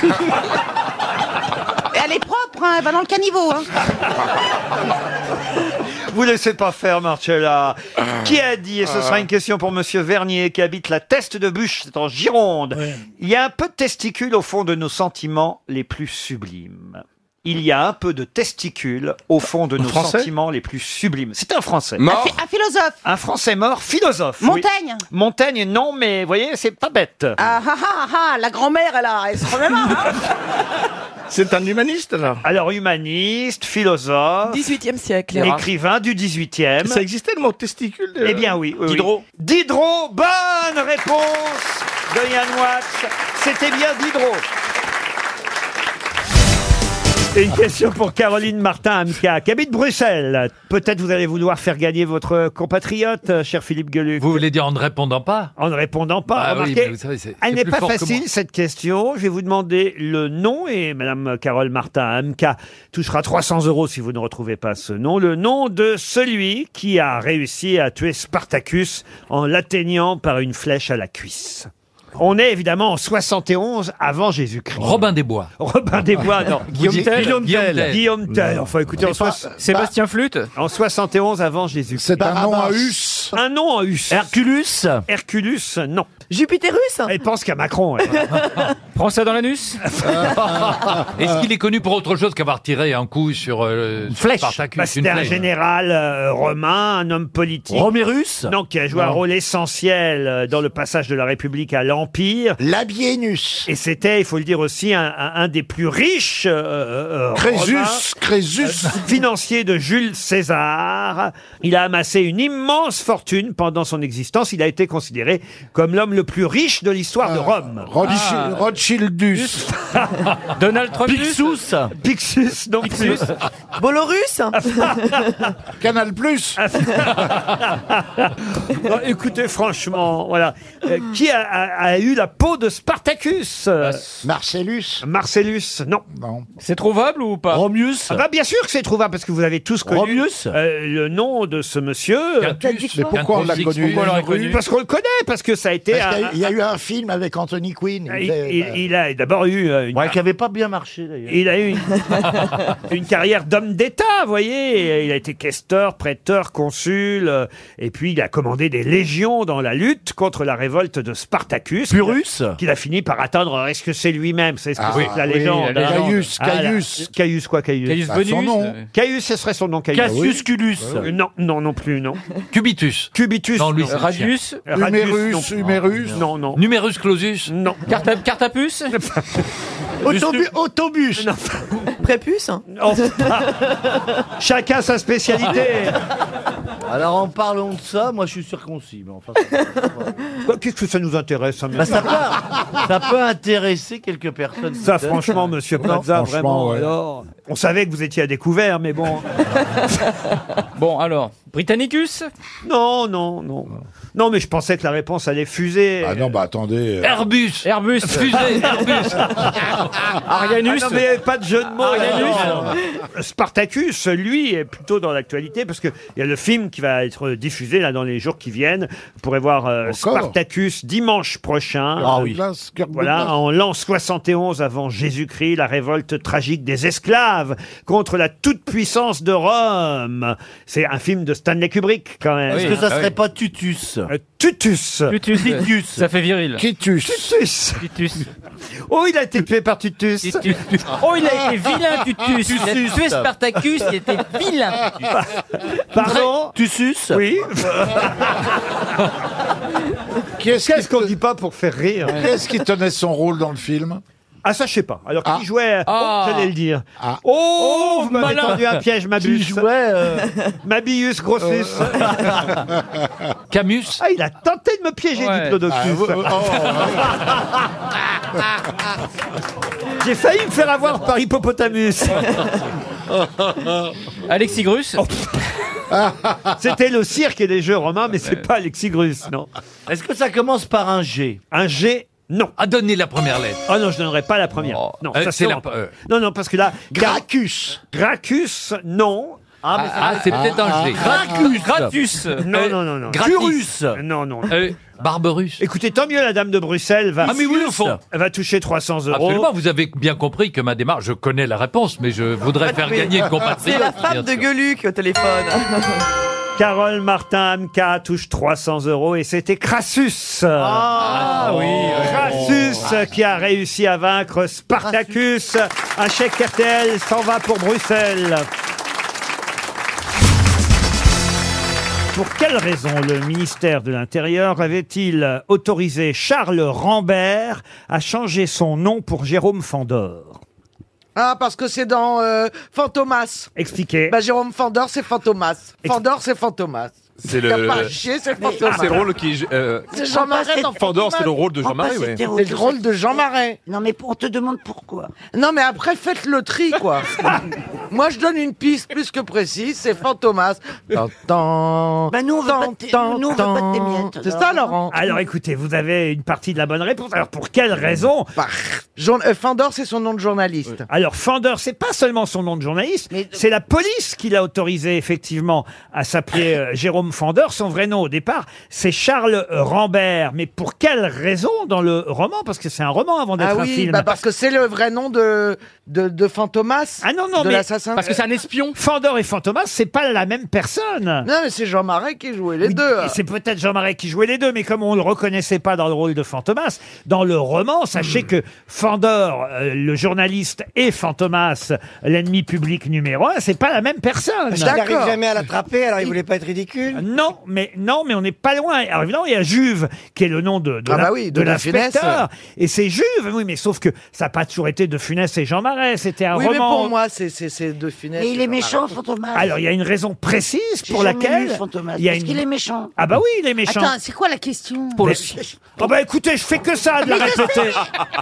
[SPEAKER 7] elle est propre, hein, elle va dans le caniveau. Hein.
[SPEAKER 1] (laughs) Vous laissez pas faire, Marcella. Qui a dit, et ce sera une question pour Monsieur Vernier, qui habite la Teste de Bûche, c'est en Gironde. Il y a un peu de testicules au fond de nos sentiments les plus sublimes. Il y a un peu de testicules au fond de nos
[SPEAKER 2] Français
[SPEAKER 1] sentiments les plus sublimes. C'est un Français.
[SPEAKER 7] Un, phi- un philosophe.
[SPEAKER 1] Un Français mort, philosophe.
[SPEAKER 7] Montaigne.
[SPEAKER 1] Oui. Montaigne, non, mais vous voyez, c'est pas bête.
[SPEAKER 7] Ah ah ah ah, la grand-mère, elle, a, elle se remet pas, hein.
[SPEAKER 1] C'est un humaniste, là Alors, humaniste, philosophe.
[SPEAKER 15] 18e siècle.
[SPEAKER 1] Écrivain du 18e.
[SPEAKER 15] Ça
[SPEAKER 1] existait le mot testicule
[SPEAKER 15] déjà
[SPEAKER 1] Eh bien oui. oui, oui.
[SPEAKER 15] Diderot.
[SPEAKER 1] Diderot, bonne réponse de Yann Wax. C'était bien Diderot. Et une question pour Caroline Martin Amka, qui habite Bruxelles. Peut-être vous allez vouloir faire gagner votre compatriote, euh, cher Philippe Gueluc. Vous voulez dire en ne répondant pas En ne répondant pas.
[SPEAKER 3] Ah oui,
[SPEAKER 1] remarquez,
[SPEAKER 3] mais vous savez, c'est-
[SPEAKER 1] elle
[SPEAKER 3] c'est
[SPEAKER 1] n'est
[SPEAKER 3] plus
[SPEAKER 1] pas
[SPEAKER 3] fort que
[SPEAKER 1] facile
[SPEAKER 3] moi.
[SPEAKER 1] cette question. Je vais vous demander le nom et Madame Carole Martin Amka touchera 300 euros si vous ne retrouvez pas ce nom. Le nom de celui qui a réussi à tuer Spartacus en l'atteignant par une flèche à la cuisse. On est évidemment en 71 avant Jésus-Christ. Robin des Bois. Robin des Bois,
[SPEAKER 3] (laughs)
[SPEAKER 1] non.
[SPEAKER 39] Guillaume Tell.
[SPEAKER 1] Guillaume
[SPEAKER 39] Guillaume
[SPEAKER 1] Tell.
[SPEAKER 39] Tell.
[SPEAKER 1] Guillaume Tell.
[SPEAKER 39] Non.
[SPEAKER 1] Enfin, écoutez, en
[SPEAKER 39] C'est pas-
[SPEAKER 1] soix-
[SPEAKER 39] Sébastien
[SPEAKER 1] Flûte En 71 avant Jésus-Christ. Bah,
[SPEAKER 39] C'est un nom à
[SPEAKER 1] us. Un nom en us. Herculus Herculus, non. Jupiterus Elle pense qu'à Macron.
[SPEAKER 39] Prends ça dans l'anus euh,
[SPEAKER 3] Ah. Est-ce qu'il est connu pour autre chose qu'avoir tiré un coup sur euh, Spartacus,
[SPEAKER 1] Bah,
[SPEAKER 3] une
[SPEAKER 1] C'était un
[SPEAKER 3] flèche.
[SPEAKER 1] général euh, romain, un homme politique.
[SPEAKER 3] Romérus
[SPEAKER 1] Non, qui a joué un
[SPEAKER 3] Non.
[SPEAKER 1] rôle essentiel euh, dans le passage de la République à l'Empire. Labienus. Et c'était, il faut le dire aussi, un, un- un des plus riches euh, euh,
[SPEAKER 32] Crésus,
[SPEAKER 1] romains,
[SPEAKER 32] Crésus.
[SPEAKER 1] euh, financier de Jules César. Il a amassé une immense fortune pendant son existence. Il a été considéré comme l'homme le plus riche de l'histoire de Rome.
[SPEAKER 32] Ah, Rothschild- Rothschildus.
[SPEAKER 1] Donald Trump. Pixus. Pixus, non plus.
[SPEAKER 39] Bolorus
[SPEAKER 1] Canal (laughs) Plus.
[SPEAKER 6] Ah,
[SPEAKER 1] écoutez, franchement, voilà. Euh, qui a, a- a eu la peau de Spartacus euh, Marcellus. Marcellus, non. C'est trouvable ou pas Romius ah bah, Bien sûr que c'est trouvable, parce que vous avez tous connu euh, le nom de ce monsieur. euh,
[SPEAKER 40] Quintus. Mais pourquoi on l'a Quintus, connu pourquoi on l'a connu
[SPEAKER 1] Parce qu'on le connaît, parce que ça a été...
[SPEAKER 40] Parce qu'il y a
[SPEAKER 1] un-
[SPEAKER 40] eu- euh, Il y a eu un film avec Anthony Quinn.
[SPEAKER 1] il, il- il a d'abord eu euh, une,
[SPEAKER 40] qui avait pas bien marché d'ailleurs.
[SPEAKER 1] il a eu une, une carrière d'homme d'État, vous voyez. Il a été questeur, prêteur, consul, euh, et puis il a commandé des légions dans la lutte contre la révolte de Spartacus. Pyrrhus Qu'il a fini par atteindre, alors, est-ce que c'est lui-même C'est ce que
[SPEAKER 32] Ah
[SPEAKER 1] c'est que la
[SPEAKER 32] oui, la
[SPEAKER 1] légende. hein.
[SPEAKER 32] légende. Caius,
[SPEAKER 1] Ah, la-
[SPEAKER 32] Caius.
[SPEAKER 1] Caius quoi, Caius
[SPEAKER 32] Caius Bah, son Bonius, nom. euh.
[SPEAKER 1] Caius, ce serait son nom, Caius.
[SPEAKER 32] Cassius Ah oui. Culus.
[SPEAKER 40] Bah,
[SPEAKER 1] Euh, Non, non, non plus, non. Cubitus. Cubitus.
[SPEAKER 3] Non, lui,
[SPEAKER 1] non.
[SPEAKER 3] c'est le Radius. chien. Humérus,
[SPEAKER 1] non.
[SPEAKER 3] Humérus.
[SPEAKER 1] Non, non. Numerus clausus. Non. (laughs) Cartapus.
[SPEAKER 39] Autobus Prépuce
[SPEAKER 1] Chacun sa spécialité.
[SPEAKER 40] (laughs) Alors en parlant de ça, moi je suis circoncis. (laughs) Mais enfin,
[SPEAKER 1] Quoi, Qu'est-ce que ça nous intéresse hein,
[SPEAKER 40] Bah, ça,
[SPEAKER 1] monsieur
[SPEAKER 40] peut, ça peut intéresser quelques personnes.
[SPEAKER 1] Ça,
[SPEAKER 40] peut-être.
[SPEAKER 1] franchement, monsieur Plaza,
[SPEAKER 40] Non,
[SPEAKER 1] vraiment.
[SPEAKER 40] franchement, ouais.
[SPEAKER 1] alors, on savait que vous étiez à découvert, mais bon. bon, alors. Britannicus Non, non, non. Non, mais je pensais que la réponse allait fuser.
[SPEAKER 32] Ah non, bah attendez. euh,
[SPEAKER 1] Airbus Airbus (laughs)
[SPEAKER 32] Fusée, Airbus.
[SPEAKER 1] Ah, Arianus Non, mais pas de jeu de mots.
[SPEAKER 32] Arianus.
[SPEAKER 1] là-dedans. Spartacus, lui, est plutôt dans l'actualité parce qu'il y a le film qui va être diffusé là dans les jours qui viennent. Vous pourrez voir euh, Spartacus dimanche prochain.
[SPEAKER 32] Ah oui. Douglas, Kirk
[SPEAKER 1] Voilà,
[SPEAKER 32] Douglas.
[SPEAKER 1] en l'an 71 avant Jésus-Christ, la révolte tragique des esclaves contre la toute-puissance de Rome. C'est un film de Stanley Kubrick quand même.
[SPEAKER 40] Est-ce que ça serait pas
[SPEAKER 1] Tutus Ah, Euh, Tutus.
[SPEAKER 40] Tutus. Titus. Ça fait viril.
[SPEAKER 1] Titus. Titus. Oh, il a été tué par Tutus.
[SPEAKER 20] Oh, il a été vilain, Tutus. Il a
[SPEAKER 1] Tutus.
[SPEAKER 20] tué Spartacus, il était vilain.
[SPEAKER 1] Pardon Tutus Oui.
[SPEAKER 32] (laughs)
[SPEAKER 1] Qu'est-ce qu'on dit pas pour faire rire
[SPEAKER 32] Qu'est-ce qui tenait son rôle dans le film
[SPEAKER 1] Ah, ça, je sais pas. Alors, qui jouait
[SPEAKER 32] Ah.
[SPEAKER 1] oh, J'allais le dire.
[SPEAKER 32] Ah.
[SPEAKER 1] Oh, vous m'avez
[SPEAKER 32] malin.
[SPEAKER 1] tendu un piège, Mabus.
[SPEAKER 32] Qui jouait,
[SPEAKER 1] (laughs)
[SPEAKER 32] euh,
[SPEAKER 1] Mabius Grossus. Euh. (laughs) Camus. Ah, il a tenté de me piéger,
[SPEAKER 32] Ouais.
[SPEAKER 1] dit Plodocus.
[SPEAKER 32] Ah,
[SPEAKER 1] (laughs)
[SPEAKER 32] vous- oh,
[SPEAKER 4] Ah,
[SPEAKER 1] J'ai failli me faire avoir par Hippopotamus.
[SPEAKER 3] (laughs)
[SPEAKER 1] Alexigrus Oh. (laughs) C'était le cirque et les jeux romains, mais c'est pas Alexigrus, non. Est-ce que ça commence par un G Un G non. Ah, donnez la première lettre. Ah non, je donnerai pas la première. non,
[SPEAKER 3] euh,
[SPEAKER 1] ça,
[SPEAKER 3] c'est la
[SPEAKER 1] vraiment
[SPEAKER 3] pe-
[SPEAKER 1] pas.
[SPEAKER 3] euh.
[SPEAKER 1] non, non, parce que là. Gracchus. Gracchus, non.
[SPEAKER 3] mais ça- Ah, ah, c'est peut-être un G. Gracchus. Gratus.
[SPEAKER 1] Non,
[SPEAKER 3] Euh,
[SPEAKER 1] non, non, non.
[SPEAKER 3] Gratis.
[SPEAKER 1] Curus. Non, non. Barbarus. Écoutez, tant mieux, la dame de Bruxelles va,
[SPEAKER 3] Ah, mais oui, au fond.
[SPEAKER 1] va toucher 300 euros.
[SPEAKER 3] Absolument, vous avez bien compris que ma démarche, je connais la réponse, mais je voudrais faire gagner une compatriote.
[SPEAKER 26] C'est la
[SPEAKER 3] bien
[SPEAKER 26] femme de
[SPEAKER 3] sûr.
[SPEAKER 26] Gueuluc au téléphone.
[SPEAKER 1] (laughs) Carole Martin Amka touche 300 euros et c'était Crassus. Ah oui. Crassus
[SPEAKER 3] Oh.
[SPEAKER 1] qui a réussi à vaincre Spartacus. Un chèque RTL s'en va pour Bruxelles. Pour quelle raison le ministère de l'Intérieur avait-il autorisé Charles Rambert à changer son nom pour Jérôme Fandor
[SPEAKER 4] Ah, parce que c'est dans euh, Fantomas.
[SPEAKER 1] Expliquez.
[SPEAKER 4] Bah, Jérôme Fandor, c'est Fantomas. Fandor, c'est Fantomas.
[SPEAKER 18] C'est
[SPEAKER 4] T'as pas à chier, c'est Fantomas.
[SPEAKER 18] C'est le rôle qui. euh,
[SPEAKER 4] C'est Jean Marais dans
[SPEAKER 18] Fandor, c'est le rôle de
[SPEAKER 4] Oh,
[SPEAKER 18] Jean Marais,
[SPEAKER 4] bah,
[SPEAKER 18] ouais.
[SPEAKER 4] c'était C'est le rôle de Jean Marais.
[SPEAKER 26] Non, mais on te demande pourquoi.
[SPEAKER 4] Non, mais après, faites le tri,
[SPEAKER 26] (laughs)
[SPEAKER 4] quoi. Moi, je donne une piste plus que précise, c'est Fantomas.
[SPEAKER 1] Bah
[SPEAKER 4] nous, on veut
[SPEAKER 26] pas tes- nous, on veut pas tes miettes,
[SPEAKER 4] C'est ça, Laurent
[SPEAKER 1] Alors écoutez, vous avez une partie de la bonne réponse. Alors pour quelle raison
[SPEAKER 4] Bah, Jean- euh, Fandor, c'est son nom de journaliste.
[SPEAKER 1] Alors Fandor, c'est pas seulement son nom de journaliste, c'est la police qui l'a autorisé effectivement à s'appeler euh, Jérôme Fandor. Son vrai nom au départ, c'est Charles Rambert. Mais pour quelle raison dans le roman Parce que c'est un roman avant d'être
[SPEAKER 4] Ah
[SPEAKER 1] un
[SPEAKER 4] oui,
[SPEAKER 1] film.
[SPEAKER 4] bah parce que euh, c'est le vrai nom de, de, de Fantomas.
[SPEAKER 1] Ah non, non,
[SPEAKER 4] de
[SPEAKER 1] mais-
[SPEAKER 4] l'assassin.
[SPEAKER 1] parce que c'est un
[SPEAKER 4] espion.
[SPEAKER 1] Euh, Fandor et Fantomas, c'est pas la même personne.
[SPEAKER 4] Non, mais c'est Jean Marais qui jouait les
[SPEAKER 1] Oui,
[SPEAKER 4] deux.
[SPEAKER 1] et C'est peut-être Jean Marais qui jouait les deux, mais comme on le reconnaissait pas dans le rôle de Fantomas, dans le roman, sachez que Fandor, euh, le journaliste, et Fantomas, l'ennemi public numéro un, c'est pas la même personne. Euh,
[SPEAKER 27] Parce qu'il n'arrive jamais à l'attraper, alors il voulait pas être ridicule.
[SPEAKER 1] Non, mais non, mais on n'est pas loin. Alors évidemment, il y a Juve qui est le nom de de,
[SPEAKER 4] Ah
[SPEAKER 1] la-
[SPEAKER 4] bah oui, de la
[SPEAKER 1] l'inspecteur.
[SPEAKER 4] Funès.
[SPEAKER 1] et c'est Juve. Oui, mais sauf que ça n'a pas toujours été de Funès et Jean Marais. C'était un
[SPEAKER 4] oui, mais
[SPEAKER 1] roman.
[SPEAKER 4] pour moi, c'est- c'est c'est de finesse.
[SPEAKER 26] Mais il est
[SPEAKER 4] Jean Marais.
[SPEAKER 26] méchant, Fantomas.
[SPEAKER 1] Alors il y a une raison précise
[SPEAKER 26] J'ai
[SPEAKER 1] pour
[SPEAKER 26] jamais
[SPEAKER 1] laquelle
[SPEAKER 26] lu Fantomas.
[SPEAKER 1] il y a
[SPEAKER 26] Parce
[SPEAKER 1] une-
[SPEAKER 26] qu'il est méchant.
[SPEAKER 1] Ah bah oui, il est méchant.
[SPEAKER 7] Attends, c'est quoi la question
[SPEAKER 1] Mais- Oh bah écoutez, je fais que ça de la
[SPEAKER 4] Mais je sais.
[SPEAKER 1] répéter.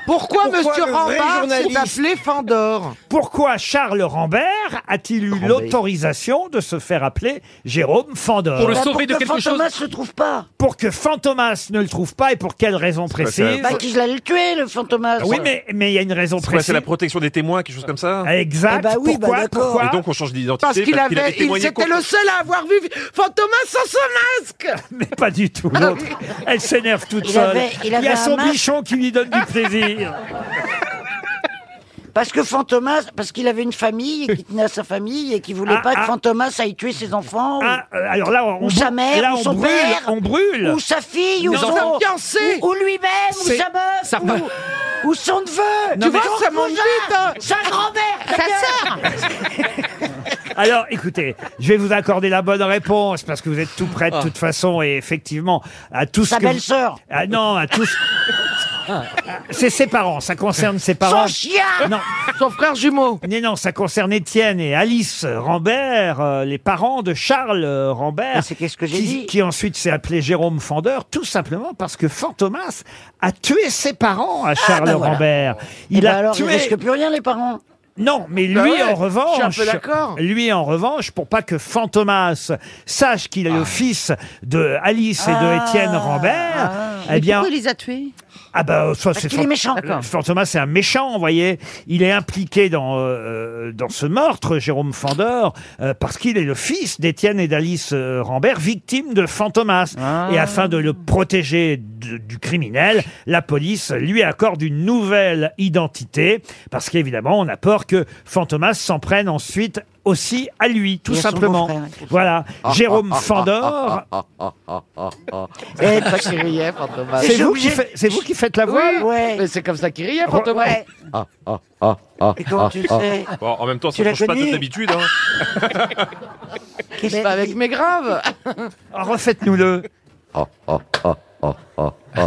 [SPEAKER 4] Pourquoi, Monsieur
[SPEAKER 1] le vrai
[SPEAKER 4] Rambert s'est
[SPEAKER 1] journaliste
[SPEAKER 4] appelé Fandor
[SPEAKER 1] Pourquoi Charles Rambert a-t-il eu l'autorisation de se faire appeler Jérôme Fandor
[SPEAKER 26] Et bah, que Fantomas se trouve pas.
[SPEAKER 1] Pour que Fantomas ne le trouve pas et pour quelle raison précise
[SPEAKER 26] Bah, qu'il allait le tuer, le Fantomas.
[SPEAKER 1] Oui, mais mais il y a une raison
[SPEAKER 18] C'est quoi,
[SPEAKER 1] précise.
[SPEAKER 18] c'est la protection des témoins, quelque chose comme ça
[SPEAKER 1] Exact.
[SPEAKER 18] Eh bah oui, bah
[SPEAKER 1] pourquoi,
[SPEAKER 18] d'accord.
[SPEAKER 1] pourquoi
[SPEAKER 18] Et donc, on change d'identité
[SPEAKER 4] Parce qu'il
[SPEAKER 18] parce qu'il
[SPEAKER 4] avait,
[SPEAKER 18] avait
[SPEAKER 4] il
[SPEAKER 18] témoigné
[SPEAKER 4] c'était
[SPEAKER 18] contre-
[SPEAKER 4] le seul à avoir vu Fantomas sans son
[SPEAKER 18] (laughs)
[SPEAKER 4] masque.
[SPEAKER 1] Mais pas du tout.
[SPEAKER 4] (laughs)
[SPEAKER 1] l'autre. Elle s'énerve toute
[SPEAKER 4] Il
[SPEAKER 1] seule.
[SPEAKER 4] avait- il
[SPEAKER 1] il y
[SPEAKER 4] avait
[SPEAKER 1] a
[SPEAKER 4] un
[SPEAKER 1] son
[SPEAKER 4] masque.
[SPEAKER 1] bichon qui lui donne du
[SPEAKER 4] (laughs)
[SPEAKER 1] plaisir.
[SPEAKER 26] Parce que Fantomas, parce qu'il avait une famille et qu'il tenait à sa famille et qu'il voulait
[SPEAKER 1] Ah,
[SPEAKER 26] pas
[SPEAKER 1] ah.
[SPEAKER 26] que Fantomas aille tuer ses enfants. ou-
[SPEAKER 4] Ah,
[SPEAKER 1] euh, alors là, on-
[SPEAKER 26] ou sa mère,
[SPEAKER 1] là,
[SPEAKER 26] ou
[SPEAKER 1] on
[SPEAKER 26] son
[SPEAKER 1] brûle,
[SPEAKER 26] père,
[SPEAKER 1] on brûle.
[SPEAKER 26] ou sa fille, ou
[SPEAKER 1] Non,
[SPEAKER 26] son
[SPEAKER 1] sa
[SPEAKER 4] fiancée.
[SPEAKER 26] ou, ou lui-même, ou
[SPEAKER 1] C'est-
[SPEAKER 26] sa meuf,
[SPEAKER 1] Sa
[SPEAKER 26] ou,
[SPEAKER 1] meuf.
[SPEAKER 26] ou son neveu.
[SPEAKER 4] Non, mais- ça monte vite, hein.
[SPEAKER 26] Sa grand-mère,
[SPEAKER 4] Sa
[SPEAKER 26] sœur.
[SPEAKER 1] Alors, écoutez, je vais vous accorder la bonne réponse parce que vous êtes tout prêts
[SPEAKER 4] Ah.
[SPEAKER 1] de toute façon et effectivement à tous.
[SPEAKER 26] Sa belle-sœur.
[SPEAKER 1] Ah non, à tous. C'est ses parents, ça concerne ses parents.
[SPEAKER 26] chien.
[SPEAKER 1] Non, son frère jumeau. Mais non, ça concerne Étienne et Alice Rambert, euh, les parents de Charles euh, Rambert. C'est qu'est-ce que j'ai dit Qui ensuite s'est appelé Jérôme Fandeur, tout simplement parce que Fantomas a tué ses parents à Charles
[SPEAKER 26] bah voilà.
[SPEAKER 1] Rambert.
[SPEAKER 26] Il
[SPEAKER 1] a
[SPEAKER 26] alors,
[SPEAKER 1] tué.
[SPEAKER 26] il risque plus rien, les parents.
[SPEAKER 1] Non, mais lui
[SPEAKER 26] Bah ouais,
[SPEAKER 1] en revanche,
[SPEAKER 26] je suis un peu d'accord.
[SPEAKER 1] lui en revanche, pour pas que Fantomas sache qu'il est
[SPEAKER 26] Ah.
[SPEAKER 1] le fils de Alice et de Étienne
[SPEAKER 26] Ah.
[SPEAKER 1] Rambert, eh bien,
[SPEAKER 7] pourquoi il les a tués
[SPEAKER 1] ah bah ça c'est
[SPEAKER 7] qu'il est
[SPEAKER 1] Fan-
[SPEAKER 7] méchant.
[SPEAKER 1] euh,
[SPEAKER 7] D'accord.
[SPEAKER 1] Fantomas, c'est un méchant, vous voyez. Il est impliqué dans euh, dans ce meurtre, Jérôme Fandor, euh, parce qu'il est le fils d'Étienne et d'Alice euh, Rambert, victime de Fantomas. Et afin de le protéger de- du criminel, la police lui accorde une nouvelle identité, parce qu'évidemment, on a peur que Fantomas s'en prenne ensuite aussi à lui, tout
[SPEAKER 26] Et à son
[SPEAKER 1] simplement.
[SPEAKER 26] beau-frère.
[SPEAKER 1] Voilà,
[SPEAKER 4] Ah,
[SPEAKER 1] Jérôme Fandor. Eh ben,
[SPEAKER 4] C'est comme ça qu'il riait, Fantomas.
[SPEAKER 1] C'est vous, qui fait- c'est vous qui faites la voix
[SPEAKER 4] Oui, Mais c'est comme ça qu'il riait, Fantomas.
[SPEAKER 1] Ah,
[SPEAKER 26] Et comment tu le sais
[SPEAKER 18] Bon, en même temps,
[SPEAKER 26] Tu
[SPEAKER 18] ça
[SPEAKER 26] l'as
[SPEAKER 18] change pas
[SPEAKER 26] connu
[SPEAKER 18] de d'habitude. Hein.
[SPEAKER 26] (laughs)
[SPEAKER 4] C'est pas avec mes graves.
[SPEAKER 1] Ah, Refaites-nous-le.
[SPEAKER 4] ah,
[SPEAKER 26] Eh,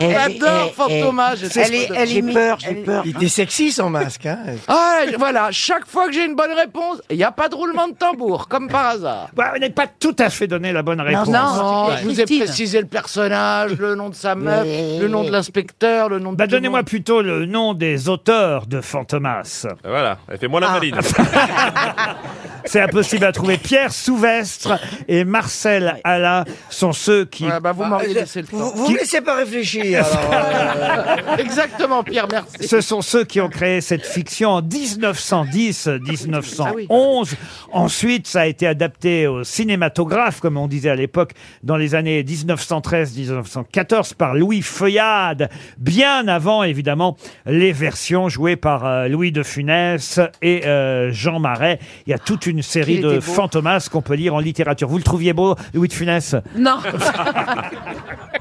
[SPEAKER 1] Eh,
[SPEAKER 4] J'adore Fantomas. je sais ce que-
[SPEAKER 26] J'ai peur, j'ai peur.
[SPEAKER 27] Il était sexy son masque. Hein.
[SPEAKER 4] Ah, voilà, chaque fois que j'ai une bonne réponse, il n'y a pas de roulement de tambour, comme par hasard.
[SPEAKER 1] Bah, on n'est pas tout à fait donné la bonne réponse.
[SPEAKER 4] non, je vous ai
[SPEAKER 1] Christine.
[SPEAKER 4] précisé le personnage, le nom de sa meuf,
[SPEAKER 1] Mais-
[SPEAKER 4] le nom de l'inspecteur, le nom de.
[SPEAKER 1] Bah,
[SPEAKER 4] tout le
[SPEAKER 1] donnez-moi plutôt le nom des auteurs de Fantomas.
[SPEAKER 18] Bah,
[SPEAKER 1] Ah.
[SPEAKER 18] Voilà, elle fait moins la maline.
[SPEAKER 1] (laughs) C'est impossible à trouver. Pierre Souvestre et Marcel Alain sont ceux qui.
[SPEAKER 4] monde. Ouais, bah, vous m'auriez
[SPEAKER 27] Ah,
[SPEAKER 4] laissé le temps.
[SPEAKER 27] Vous, vous me laissez pas réfléchir. alors, euh,
[SPEAKER 4] (laughs) Exactement, Pierre, merci.
[SPEAKER 1] Ce sont ceux qui ont créé cette fiction en
[SPEAKER 4] Ah
[SPEAKER 1] 1910-1911. Ensuite, ça a été adapté au cinématographe, comme on disait à l'époque, dans les années 1913-1914 par Louis Feuillade, bien avant, évidemment, les versions jouées par euh, Louis de Funès et euh, Jean Marais. Il y a toute une série
[SPEAKER 4] Qu'il était
[SPEAKER 1] de
[SPEAKER 4] beau.
[SPEAKER 1] fantomas qu'on peut lire en littérature. Vous le trouviez beau, Louis de Funès (laughs)
[SPEAKER 7] Non.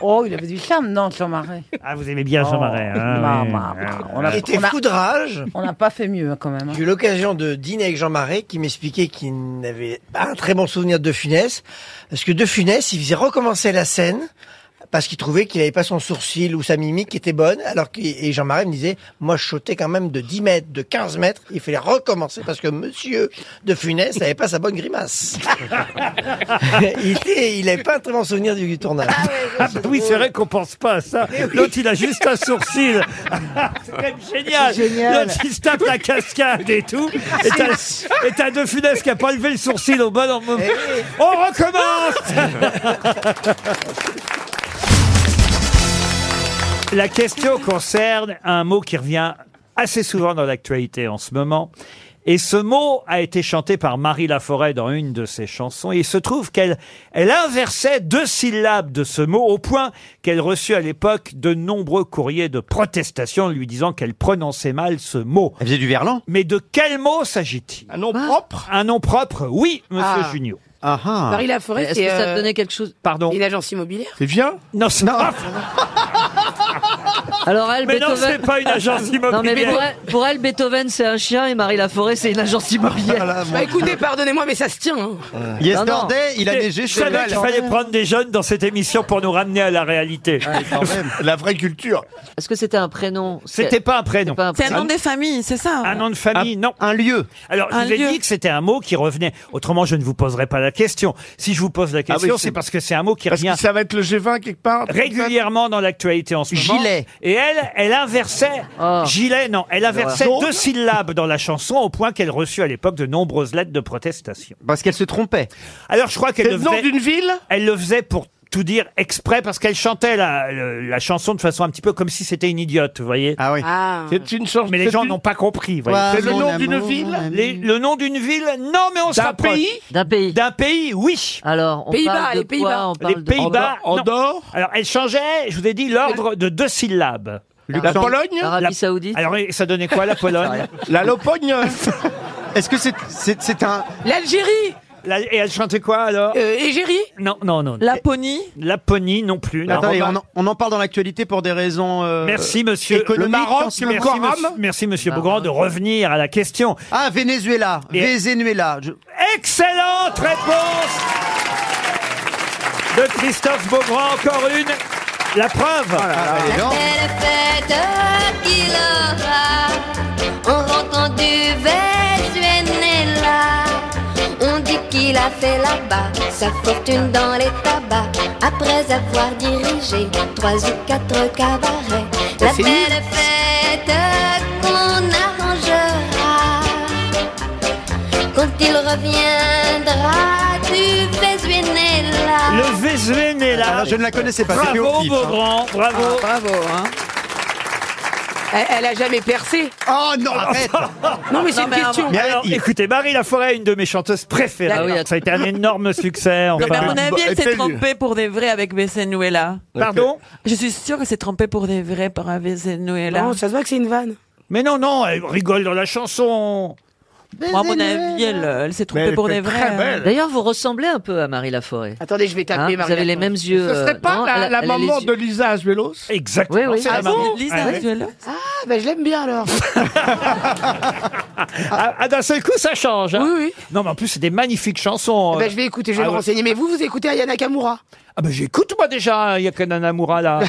[SPEAKER 7] oh, il avait du charme, non, Jean Marais.
[SPEAKER 1] Ah, vous aimez
[SPEAKER 4] Oh.
[SPEAKER 1] bien Jean Marais. hein,
[SPEAKER 7] Non,
[SPEAKER 1] oui.
[SPEAKER 7] non,
[SPEAKER 1] Ah,
[SPEAKER 27] on a, été fou de rage.
[SPEAKER 7] On n'a pas fait mieux, hein, quand même. hein.
[SPEAKER 27] J'ai eu l'occasion de dîner avec Jean Marais qui m'expliquait qu'il n'avait pas un très bon souvenir de Funès. Parce que de Funès, il faisait recommencer la scène
[SPEAKER 11] parce qu'il trouvait qu'il n'avait pas son sourcil ou sa mimique qui était bonne. Alors que et Jean Marais me disait, moi je sautais quand même de 10 mètres, de 15 mètres. Il fallait recommencer parce que Monsieur de Funès n'avait pas sa
[SPEAKER 1] (laughs)
[SPEAKER 11] bonne grimace. il était, il n'avait pas un très bon souvenir du, du tournage.
[SPEAKER 1] Ah bah oui, c'est vrai qu'on pense pas à ça. L'autre, il a juste
[SPEAKER 41] (laughs)
[SPEAKER 1] un sourcil. c'est quand même génial.
[SPEAKER 41] C'est génial. Ah,
[SPEAKER 1] L'autre, il se tape la cascade et tout. Et
[SPEAKER 41] C'est-
[SPEAKER 1] t'as- Et t'as deux funesses qui a pas levé le sourcil au bon moment.
[SPEAKER 41] Eh
[SPEAKER 1] On recommence
[SPEAKER 41] (laughs)
[SPEAKER 1] La question concerne un mot qui revient assez souvent dans l'actualité en ce moment. Et ce mot a été chanté par Marie Laforêt dans une de ses chansons. Et il se trouve qu'elle elle inversait deux syllabes de ce mot au point qu'elle reçut à l'époque de nombreux courriers de protestation lui disant qu'elle prononçait mal ce mot. Elle faisait du verlan. Mais de quel mot s'agit-il Un nom propre Un nom propre, oui, monsieur
[SPEAKER 4] Ah.
[SPEAKER 1] Junio.
[SPEAKER 4] Marie Laforêt,
[SPEAKER 1] Est-ce
[SPEAKER 4] c'est,
[SPEAKER 1] que ça te
[SPEAKER 4] euh,
[SPEAKER 1] donnait
[SPEAKER 4] quelque chose
[SPEAKER 1] Pardon.
[SPEAKER 4] Une agence immobilière
[SPEAKER 1] C'est bien Non, c'est pas.
[SPEAKER 4] (laughs) Alors elle,
[SPEAKER 1] Mais non,
[SPEAKER 4] Beethoven...
[SPEAKER 1] c'est pas une agence
[SPEAKER 4] (laughs) Non, mais
[SPEAKER 1] immobilière.
[SPEAKER 4] pour elle, pour elle, Beethoven, c'est un chien et Marie Laforêt, c'est une agence immobilière.
[SPEAKER 1] Voilà, mon Bah, écoutez, Dieu.
[SPEAKER 4] pardonnez-moi, mais ça se tient.
[SPEAKER 1] Yesterday, Je savais qu'il fallait prendre des jeunes dans cette émission pour nous ramener à la réalité. (laughs) la vraie culture.
[SPEAKER 4] Est-ce que c'était un prénom
[SPEAKER 1] C'était pas un prénom.
[SPEAKER 15] C'est un nom de famille, c'est ça
[SPEAKER 1] Un nom de famille, non.
[SPEAKER 4] Un lieu.
[SPEAKER 1] Alors,
[SPEAKER 15] Un
[SPEAKER 1] je vous ai
[SPEAKER 15] lieu.
[SPEAKER 1] dit que c'était un mot qui revenait. Autrement, je ne vous poserai pas la question. Si je vous pose la
[SPEAKER 6] Ah oui,
[SPEAKER 1] question,
[SPEAKER 6] c'est-
[SPEAKER 1] c'est parce que c'est un mot qui
[SPEAKER 6] Parce
[SPEAKER 1] revient
[SPEAKER 6] que ça va être le G20 quelque part
[SPEAKER 1] régulièrement dans l'actualité en ce moment.
[SPEAKER 6] Gilet.
[SPEAKER 1] Et elle, elle inversait.
[SPEAKER 4] Oh.
[SPEAKER 1] Gilet, non. Elle inversait
[SPEAKER 2] Jaune.
[SPEAKER 1] deux syllabes dans la chanson au point qu'elle reçut à l'époque de nombreuses lettres de protestation.
[SPEAKER 2] Parce qu'elle se trompait.
[SPEAKER 1] Alors, je crois qu'elle
[SPEAKER 2] C'est le nom d'une
[SPEAKER 1] ville Elle le faisait pour tout dire exprès parce qu'elle chantait la, le- la chanson de façon un petit peu comme si c'était une idiote, vous voyez. Ah oui.
[SPEAKER 4] Ah.
[SPEAKER 1] C'est une chanson. Mais les
[SPEAKER 6] c'est
[SPEAKER 1] gens
[SPEAKER 6] une-
[SPEAKER 1] n'ont pas compris. vous voyez.
[SPEAKER 6] C'est le nom d'une ville
[SPEAKER 1] Les- le nom d'une ville Non, mais on se rapproche.
[SPEAKER 4] D'un pays
[SPEAKER 1] D'un pays, oui.
[SPEAKER 4] Alors, on Pays-Bas, parle de les quoi Pays-Bas. On parle
[SPEAKER 1] Les
[SPEAKER 4] de-
[SPEAKER 1] Pays-Bas.
[SPEAKER 4] Andorre-
[SPEAKER 1] non. Alors, elle changeait, je vous ai dit, l'ordre de deux syllabes.
[SPEAKER 4] La Pologne L'Arabie
[SPEAKER 1] La-
[SPEAKER 4] Saoudite
[SPEAKER 1] Alors, ça donnait quoi, la
[SPEAKER 4] (laughs)
[SPEAKER 1] Pologne La Lopogne Est-ce que c'est un...
[SPEAKER 4] L'Algérie Euh,
[SPEAKER 1] Et elle chantait quoi, alors
[SPEAKER 4] Égérie
[SPEAKER 1] Non, non, non.
[SPEAKER 4] Laponie
[SPEAKER 1] Laponie non plus. non.
[SPEAKER 2] Attendez, on, en- on en parle dans l'actualité pour des raisons. euh,
[SPEAKER 1] Merci monsieur
[SPEAKER 2] économiques,
[SPEAKER 1] Merci,
[SPEAKER 2] financières.
[SPEAKER 1] monsieur, merci monsieur Beaugrand de revenir à la question.
[SPEAKER 2] Ah, Venezuela,
[SPEAKER 1] Et-
[SPEAKER 2] Venezuela. Je-
[SPEAKER 1] Excellente réponse de Christophe Beaugrand, encore une. La preuve
[SPEAKER 2] Ah,
[SPEAKER 21] Belle fête qu'il aura en rentrant du Venezuela. On dit qu'il a fait là-bas sa fortune dans les tabacs après avoir dirigé trois ou quatre cabarets.
[SPEAKER 41] Bah,
[SPEAKER 23] Ça,
[SPEAKER 21] La
[SPEAKER 23] c'est nul.
[SPEAKER 21] belle fête qu'on arrangera quand il reviendra du Venezuela.
[SPEAKER 1] Le Venezuela.
[SPEAKER 2] Alors, Ah, je ne la connaissais pas, c'était au
[SPEAKER 1] Bravo
[SPEAKER 2] pif, hein.
[SPEAKER 1] Beaugrand, bravo.
[SPEAKER 4] bravo, hein. Elle, elle a jamais percé. Oh non,
[SPEAKER 1] Ah,
[SPEAKER 4] arrête Non, mais c'est une question.
[SPEAKER 1] Mais alors, écoutez, Marie Laforêt est une de mes chanteuses préférées.
[SPEAKER 4] Ah oui,
[SPEAKER 1] Alors, ça a été un énorme succès.
[SPEAKER 15] Non, mais à mon
[SPEAKER 2] Bah,
[SPEAKER 15] avis, elle s'est
[SPEAKER 1] trompée.
[SPEAKER 15] trompée pour des vrais avec Venezuela.
[SPEAKER 1] Pardon
[SPEAKER 15] Je suis sûre qu'elle s'est trompée pour des vrais par un Venezuela.
[SPEAKER 4] Non, ça se voit que c'est une vanne.
[SPEAKER 1] Mais non, non, elle rigole dans la chanson.
[SPEAKER 15] Moi, à mon avis, elle, elle s'est trompée pour des vrais. hein.
[SPEAKER 4] D'ailleurs, vous ressemblez un peu à Marie Laforêt. Attendez, je vais taper Marie Hein, Vous avez les mêmes yeux. euh,
[SPEAKER 6] Ce serait pas la, la maman de Lisa Azuelos
[SPEAKER 1] Exactement.
[SPEAKER 4] Oui, oui.
[SPEAKER 1] c'est la
[SPEAKER 4] Ah
[SPEAKER 1] maman.
[SPEAKER 4] bon Lisa
[SPEAKER 1] Ah, oui.
[SPEAKER 4] Azuelos.
[SPEAKER 7] Ah, ben je l'aime bien alors.
[SPEAKER 1] Ah, ah, d'un seul coup, ça change. Oui, oui. Non, mais en plus, c'est des magnifiques chansons. euh.
[SPEAKER 7] Eh ben, je vais écouter, je vais me renseigner. Mais vous, vous écoutez Ayana Kamura
[SPEAKER 1] Ah, ben j'écoute, moi, déjà. hein, Il y a qu'un Anamura, là.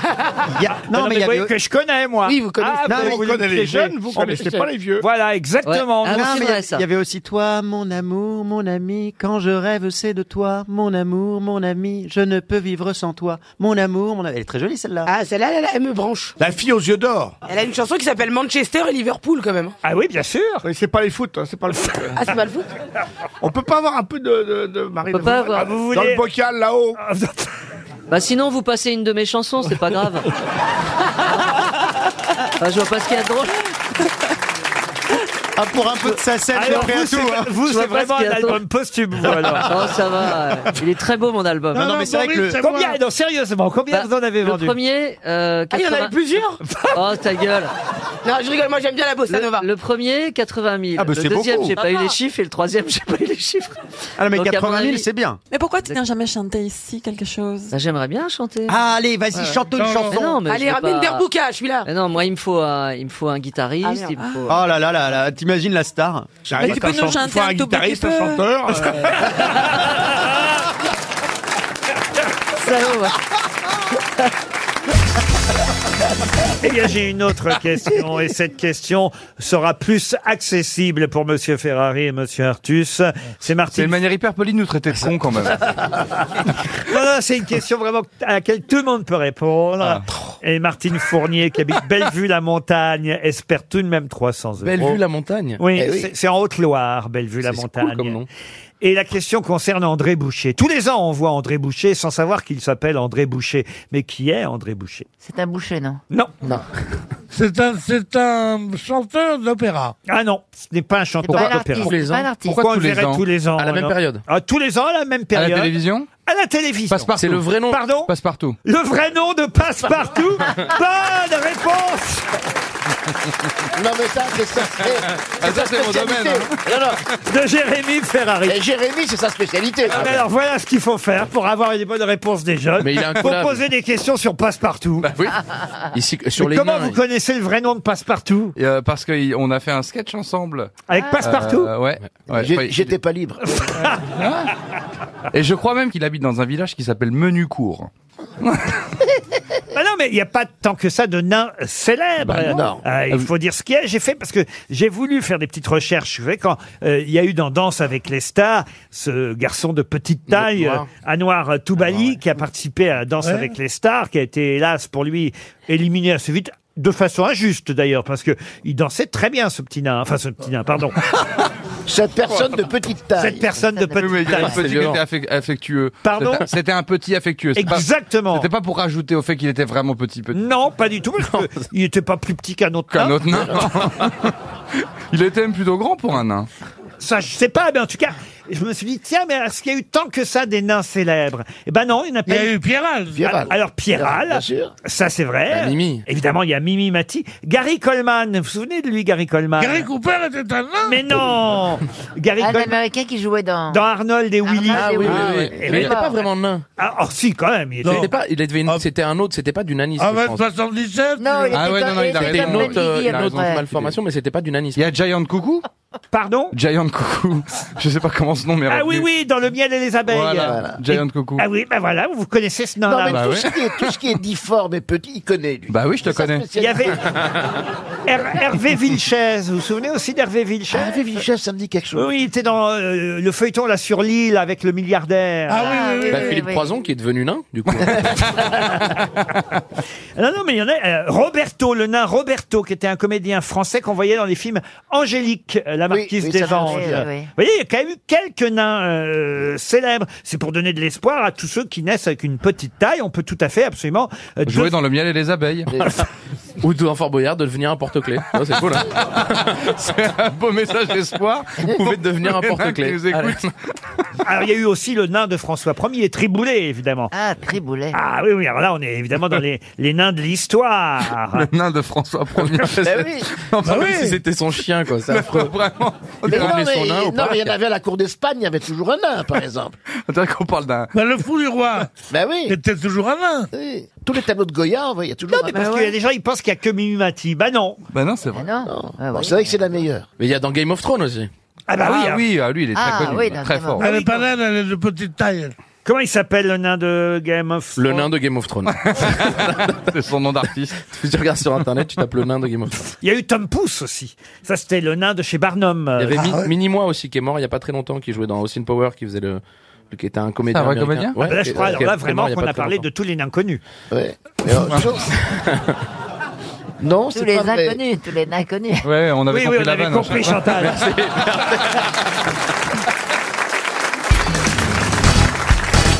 [SPEAKER 1] Il y a- Non,
[SPEAKER 7] Non, mais
[SPEAKER 1] mais
[SPEAKER 7] (laughs) il y
[SPEAKER 1] vous voyez
[SPEAKER 7] avait-
[SPEAKER 1] que je connais, moi.
[SPEAKER 7] Oui, vous connaissez.
[SPEAKER 1] Ah,
[SPEAKER 7] Non,
[SPEAKER 1] vous,
[SPEAKER 7] mais
[SPEAKER 1] vous
[SPEAKER 7] vous connaissez
[SPEAKER 1] les,
[SPEAKER 7] les
[SPEAKER 1] jeunes,
[SPEAKER 7] jeunes,
[SPEAKER 1] vous
[SPEAKER 7] Oh, mais
[SPEAKER 1] connaissez
[SPEAKER 7] c'est
[SPEAKER 1] pas
[SPEAKER 7] vrai,
[SPEAKER 1] les
[SPEAKER 7] ça.
[SPEAKER 1] vieux. Voilà, exactement.
[SPEAKER 2] Ah,
[SPEAKER 1] Non,
[SPEAKER 2] non,
[SPEAKER 1] c'est
[SPEAKER 2] mais il y
[SPEAKER 1] vrai,
[SPEAKER 2] avait-
[SPEAKER 1] ça.
[SPEAKER 2] il y avait aussi toi, mon amour, mon ami. Quand je rêve, c'est de toi, mon amour, mon ami. Je ne peux vivre sans toi, mon amour, mon ami. Elle est très jolie celle-là.
[SPEAKER 4] Ah, celle-là, elle, elle me branche.
[SPEAKER 2] La fille aux yeux d'or.
[SPEAKER 4] Elle a une chanson qui s'appelle Manchester et Liverpool quand même.
[SPEAKER 1] Ah oui, bien sûr.
[SPEAKER 6] Mais c'est pas les foot, hein, c'est pas le foot.
[SPEAKER 4] Ah, c'est pas le foot
[SPEAKER 6] On peut pas avoir un peu de, de, de Marie
[SPEAKER 4] On peut pas
[SPEAKER 6] Laforêt
[SPEAKER 4] avoir.
[SPEAKER 6] Ah,
[SPEAKER 4] Vous
[SPEAKER 6] Dans
[SPEAKER 4] voulez-
[SPEAKER 6] le bocal là-haut.
[SPEAKER 1] Ah,
[SPEAKER 4] (laughs) Bah sinon, vous passez une de mes chansons, c'est
[SPEAKER 1] (laughs)
[SPEAKER 4] pas grave. Ah, je vois pas ce qu'il y a de drôle.
[SPEAKER 2] Ah, pour un peu de sa scène,
[SPEAKER 1] Alors,
[SPEAKER 2] j'ai pris
[SPEAKER 1] vous,
[SPEAKER 2] un tout.
[SPEAKER 1] c'est-
[SPEAKER 2] hein.
[SPEAKER 1] vous,
[SPEAKER 2] Je
[SPEAKER 1] c'est
[SPEAKER 2] vois pas ce
[SPEAKER 1] vraiment
[SPEAKER 2] qu'il y
[SPEAKER 1] un
[SPEAKER 2] a de drôle.
[SPEAKER 1] album posthume, vous, alors.
[SPEAKER 4] (laughs) Oh, ça va. euh, Il est très beau, mon album.
[SPEAKER 1] Non, non, mais c'est vrai que le... Combien Ah, Non, sérieusement, combien
[SPEAKER 4] Bah,
[SPEAKER 1] vous en avez
[SPEAKER 4] le
[SPEAKER 1] vendu
[SPEAKER 4] premier, euh,
[SPEAKER 1] Ah, il y en avait
[SPEAKER 4] plusieurs (laughs) Oh, ta gueule Non, je rigole, moi j'aime bien la bossa nova. Le, premier, 80 000.
[SPEAKER 2] Ah, bah,
[SPEAKER 4] le
[SPEAKER 2] c'est
[SPEAKER 4] deuxième,
[SPEAKER 2] beaucoup.
[SPEAKER 4] j'ai pas eu
[SPEAKER 2] Ah.
[SPEAKER 4] les chiffres. Et le troisième, j'ai pas eu les chiffres.
[SPEAKER 2] Ah, non, mais
[SPEAKER 4] Donc, à mon
[SPEAKER 2] 80 000,
[SPEAKER 4] avis-
[SPEAKER 2] c'est bien.
[SPEAKER 15] Mais pourquoi tu n'as jamais chanté ici quelque chose
[SPEAKER 4] Bah, J'aimerais bien chanter.
[SPEAKER 2] Ah, allez, vas-y, chante une
[SPEAKER 4] Non, non.
[SPEAKER 2] chanson.
[SPEAKER 4] Mais non, mais
[SPEAKER 2] Allez,
[SPEAKER 4] je vais
[SPEAKER 2] ramène
[SPEAKER 4] pas-
[SPEAKER 2] Derbuka,
[SPEAKER 4] Mais Non, moi, il me faut, un- il me faut un guitariste.
[SPEAKER 2] Ah, merde.
[SPEAKER 4] il me faut...
[SPEAKER 2] Oh là là là là, t'imagines la star
[SPEAKER 4] Mais tu peux nous chanter un tout petit peu. (laughs)
[SPEAKER 2] euh.
[SPEAKER 4] Ça va, ouais.
[SPEAKER 1] Eh bien, j'ai une autre question, et cette question sera plus accessible pour Monsieur Ferrari et Monsieur Artus. C'est Martine.
[SPEAKER 19] C'est une manière hyper polie de nous traiter de cons
[SPEAKER 1] (laughs)
[SPEAKER 19] quand même.
[SPEAKER 1] Non, non, c'est une question vraiment à laquelle tout le monde peut répondre.
[SPEAKER 19] Ah.
[SPEAKER 1] Et Martine Fournier, qui habite Bellevue-la-Montagne, espère tout de même 300 euros.
[SPEAKER 2] Bellevue-la-Montagne
[SPEAKER 1] Oui,
[SPEAKER 2] Eh oui.
[SPEAKER 1] c'est- c'est en Haute-Loire, Bellevue-la-Montagne. Et la question concerne André Boucher. Tous les ans, on voit André Boucher sans savoir qu'il s'appelle André Boucher. Mais qui est André Boucher
[SPEAKER 5] C'est un boucher, non
[SPEAKER 1] Non. Non.
[SPEAKER 7] C'est un, c'est un chanteur d'opéra.
[SPEAKER 1] Ah non, ce n'est pas un chanteur
[SPEAKER 7] Pourquoi
[SPEAKER 1] d'opéra.
[SPEAKER 7] tous les ans Pas l'artiste.
[SPEAKER 1] Pourquoi on
[SPEAKER 7] Tous
[SPEAKER 1] le
[SPEAKER 7] les
[SPEAKER 1] verrait
[SPEAKER 7] ans
[SPEAKER 1] tous les ans
[SPEAKER 7] À la même
[SPEAKER 1] alors
[SPEAKER 7] période
[SPEAKER 1] Ah, Tous les ans, à la même période.
[SPEAKER 19] télévision
[SPEAKER 1] À la télévision.
[SPEAKER 19] Passe-partout. C'est le vrai nom.
[SPEAKER 1] Pardon
[SPEAKER 19] Passe-partout.
[SPEAKER 1] Le vrai nom de (laughs) Passepartout Bonne réponse
[SPEAKER 4] (laughs) Non, mais ça, c'est ça. c'est-
[SPEAKER 19] Ah, ça,
[SPEAKER 4] sa
[SPEAKER 19] c'est mon
[SPEAKER 4] spécialité.
[SPEAKER 19] domaine, hein.
[SPEAKER 4] Non,
[SPEAKER 1] De Jérémy Ferrari.
[SPEAKER 4] Et Jérémy, c'est sa spécialité.
[SPEAKER 1] Ah, mais (laughs) alors voilà ce qu'il faut faire pour avoir une bonne réponse des jeunes.
[SPEAKER 4] Mais il est
[SPEAKER 1] faut
[SPEAKER 4] incollable.
[SPEAKER 1] poser des questions sur Passepartout.
[SPEAKER 19] Bah oui. Ici, sur
[SPEAKER 1] Mais
[SPEAKER 19] les
[SPEAKER 1] comment
[SPEAKER 19] mains,
[SPEAKER 1] vous connaissez le vrai nom de Passepartout
[SPEAKER 19] Et, euh, parce qu'on a fait un sketch ensemble.
[SPEAKER 1] Avec Passepartout
[SPEAKER 19] Euh, Ouais. ouais.
[SPEAKER 4] J'ai-
[SPEAKER 19] Enfin, il-
[SPEAKER 4] J'étais pas libre.
[SPEAKER 19] Et je crois même qu'il habite dans un village qui s'appelle Menucourt.
[SPEAKER 1] Ah non, mais il n'y a pas tant que ça de nains célèbres.
[SPEAKER 19] Bah non.
[SPEAKER 1] Euh, il faut dire ce qu'il y a. J'ai fait parce que j'ai voulu faire des petites recherches. Vous savez, quand euh, il y a eu dans Danse avec les stars, ce garçon de petite taille,
[SPEAKER 2] Noir.
[SPEAKER 1] euh, à noir euh, Toubali, qui a participé à Danse
[SPEAKER 2] Ouais.
[SPEAKER 1] avec les stars, qui a été, hélas, pour lui, éliminé assez vite. De façon injuste d'ailleurs, parce que il dansait très bien ce petit nain, enfin ce petit nain, pardon.
[SPEAKER 4] (laughs) Cette
[SPEAKER 1] (laughs)
[SPEAKER 4] personne de petite taille.
[SPEAKER 1] Cette personne de
[SPEAKER 19] Oui, mais
[SPEAKER 1] petite
[SPEAKER 19] il y a
[SPEAKER 1] taille.
[SPEAKER 19] un petit qui était affec- affectueux.
[SPEAKER 1] Pardon
[SPEAKER 19] C'était- C'était un petit affectueux. C'est pas-
[SPEAKER 1] Exactement.
[SPEAKER 19] C'était pas pour rajouter au fait qu'il était vraiment petit, petit.
[SPEAKER 1] Non, pas du tout, parce que il était pas plus petit qu'un autre
[SPEAKER 19] Qu'un
[SPEAKER 1] nain.
[SPEAKER 19] autre nain.
[SPEAKER 1] (laughs)
[SPEAKER 19] il était même plutôt grand pour un nain.
[SPEAKER 1] Ça, je sais pas, mais en tout cas, je me suis dit, tiens, mais est-ce qu'il y a eu tant que ça des nains célèbres Eh ben non, il n'y en a pas
[SPEAKER 7] Il y a eu Pierral.
[SPEAKER 1] Pierral. Alors, Pierral,
[SPEAKER 7] Bien sûr.
[SPEAKER 1] ça c'est vrai.
[SPEAKER 7] Bah, Mimi.
[SPEAKER 1] Évidemment, il y a Mimi Mati. Gary Coleman, vous vous souvenez de lui, Gary Coleman
[SPEAKER 7] Gary Cooper était un nain.
[SPEAKER 1] Mais Ah, non Gary
[SPEAKER 5] Un
[SPEAKER 1] Coleman,
[SPEAKER 5] Américain qui jouait dans...
[SPEAKER 1] dans Arnold et Willy.
[SPEAKER 5] Ah oui, oui, oui.
[SPEAKER 1] Eh
[SPEAKER 2] Mais
[SPEAKER 1] ben,
[SPEAKER 2] il était pas vraiment nain.
[SPEAKER 1] Ah, oh, si, quand même. Il
[SPEAKER 2] Il était pas, il était une- c'était un autre, c'était pas du nanisme.
[SPEAKER 7] En
[SPEAKER 2] je pense.
[SPEAKER 7] 77
[SPEAKER 2] Non,
[SPEAKER 19] il Ah était ouais, comme- non, non, il il a était
[SPEAKER 2] C'était
[SPEAKER 19] raison.
[SPEAKER 2] une
[SPEAKER 19] comme
[SPEAKER 2] autre, euh,
[SPEAKER 19] Lady,
[SPEAKER 2] une autre
[SPEAKER 19] après.
[SPEAKER 2] malformation, mais c'était pas du nanisme.
[SPEAKER 19] Il y a Giant Coucou
[SPEAKER 1] Pardon
[SPEAKER 19] Giant Coucou. (laughs) Je sais pas comment ce nom m'est
[SPEAKER 1] Ah oui,
[SPEAKER 19] revenu.
[SPEAKER 1] oui, dans le miel et les abeilles.
[SPEAKER 19] Voilà. Giant Coucou.
[SPEAKER 1] Ah oui, ben voilà, vous connaissez ce
[SPEAKER 4] Non,
[SPEAKER 1] nain-là.
[SPEAKER 4] mais
[SPEAKER 19] bah
[SPEAKER 4] tout,
[SPEAKER 19] ouais.
[SPEAKER 4] ce qui est, tout ce qui est difforme et petit, il connaît, lui.
[SPEAKER 19] Bah oui, je te connais.
[SPEAKER 1] Il y (laughs) avait Her- Hervé Vilches, vous vous souvenez aussi d'Hervé Vilches Hervé
[SPEAKER 4] Vilches, ça me dit quelque
[SPEAKER 1] chose. Oui, il était dans euh, le feuilleton là sur l'île avec le milliardaire.
[SPEAKER 4] Ah
[SPEAKER 2] Bah, Philippe Croison qui est devenu nain, du coup.
[SPEAKER 1] Non, non, mais il y en a. euh, Roberto, le nain Roberto, qui était un comédien français qu'on voyait dans les films Angélique, euh, la marquise
[SPEAKER 4] oui, ça
[SPEAKER 1] des
[SPEAKER 4] me
[SPEAKER 1] anges.
[SPEAKER 4] revient, oui.
[SPEAKER 1] Vous voyez, il y a quand même eu quelques nains euh, célèbres. C'est pour donner de l'espoir à tous ceux qui naissent avec une petite taille. On peut tout à fait, absolument. euh,
[SPEAKER 19] Jouer
[SPEAKER 1] de-
[SPEAKER 19] dans le miel et les abeilles. (laughs)
[SPEAKER 2] Ou dans Fort Boyard de devenir un porte-clés. Ça, c'est cool. hein.
[SPEAKER 19] (laughs) C'est un beau message d'espoir.
[SPEAKER 2] Vous pouvez devenir un
[SPEAKER 19] Les nains
[SPEAKER 2] porte-clés.
[SPEAKER 19] qui nous écoutent.
[SPEAKER 1] Alors, il y a eu aussi le nain de François Ier, Triboulet, évidemment.
[SPEAKER 5] Ah, Triboulet.
[SPEAKER 1] Ah oui, oui, alors là, on est évidemment dans les, les nains de l'histoire. Bah
[SPEAKER 19] Le nain de François Ier. (laughs)
[SPEAKER 4] oui.
[SPEAKER 2] Enfin, même si c'était son chien, quoi. C'est affreux.
[SPEAKER 19] Vraiment.
[SPEAKER 4] Mais non, mais,
[SPEAKER 2] son nain au
[SPEAKER 4] non, mais il y en
[SPEAKER 2] parc.
[SPEAKER 4] avait à la cour d'Espagne, il y avait toujours un nain, par
[SPEAKER 19] (laughs)
[SPEAKER 4] exemple.
[SPEAKER 19] Attends qu'on parle d'un.
[SPEAKER 7] Bah, le fou du roi.
[SPEAKER 4] bah oui.
[SPEAKER 7] C'était toujours un nain.
[SPEAKER 4] Oui. Tous les tableaux de Goya, on voit, il y a toujours
[SPEAKER 1] Non, Ah,
[SPEAKER 4] un
[SPEAKER 1] mais
[SPEAKER 4] nain.
[SPEAKER 1] parce qu'il y a des gens, ils pensent qu'il y a que Mimi Mati. Bah non.
[SPEAKER 19] Bah non, c'est vrai.
[SPEAKER 4] Non.
[SPEAKER 7] Ah,
[SPEAKER 4] Bon, c'est vrai que c'est la meilleure.
[SPEAKER 2] Mais il y a dans Game of Thrones aussi.
[SPEAKER 1] Ah bah oui.
[SPEAKER 19] Ah
[SPEAKER 1] hein.
[SPEAKER 19] oui, ah, lui, il est très
[SPEAKER 1] Ah
[SPEAKER 19] connu.
[SPEAKER 1] oui,
[SPEAKER 19] très
[SPEAKER 1] d'accord.
[SPEAKER 19] fort.
[SPEAKER 1] Ah
[SPEAKER 7] Elle
[SPEAKER 1] oui,
[SPEAKER 7] est pas naine, elle est de petite taille.
[SPEAKER 1] Comment il s'appelle le nain de Game of
[SPEAKER 2] Le
[SPEAKER 1] Thrones
[SPEAKER 2] nain de Game of Thrones. (laughs)
[SPEAKER 19] C'est son nom d'artiste.
[SPEAKER 2] Si (laughs) tu regardes sur internet, tu tapes le nain de Game of Thrones.
[SPEAKER 1] Il y a eu Tom Pouce aussi. Ça, c'était le nain de chez Barnum.
[SPEAKER 2] Il y avait
[SPEAKER 1] Ah,
[SPEAKER 2] Mi-
[SPEAKER 1] ouais.
[SPEAKER 2] Mini Moi aussi qui est mort il y a pas très longtemps, qui jouait dans Austin Power, qui faisait le, le- qui était Ah, un comédien.
[SPEAKER 19] C'est un Ah, vrai
[SPEAKER 2] américain.
[SPEAKER 19] comédien
[SPEAKER 2] Ouais,
[SPEAKER 1] Là, Ah, je
[SPEAKER 2] qui-
[SPEAKER 1] crois, alors
[SPEAKER 2] qui est
[SPEAKER 1] là,
[SPEAKER 2] très mort
[SPEAKER 1] vraiment,
[SPEAKER 2] il y a
[SPEAKER 1] qu'on
[SPEAKER 2] pas
[SPEAKER 1] a
[SPEAKER 2] très
[SPEAKER 1] parlé
[SPEAKER 2] longtemps.
[SPEAKER 1] de tous les nains connus.
[SPEAKER 4] Ouais. Mais autre chose- non,
[SPEAKER 5] Tous
[SPEAKER 4] c'est
[SPEAKER 5] les
[SPEAKER 4] pas vrai.
[SPEAKER 5] inconnus, tous les inconnus.
[SPEAKER 19] Ouais, on avait
[SPEAKER 1] Oui,
[SPEAKER 19] compris
[SPEAKER 1] oui, on
[SPEAKER 19] la
[SPEAKER 1] avait
[SPEAKER 19] vanne,
[SPEAKER 1] compris,
[SPEAKER 19] je sais pas.
[SPEAKER 1] Chantal.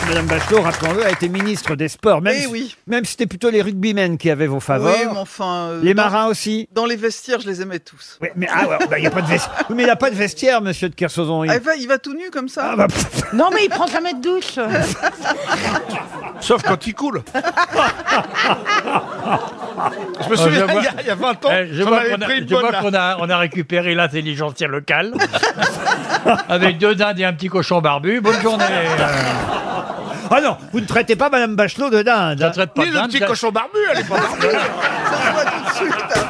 [SPEAKER 1] Madame Bachelot, rappelons-le, a été ministre des Sports. Même,
[SPEAKER 8] Eh
[SPEAKER 1] si-
[SPEAKER 8] oui.
[SPEAKER 1] même si c'était plutôt les rugbymen qui avaient vos faveurs.
[SPEAKER 8] Oui, mais enfin. euh,
[SPEAKER 1] Les
[SPEAKER 8] dans-
[SPEAKER 1] marins aussi.
[SPEAKER 8] Dans les vestiaires, je les aimais tous.
[SPEAKER 1] Oui, mais ah, ouais, bah, il n'y a pas de
[SPEAKER 8] (laughs)
[SPEAKER 1] vestiaire. Oui, Mais il n'a pas de vestiaire, monsieur de Kersozon. Il-
[SPEAKER 8] (laughs) Ah, il, va, il va tout nu comme ça
[SPEAKER 1] Ah, bah, pff,
[SPEAKER 5] Non, mais il prend sa
[SPEAKER 1] (laughs)
[SPEAKER 5] mètre douche.
[SPEAKER 7] Sauf quand il coule.
[SPEAKER 6] Ah, Je Eh, me souviens, il y a- il y a 20 ans,
[SPEAKER 42] je
[SPEAKER 6] j'en
[SPEAKER 42] vois
[SPEAKER 6] avais
[SPEAKER 42] qu'on a,
[SPEAKER 6] pris une
[SPEAKER 42] je
[SPEAKER 6] bonne,
[SPEAKER 42] vois
[SPEAKER 6] là.
[SPEAKER 42] qu'on a- on a récupéré l'intelligentsia
[SPEAKER 8] (laughs)
[SPEAKER 42] locale avec deux dindes et un petit cochon barbu. Bonne journée.
[SPEAKER 1] (laughs) Ah non, vous ne traitez pas Madame Bachelot de hein. dinde.
[SPEAKER 42] traite pas
[SPEAKER 6] Ni
[SPEAKER 42] de
[SPEAKER 6] le
[SPEAKER 42] dinde,
[SPEAKER 6] petit
[SPEAKER 42] ça-
[SPEAKER 6] (laughs) cochon barbu, elle est pas barbue.
[SPEAKER 8] Ça se voit tout de suite.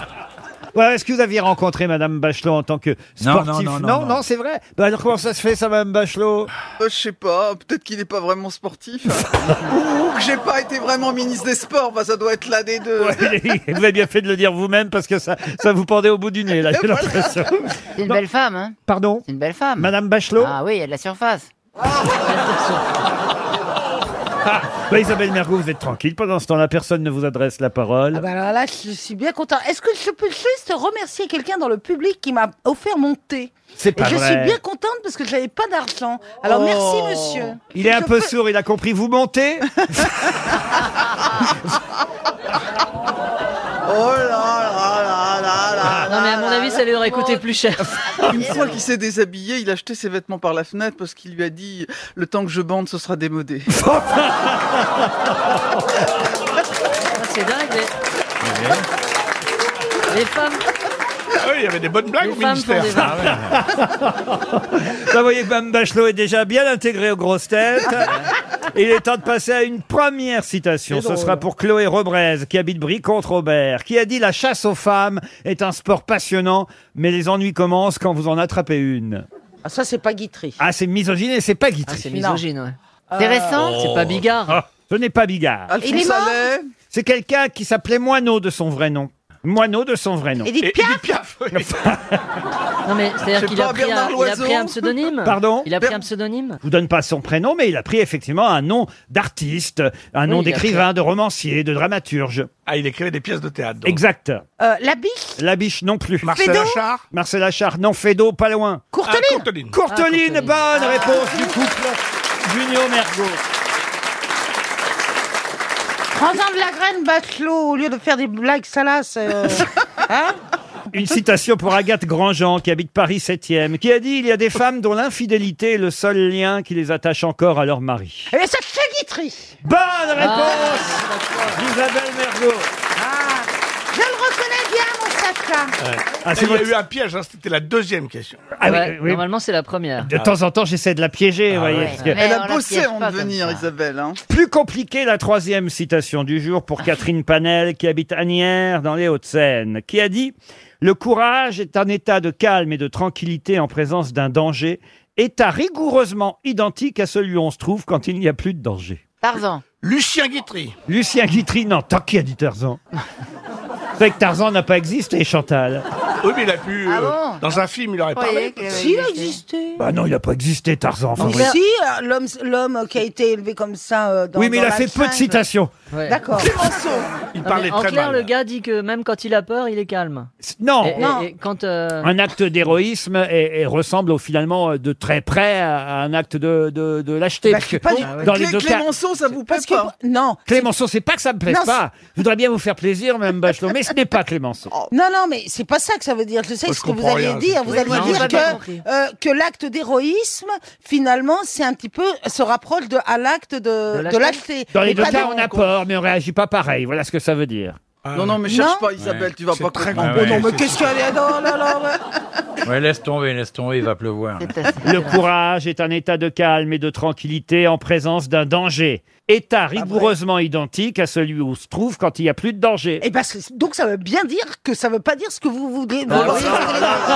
[SPEAKER 1] Voilà, Est-ce que vous aviez rencontré Madame Bachelot en tant que
[SPEAKER 40] Non, non,
[SPEAKER 1] sportif
[SPEAKER 40] non, non, non.
[SPEAKER 1] c'est vrai. Bah, alors comment ça se fait ça, Madame Bachelot
[SPEAKER 8] Euh, je sais pas, peut-être qu'il n'est pas vraiment sportif. (laughs) ou, ou que j'ai pas été vraiment ministre des Sports, bah, ça doit être l'un des deux.
[SPEAKER 1] (laughs) Vous avez bien fait de le dire vous-même parce que ça, ça vous pendait au bout du nez, là, j'ai l'impression.
[SPEAKER 39] C'est une belle femme, hein
[SPEAKER 1] Pardon
[SPEAKER 39] C'est une belle femme.
[SPEAKER 1] Madame Bachelot
[SPEAKER 39] Ah oui, il y a de la surface.
[SPEAKER 2] Oh
[SPEAKER 1] Bah, Isabelle Mergo, vous êtes tranquille. Pendant ce temps-là, personne ne vous adresse la parole.
[SPEAKER 7] Ah bah alors là, je suis bien content. Est-ce que je peux juste remercier quelqu'un dans le public qui m'a offert mon thé
[SPEAKER 1] C'est pas
[SPEAKER 7] Et Je
[SPEAKER 1] vrai.
[SPEAKER 7] suis bien contente parce que je n'avais pas d'argent. Alors
[SPEAKER 1] Oh.
[SPEAKER 7] merci monsieur.
[SPEAKER 1] Il est un
[SPEAKER 7] Je
[SPEAKER 1] peu
[SPEAKER 7] peux-
[SPEAKER 1] sourd, il a compris. Vous
[SPEAKER 7] (laughs)
[SPEAKER 1] montez
[SPEAKER 8] Oh là là là là là
[SPEAKER 23] Ah, Non, mais à mon avis, ça lui aurait coûté plus cher.
[SPEAKER 8] (laughs) Une fois qu'il s'est déshabillé, il a jeté ses vêtements par la fenêtre parce qu'il lui a dit « Le temps que je bande, ce
[SPEAKER 1] (laughs)
[SPEAKER 8] sera démodé.
[SPEAKER 1] Ah,
[SPEAKER 23] Ah, C'est dingue, les... les femmes.
[SPEAKER 28] Ah oui, il y avait des bonnes blagues
[SPEAKER 23] Les
[SPEAKER 28] au
[SPEAKER 23] femmes font
[SPEAKER 28] ministère.
[SPEAKER 23] des Ah. vannes.
[SPEAKER 43] Ah
[SPEAKER 1] Bah, Vous voyez, Mme Bachelot est déjà bien intégrée aux grosses têtes. Il est temps de passer à une première citation.
[SPEAKER 40] C'est
[SPEAKER 1] Ce
[SPEAKER 40] drôle.
[SPEAKER 1] sera pour Chloé Robrez, qui habite Brie-contre-Aubert, qui a dit « La chasse aux femmes est un sport passionnant, mais les ennuis commencent quand vous en attrapez une. »
[SPEAKER 7] Ah ça, c'est pas Guitry. Ah,
[SPEAKER 1] Ah, c'est misogyne et c'est pas
[SPEAKER 4] Ah,
[SPEAKER 1] Guitry.
[SPEAKER 7] c'est misogyne, Euh,
[SPEAKER 1] ouais.
[SPEAKER 7] C'est récent
[SPEAKER 1] C'est pas Bigard. ce n'est pas Bigard.
[SPEAKER 7] Alphonse Il est mort Allais.
[SPEAKER 1] C'est quelqu'un qui s'appelait Moineau de son vrai nom. Moineau de son vrai nom.
[SPEAKER 23] Édith Et- Piaf Non, mais
[SPEAKER 1] C'est
[SPEAKER 23] c'est-à-dire qu'il
[SPEAKER 1] pas
[SPEAKER 23] a, pris
[SPEAKER 1] Bernard
[SPEAKER 23] un- il a
[SPEAKER 1] Loiseau
[SPEAKER 23] pris un pseudonyme.
[SPEAKER 1] Pardon
[SPEAKER 23] Il a pris un pseudonyme.
[SPEAKER 1] Je vous donne pas son prénom, mais il a pris effectivement un nom d'artiste, un
[SPEAKER 23] Oui,
[SPEAKER 1] nom
[SPEAKER 23] il a
[SPEAKER 1] d'écrivain,
[SPEAKER 23] pris-
[SPEAKER 1] de romancier, de dramaturge.
[SPEAKER 28] Ah, il écrivait des pièces de théâtre. donc.
[SPEAKER 1] Exact.
[SPEAKER 7] Euh, la biche
[SPEAKER 1] La biche non plus.
[SPEAKER 28] Marcel Fédot Achard
[SPEAKER 1] Marcel Achard, non, Fédo, pas loin.
[SPEAKER 28] Courteline Ah,
[SPEAKER 1] Courteline. Courteline, bonne réponse du couple Junio Mergo.
[SPEAKER 7] Prends-en de la graine, Bachelot, au lieu de faire des blagues salaces. (laughs) euh, hein
[SPEAKER 1] Une citation pour Agathe Grandjean, qui habite Paris 7e, qui a dit Il y a des femmes dont l'infidélité est le seul lien qui les attache encore à leur mari.
[SPEAKER 7] Eh bien, ça fait Guitry
[SPEAKER 1] Bonne réponse
[SPEAKER 23] Ah.
[SPEAKER 1] Isabelle Mergo.
[SPEAKER 7] Je le reconnais bien, mon Saka.
[SPEAKER 1] Ah, c'est
[SPEAKER 28] il y a
[SPEAKER 1] votre-
[SPEAKER 28] eu un piège, hein, c'était la deuxième question.
[SPEAKER 1] Ah oui, oui.
[SPEAKER 23] Normalement, c'est la première.
[SPEAKER 28] Ah.
[SPEAKER 1] De temps en temps, j'essaie de la piéger, vous voyez. parce que-
[SPEAKER 8] Elle a bossé avant de venir, Isabelle. Hein.
[SPEAKER 1] Plus compliquée, la troisième citation du jour pour Catherine Panel, qui habite Agnières, dans les Hauts-de-Seine, qui a dit « Le courage est un état de calme et de tranquillité en présence d'un danger, état rigoureusement identique à celui où on se trouve quand il n'y a plus de danger.
[SPEAKER 39] Tarzan. »
[SPEAKER 1] Lucien Guitry. Lucien Guitry, non, tant qu'il a dit Tarzan. Vous savez que Tarzan n'a pas existé, Chantal.
[SPEAKER 28] Oui,
[SPEAKER 2] Bah,
[SPEAKER 28] mais il a pu.
[SPEAKER 7] Ah
[SPEAKER 28] euh,
[SPEAKER 7] bon
[SPEAKER 28] dans un film, il
[SPEAKER 7] Euh,
[SPEAKER 28] aurait parlé.
[SPEAKER 7] Si, il a existé.
[SPEAKER 1] Bah non, il n'a pas existé, Tarzan. Enfin, oui.
[SPEAKER 7] Si, euh, l'homme, l'homme qui a été élevé comme ça euh, dans
[SPEAKER 1] Oui, mais il
[SPEAKER 7] dans
[SPEAKER 1] a fait peu de
[SPEAKER 7] l'Alsace.
[SPEAKER 1] citations.
[SPEAKER 7] D'accord.
[SPEAKER 1] Il
[SPEAKER 23] Non,
[SPEAKER 1] parlait
[SPEAKER 23] mais en
[SPEAKER 1] très
[SPEAKER 23] clair,
[SPEAKER 1] mal.
[SPEAKER 23] le gars dit que même quand il a peur, il est calme.
[SPEAKER 1] Non.
[SPEAKER 23] Et- et-
[SPEAKER 1] Non.
[SPEAKER 23] et quand, euh,
[SPEAKER 1] Un acte d'héroïsme et, et ressemble au- finalement euh, de très près à à un acte de, de, de lâcheté.
[SPEAKER 7] Bah,
[SPEAKER 1] parce
[SPEAKER 7] c'est
[SPEAKER 1] que
[SPEAKER 7] pas du-
[SPEAKER 1] dans
[SPEAKER 7] Clé-
[SPEAKER 1] les deux
[SPEAKER 7] Clémenceau,
[SPEAKER 1] ça vous plaît
[SPEAKER 7] pas Non.
[SPEAKER 1] Clémenceau, c'est pas que ça me plaise
[SPEAKER 7] Non,
[SPEAKER 1] pas. Je voudrais bien vous faire plaisir, Madame Bachelot, mais ce n'est pas Clémenceau.
[SPEAKER 7] Non, non, mais c'est pas ça que ça veut dire. Je sais
[SPEAKER 1] Moi, je
[SPEAKER 7] ce que vous
[SPEAKER 1] comprends
[SPEAKER 7] alliez
[SPEAKER 1] rien,
[SPEAKER 7] dire.
[SPEAKER 1] c'est
[SPEAKER 7] Vous
[SPEAKER 1] tout.
[SPEAKER 7] alliez
[SPEAKER 1] Non, j'ai pas
[SPEAKER 7] dire que,
[SPEAKER 1] compris.
[SPEAKER 7] euh, que l'acte d'héroïsme, finalement, c'est un petit peu, se rapproche de, à l'acte euh, de, de lâcheté.
[SPEAKER 1] Dans les
[SPEAKER 7] Mais
[SPEAKER 1] deux
[SPEAKER 7] pas
[SPEAKER 1] cas,
[SPEAKER 7] de-
[SPEAKER 1] on a peur, mais on réagit pas pareil. Voilà ce que ça veut dire.
[SPEAKER 8] Non, non, mais cherche pas, Isabelle, tu vas pas comprendre.
[SPEAKER 1] compliqué.
[SPEAKER 8] Oh non, mais
[SPEAKER 1] C'est-
[SPEAKER 8] qu'est-ce qu'elle est Non, non, non, ouais.
[SPEAKER 40] Ouais, laisse tomber, laisse tomber, il va pleuvoir.
[SPEAKER 1] Le courage est un état de calme et de tranquillité en présence d'un danger. État rigoureusement identique à celui où se trouve quand il n'y a plus de danger.
[SPEAKER 7] Eh ben, c'est- donc ça veut bien dire que ça veut pas dire ce que vous voulez.
[SPEAKER 1] Ah,
[SPEAKER 7] vous-
[SPEAKER 1] oui.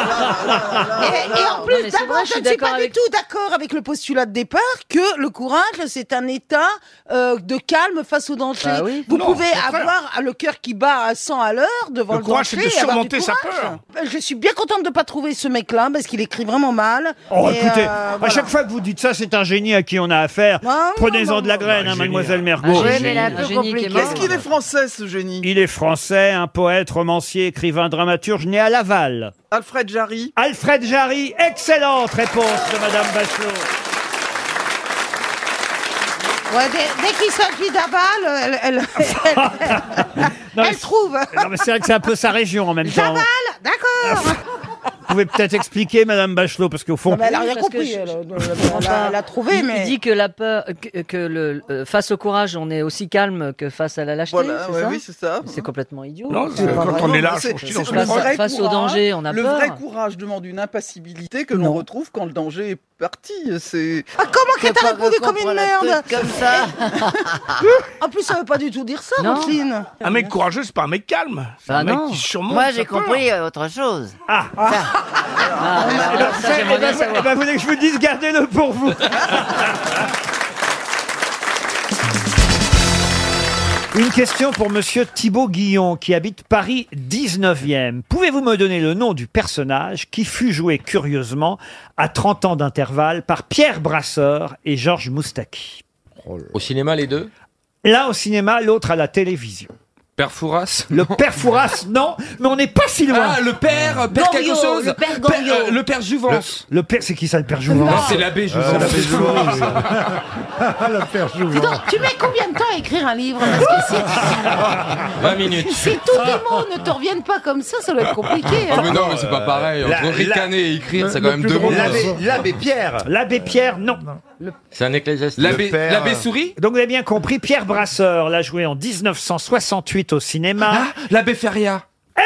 [SPEAKER 7] Et, et en
[SPEAKER 23] Non,
[SPEAKER 7] plus,
[SPEAKER 23] mais c'est
[SPEAKER 7] d'abord,
[SPEAKER 23] vrai, je
[SPEAKER 7] je
[SPEAKER 23] suis
[SPEAKER 7] ne suis
[SPEAKER 23] d'accord
[SPEAKER 7] pas du tout d'accord avec le postulat de départ que le courage, c'est un état euh, de calme face au danger.
[SPEAKER 23] Bah oui.
[SPEAKER 7] Vous
[SPEAKER 23] Non,
[SPEAKER 7] pouvez
[SPEAKER 23] au contraire.
[SPEAKER 7] avoir le cœur qui bat à 100 à l'heure devant
[SPEAKER 28] Le
[SPEAKER 7] le,
[SPEAKER 28] courage, c'est
[SPEAKER 7] danger.
[SPEAKER 28] de
[SPEAKER 7] et avoir
[SPEAKER 28] surmonter
[SPEAKER 7] du
[SPEAKER 28] sa
[SPEAKER 7] courage.
[SPEAKER 28] peur.
[SPEAKER 7] Euh, Je suis bien contente de ne pas trouver ce mec-là parce qu'il écrit vraiment mal.
[SPEAKER 1] Oh,
[SPEAKER 7] Et,
[SPEAKER 1] écoutez,
[SPEAKER 7] euh,
[SPEAKER 1] à
[SPEAKER 7] voilà.
[SPEAKER 1] chaque fois que vous dites ça, c'est un génie à qui on a affaire. Ah,
[SPEAKER 8] Ah,
[SPEAKER 1] Prenez-en de la graine, hein, mademoiselle Mergo.
[SPEAKER 8] Qu'est-ce qu'il est français, ce génie
[SPEAKER 1] Il est français, un poète, romancier, écrivain, dramaturge, né à Laval.
[SPEAKER 8] Alfred Jarry.
[SPEAKER 1] Alfred Jarry, excellente réponse de Madame Bachelot.
[SPEAKER 7] Ouais, dès dès qu'il s'agit d'aval, elle, elle- elle- elle trouve.
[SPEAKER 1] Eh Non, mais c'est vrai que c'est un peu sa région en même temps.
[SPEAKER 7] D'accord.
[SPEAKER 1] Vous pouvez peut-être expliquer, Madame Bachelot, parce qu'au fond.
[SPEAKER 23] Ah bah
[SPEAKER 17] Non, mais elle a rien
[SPEAKER 4] Parce que
[SPEAKER 17] compris.
[SPEAKER 4] je-
[SPEAKER 17] Elle, euh, elle a- elle a trouvé,
[SPEAKER 4] il, il
[SPEAKER 17] mais.
[SPEAKER 4] dit que la peur, que, que le euh, face au courage, on est aussi calme que face à la lâcheté.
[SPEAKER 8] Voilà,
[SPEAKER 4] c'est
[SPEAKER 8] ouais,
[SPEAKER 4] ça
[SPEAKER 8] oui, c'est ça.
[SPEAKER 4] C'est complètement idiot.
[SPEAKER 8] Non,
[SPEAKER 4] Enfin,
[SPEAKER 8] c'est-
[SPEAKER 4] pas
[SPEAKER 8] quand
[SPEAKER 4] vraiment.
[SPEAKER 8] on est lâche,
[SPEAKER 4] C'est-
[SPEAKER 8] on se tire
[SPEAKER 4] c'est
[SPEAKER 8] dans
[SPEAKER 4] face,
[SPEAKER 8] le vrai
[SPEAKER 4] face au
[SPEAKER 8] courage.
[SPEAKER 4] danger, on a
[SPEAKER 8] le
[SPEAKER 4] peur.
[SPEAKER 8] vrai courage demande une impassibilité que l'on retrouve quand le danger est parti. C'est
[SPEAKER 17] Ah, comment que t'as
[SPEAKER 8] Préparer
[SPEAKER 17] répondu comme
[SPEAKER 8] contre
[SPEAKER 17] une
[SPEAKER 8] la
[SPEAKER 17] merde
[SPEAKER 8] tête Comme
[SPEAKER 23] (laughs)
[SPEAKER 8] ça.
[SPEAKER 17] En plus, ça veut pas du tout dire ça,
[SPEAKER 8] Non.
[SPEAKER 17] Roselyne.
[SPEAKER 43] Un mec courageux, c'est pas un mec calme. C'est
[SPEAKER 6] Bah
[SPEAKER 43] un mec
[SPEAKER 6] non.
[SPEAKER 43] qui surmonte.
[SPEAKER 6] Moi,
[SPEAKER 43] sa
[SPEAKER 6] j'ai
[SPEAKER 43] peur.
[SPEAKER 6] compris euh, autre chose.
[SPEAKER 1] Ah. Eh ben, eh ben, eh ben, vous voulez que je vous dise, gardez-le pour vous. (laughs) Une question pour Monsieur Thibaut Guillon, qui habite Paris 19e. Pouvez-vous me donner le nom du personnage qui fut joué curieusement à 30 ans d'intervalle par Pierre Brasseur et Georges Moustaki
[SPEAKER 19] Oh
[SPEAKER 2] Au cinéma, les deux
[SPEAKER 1] L'un au cinéma, l'autre à la télévision.
[SPEAKER 2] Père Fouras
[SPEAKER 1] Le père Fouras, non, mais on n'est pas si loin.
[SPEAKER 2] Ah, le père, père
[SPEAKER 1] Goriot,
[SPEAKER 2] quelque chose
[SPEAKER 1] le père Goriot.
[SPEAKER 2] Père, euh, le père Juvence
[SPEAKER 1] Le père, c'est qui ça, le père Jouvence
[SPEAKER 2] Non, c'est l'abbé Jouvence.
[SPEAKER 1] Euh, l'abbé
[SPEAKER 2] (laughs)
[SPEAKER 1] Jouvence.
[SPEAKER 2] le père
[SPEAKER 23] Dis donc, tu mets combien de temps à écrire un livre Parce que si,
[SPEAKER 2] 20 minutes.
[SPEAKER 23] si tous
[SPEAKER 19] Ah.
[SPEAKER 23] les mots ne te reviennent pas comme ça, ça doit être compliqué. hein.
[SPEAKER 2] Ah, mais non, mais c'est pas pareil. Entre
[SPEAKER 44] la-
[SPEAKER 2] ricaner et écrire, c'est quand même deux mots. hein.
[SPEAKER 1] L'abbé Pierre. L'abbé Pierre, non.
[SPEAKER 2] C'est un ecclésiastique. L'abbé- Le père- l'abbé Souris
[SPEAKER 1] Donc vous avez bien compris, Pierre Brasseur l'a joué en 1968 au cinéma.
[SPEAKER 2] Ah, l'abbé Feria.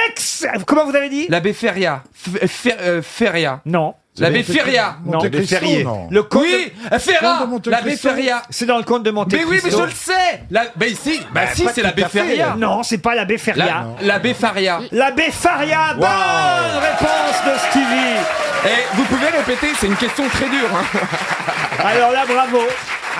[SPEAKER 1] Ex Comment vous avez dit
[SPEAKER 2] L'abbé Feria. F- Fer- euh, Feria.
[SPEAKER 1] Non.
[SPEAKER 2] L'abbé Feria.
[SPEAKER 1] Non,
[SPEAKER 2] L'abbé
[SPEAKER 1] Ferrier.
[SPEAKER 2] Le
[SPEAKER 1] Le comte
[SPEAKER 2] oui, euh, Ferra. L'abbé Feria.
[SPEAKER 1] C'est dans le conte de Monte
[SPEAKER 2] Mais oui, mais je le sais. La... Bah ici, bah, si, c'est l'abbé Feria.
[SPEAKER 1] Non, c'est pas l'abbé
[SPEAKER 2] La-
[SPEAKER 1] Feria.
[SPEAKER 2] L'abbé Faria.
[SPEAKER 1] L'abbé Faria. Bonne réponse de Stevie.
[SPEAKER 2] Et vous pouvez répéter, c'est une question très dure. hein. (laughs)
[SPEAKER 1] Alors là, bravo.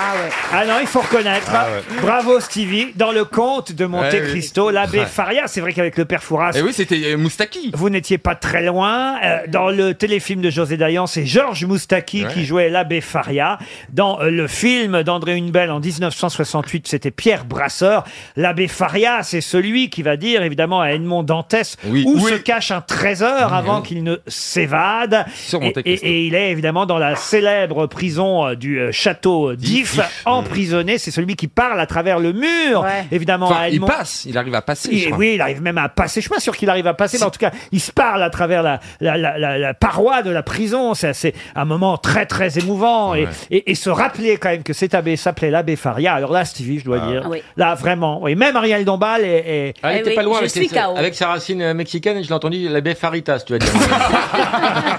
[SPEAKER 1] Ah ouais. Ah non, il faut reconnaître.
[SPEAKER 2] Ah
[SPEAKER 1] Bra- Bravo Stevie. Dans le conte de Monte
[SPEAKER 2] Ouais, oui.
[SPEAKER 1] Cristo, l'abbé
[SPEAKER 2] Ouais.
[SPEAKER 1] Faria, c'est vrai qu'avec le père Fouras.
[SPEAKER 2] Et oui, c'était euh, Moustaki.
[SPEAKER 1] Vous n'étiez pas très loin. Euh, dans le téléfilm de José Dayan, c'est Georges Moustaki
[SPEAKER 2] Ouais.
[SPEAKER 1] qui jouait l'abbé Faria. Dans euh, le film d'André Hunebelle en 1968, c'était Pierre Brasseur. L'abbé Faria, c'est celui qui va dire évidemment à Edmond Dantès où se cache un trésor avant qu'il ne s'évade.
[SPEAKER 2] Sur
[SPEAKER 1] Et,
[SPEAKER 2] Monte
[SPEAKER 1] et-
[SPEAKER 2] Cristo.
[SPEAKER 1] et il est évidemment dans la célèbre prison euh, du euh, château d'If,
[SPEAKER 2] d'If, Hmm.
[SPEAKER 1] emprisonné. C'est celui qui parle à travers le mur, évidemment,
[SPEAKER 2] Enfin,
[SPEAKER 1] à
[SPEAKER 2] il
[SPEAKER 1] Edmond.
[SPEAKER 2] passe, il arrive à passer. je
[SPEAKER 1] Et
[SPEAKER 2] crois.
[SPEAKER 1] oui, il arrive même à passer. Je suis pas sûr qu'il arrive à passer, mais en tout cas, il se parle à travers la, la, la- la- la paroi de la prison. C'est assez- un moment très, très émouvant. Et-
[SPEAKER 2] Ouais.
[SPEAKER 1] Et, et se rappeler quand même que cet abbé s'appelait l'abbé Faria. Alors là, Stevie, je dois dire.
[SPEAKER 2] Oui.
[SPEAKER 1] Là, vraiment. Et même Ariel Dombal est. est-
[SPEAKER 2] Ah, il Eh était oui, pas loin je avec suis les- KO. avec sa
[SPEAKER 19] racine euh, mexicaine, et je l'ai entendu, l'abbé Faritas, tu
[SPEAKER 2] (laughs)
[SPEAKER 19] vas dire.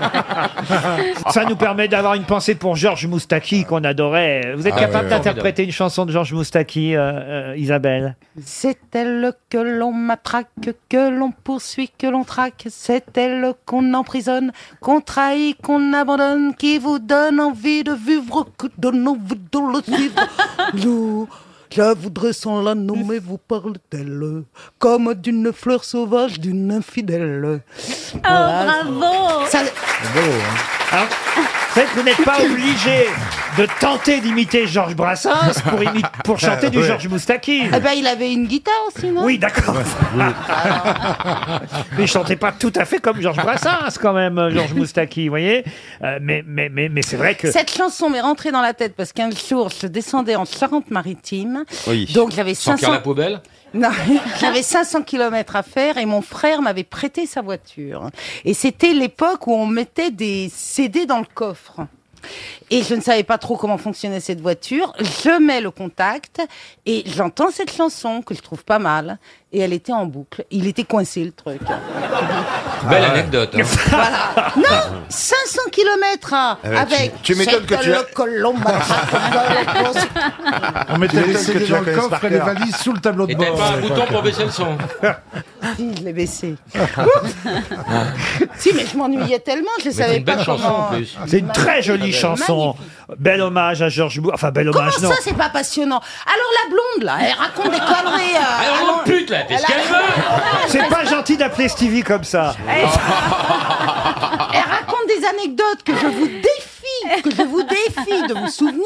[SPEAKER 1] Ah. Ça nous permet d'avoir une pensée pour Georges Moustaki qu'on adorait. Vous êtes
[SPEAKER 19] Ah
[SPEAKER 1] capable
[SPEAKER 19] ouais,
[SPEAKER 1] d'interpréter une chanson de Georges Moustaki, euh, euh, Isabelle
[SPEAKER 7] C'est elle que l'on matraque, que l'on poursuit, que l'on traque. C'est elle qu'on emprisonne, qu'on trahit, qu'on abandonne, qui vous donne envie de vivre, que donne envie de le suivre. Nous, je voudrais sans la nommer, vous parle d'elle, comme d'une fleur sauvage, d'une infidèle.
[SPEAKER 23] bravo
[SPEAKER 1] Alors, c'est Hein que vous n'êtes pas obligé de tenter d'imiter Georges Brassens pour, imi- pour chanter du
[SPEAKER 23] Ouais.
[SPEAKER 1] Georges Moustaki.
[SPEAKER 23] Eh ben, il avait une guitare aussi, non
[SPEAKER 1] Oui, d'accord. mais il chantait pas tout à fait comme Georges Brassens, quand même, euh, Georges Moustaki, vous voyez. Euh, mais mais, mais, mais c'est vrai que.
[SPEAKER 7] Cette chanson m'est rentrée dans la tête parce qu'un jour, je descendais en Charente-Maritime.
[SPEAKER 19] Oui.
[SPEAKER 7] Donc j'avais
[SPEAKER 19] Sans faire
[SPEAKER 7] 500...
[SPEAKER 19] la poubelle
[SPEAKER 7] Non, (laughs) j'avais 500 km à faire et mon frère m'avait prêté sa voiture. Et c'était l'époque où on mettait des CD dans le coffre. Et je ne savais pas trop comment fonctionnait cette voiture. Je mets le contact et j'entends cette chanson que je trouve pas mal. Et elle était en boucle. Il était coincé le truc.
[SPEAKER 19] Belle anecdote.
[SPEAKER 26] (laughs)
[SPEAKER 19] hein.
[SPEAKER 7] Non 500 km
[SPEAKER 19] Ah ouais,
[SPEAKER 7] hein, avec.
[SPEAKER 19] tu- tu m'étonnes que tu as-
[SPEAKER 7] le
[SPEAKER 26] Oh,
[SPEAKER 7] colombe,
[SPEAKER 19] (laughs)
[SPEAKER 3] On mettait
[SPEAKER 19] Tu
[SPEAKER 3] les
[SPEAKER 19] les
[SPEAKER 3] CD
[SPEAKER 19] connais
[SPEAKER 3] dans le
[SPEAKER 19] par
[SPEAKER 3] coffre et
[SPEAKER 19] cœur.
[SPEAKER 3] les valises sous le tableau de
[SPEAKER 19] Et
[SPEAKER 3] bord.
[SPEAKER 19] t'avais pas un
[SPEAKER 3] à
[SPEAKER 19] bouton
[SPEAKER 3] l'époque.
[SPEAKER 19] pour
[SPEAKER 2] (laughs)
[SPEAKER 19] baisser le son.
[SPEAKER 7] Si, je l'ai baissé. si, mais je m'ennuyais tellement, je ne savais pas comment.
[SPEAKER 1] C'est une très jolie chanson. Bel hommage à Georges Bou. Enfin, bel
[SPEAKER 7] Comment
[SPEAKER 1] hommage, non.
[SPEAKER 7] ça, c'est pas passionnant Alors la blonde, là, elle raconte des conneries. euh,
[SPEAKER 19] Elle rend pute, là, t'es ce qu'elle veut.
[SPEAKER 1] C'est pas gentil d'appeler Stevie comme ça.
[SPEAKER 7] Elle raconte des anecdotes que je vous défie, que je vous défie de vous souvenir.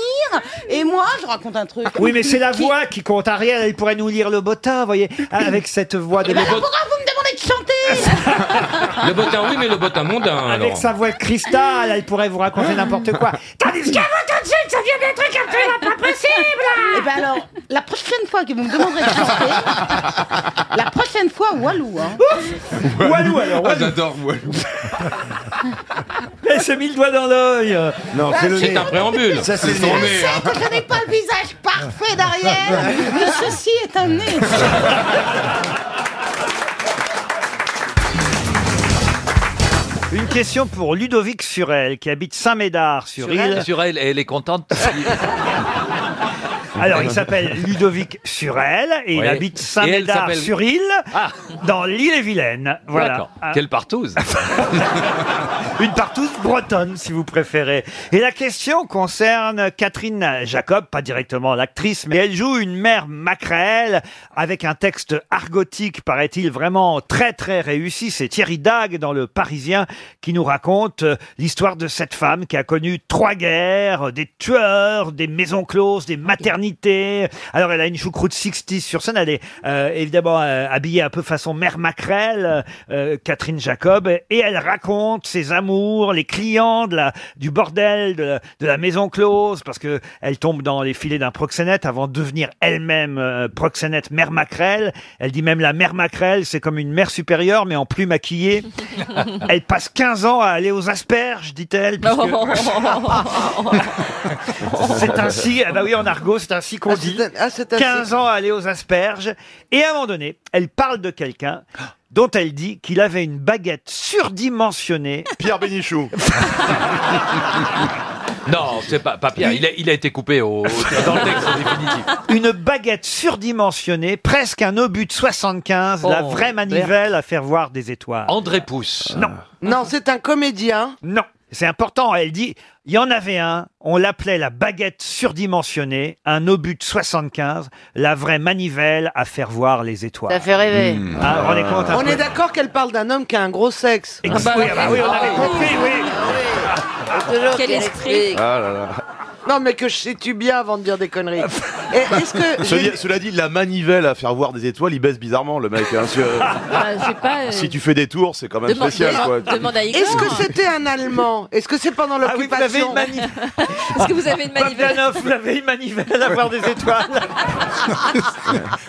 [SPEAKER 7] Et moi, je raconte un truc.
[SPEAKER 1] Oui, mais c'est la voix qui compte. Ariel, elle pourrait nous lire le botin, vous voyez, avec cette voix de
[SPEAKER 7] Eh ben alors, pourquoi vous me demandez de chanter
[SPEAKER 19] Le bottin, oui, mais le bottin hein, mondain.
[SPEAKER 1] Avec
[SPEAKER 19] alors.
[SPEAKER 1] sa voix de cristal, elle pourrait vous raconter n'importe quoi. (gasps) Tandis qu'avant tout de suite, ça vient des trucs absolument pas possibles
[SPEAKER 7] Eh ben alors, la prochaine fois que vous me demanderez de chanter, la prochaine fois, Walou. Hein.
[SPEAKER 1] Walou Eh, alors, (laughs)
[SPEAKER 19] Ah, j'adore Walou.
[SPEAKER 1] elle s'est mis le doigt dans l'œil. Ah,
[SPEAKER 27] Non, c'est le C'est nez. un préambule. Ça, c'est le nez.
[SPEAKER 1] nez.
[SPEAKER 27] hein.
[SPEAKER 7] que je n'ai pas le visage parfait
[SPEAKER 1] (laughs)
[SPEAKER 7] d'Ariel, mais ceci est un nez.
[SPEAKER 1] Une question pour Ludovic Surel, qui habite Saint-Médard sur île.
[SPEAKER 15] Sur elle, elle est contente.
[SPEAKER 1] (laughs) Alors, il s'appelle Ludovic Surel et
[SPEAKER 15] Oui.
[SPEAKER 1] il habite
[SPEAKER 15] Et elle s'appelle-
[SPEAKER 1] Saint-Médard-sur-Île, dans l'île-et-Vilaine. Voilà.
[SPEAKER 15] Ah. D'accord.
[SPEAKER 1] Ah.
[SPEAKER 15] Quelle partouze
[SPEAKER 1] (laughs) Une partouze bretonne, si vous préférez. Et la question concerne Catherine Jacob, pas directement l'actrice, mais elle joue une mère maquerelle avec un texte argotique, paraît-il, vraiment très très réussi. C'est Thierry Dague dans Le Parisien qui nous raconte euh, l'histoire de cette femme qui a connu trois guerres, euh, des tueurs, des maisons closes, des maternités. Euh, Alors elle a une choucroute 60 sur scène, elle est euh, évidemment euh, habillée un peu façon mère maquerelle, euh, Catherine Jacob, et elle raconte ses amours, les clients de la, du bordel, de la, de la maison close, parce que elle tombe dans les filets d'un proxénète avant de devenir elle-même euh, proxénète mère maquerelle. Elle dit même la mère maquerelle, c'est comme une mère supérieure, mais en plus maquillée. elle passe 15 ans à aller aux asperges, dit-elle. puisque-
[SPEAKER 23] (laughs)
[SPEAKER 1] (laughs) c'est ainsi, ah bah oui, en argot, c'est ainsi qu'on dit. 15 ans à aller aux asperges. Et à un moment donné, elle parle de quelqu'un dont elle dit qu'il avait une baguette surdimensionnée. (laughs) Pierre Bénichou.
[SPEAKER 15] Non, c'est pas, pas Pierre. Il a, il a été coupé au, au- dans le texte définitif.
[SPEAKER 1] Une baguette surdimensionnée, presque un obus de 75, la
[SPEAKER 15] Oh,
[SPEAKER 1] vraie manivelle à faire voir des étoiles.
[SPEAKER 15] André Pousse.
[SPEAKER 1] Non. Non, c'est un comédien. Non. C'est important, elle dit, il y en avait un, on l'appelait la baguette surdimensionnée, un obus de 75, la vraie manivelle à faire voir les étoiles.
[SPEAKER 4] Ça fait rêver.
[SPEAKER 28] Hmm.
[SPEAKER 4] Mmh.
[SPEAKER 1] Ah, vous rendez compte un
[SPEAKER 4] On
[SPEAKER 1] peu
[SPEAKER 4] est d'accord qu'elle parle d'un homme qui a un gros sexe.
[SPEAKER 1] Ex- Ah bah oui, oui. ah bah oui, on avait compris,
[SPEAKER 4] Toujours
[SPEAKER 33] Quel
[SPEAKER 4] qu'elle
[SPEAKER 33] esprit.
[SPEAKER 4] explique.
[SPEAKER 28] Ah là là.
[SPEAKER 4] Ah. Non, mais que sais-tu bien avant de dire
[SPEAKER 1] (laughs)
[SPEAKER 4] des conneries Et Est-ce
[SPEAKER 28] (laughs)
[SPEAKER 4] que
[SPEAKER 28] Cela, cela dit, la manivelle à faire voir des étoiles, il baisse bizarrement le mec. hein, parce que, euh,
[SPEAKER 4] Ah, pas.
[SPEAKER 28] si tu fais des tours, c'est quand même spécial. quoi.
[SPEAKER 4] Est-ce que c'était un Allemand Est-ce que c'est
[SPEAKER 1] Ah
[SPEAKER 4] pendant l'occupation (laughs) Est-ce que vous avez une manivelle
[SPEAKER 1] Bogdanov, vous avez une manivelle à voir des étoiles.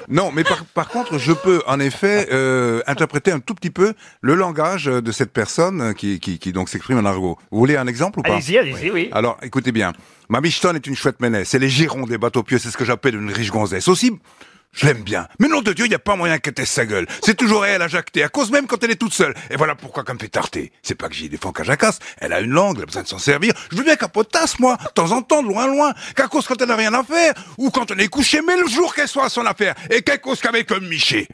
[SPEAKER 18] Non, mais par, par contre, je peux en effet euh, interpréter un tout petit peu le langage de cette personne qui, qui, qui donc s'exprime en argot. Vous voulez un exemple ou pas
[SPEAKER 1] Allez-y, allez-y, oui.
[SPEAKER 18] Alors, écoutez bien. Ma michtonne est une chouette ménesse. Elle est gironde des bateaux pieux. C'est ce que j'appelle une riche gonzesse. Aussi, je l'aime bien. Mais nom de Dieu, il n'y a pas moyen qu'elle teste sa gueule. C'est toujours elle à jacter, à cause même quand elle est toute seule. Et voilà pourquoi qu'elle me fait tarter. C'est pas que j'y défends qu'à jacasse. Elle a une langue, elle a besoin de s'en servir. Je veux bien qu'elle potasse, moi, de temps en temps, de loin, loin. Qu'à cause quand elle n'a rien à faire. Ou quand on est couché, mais le jour qu'elle soit à son affaire. Et qu'à cause qu'avec un miché.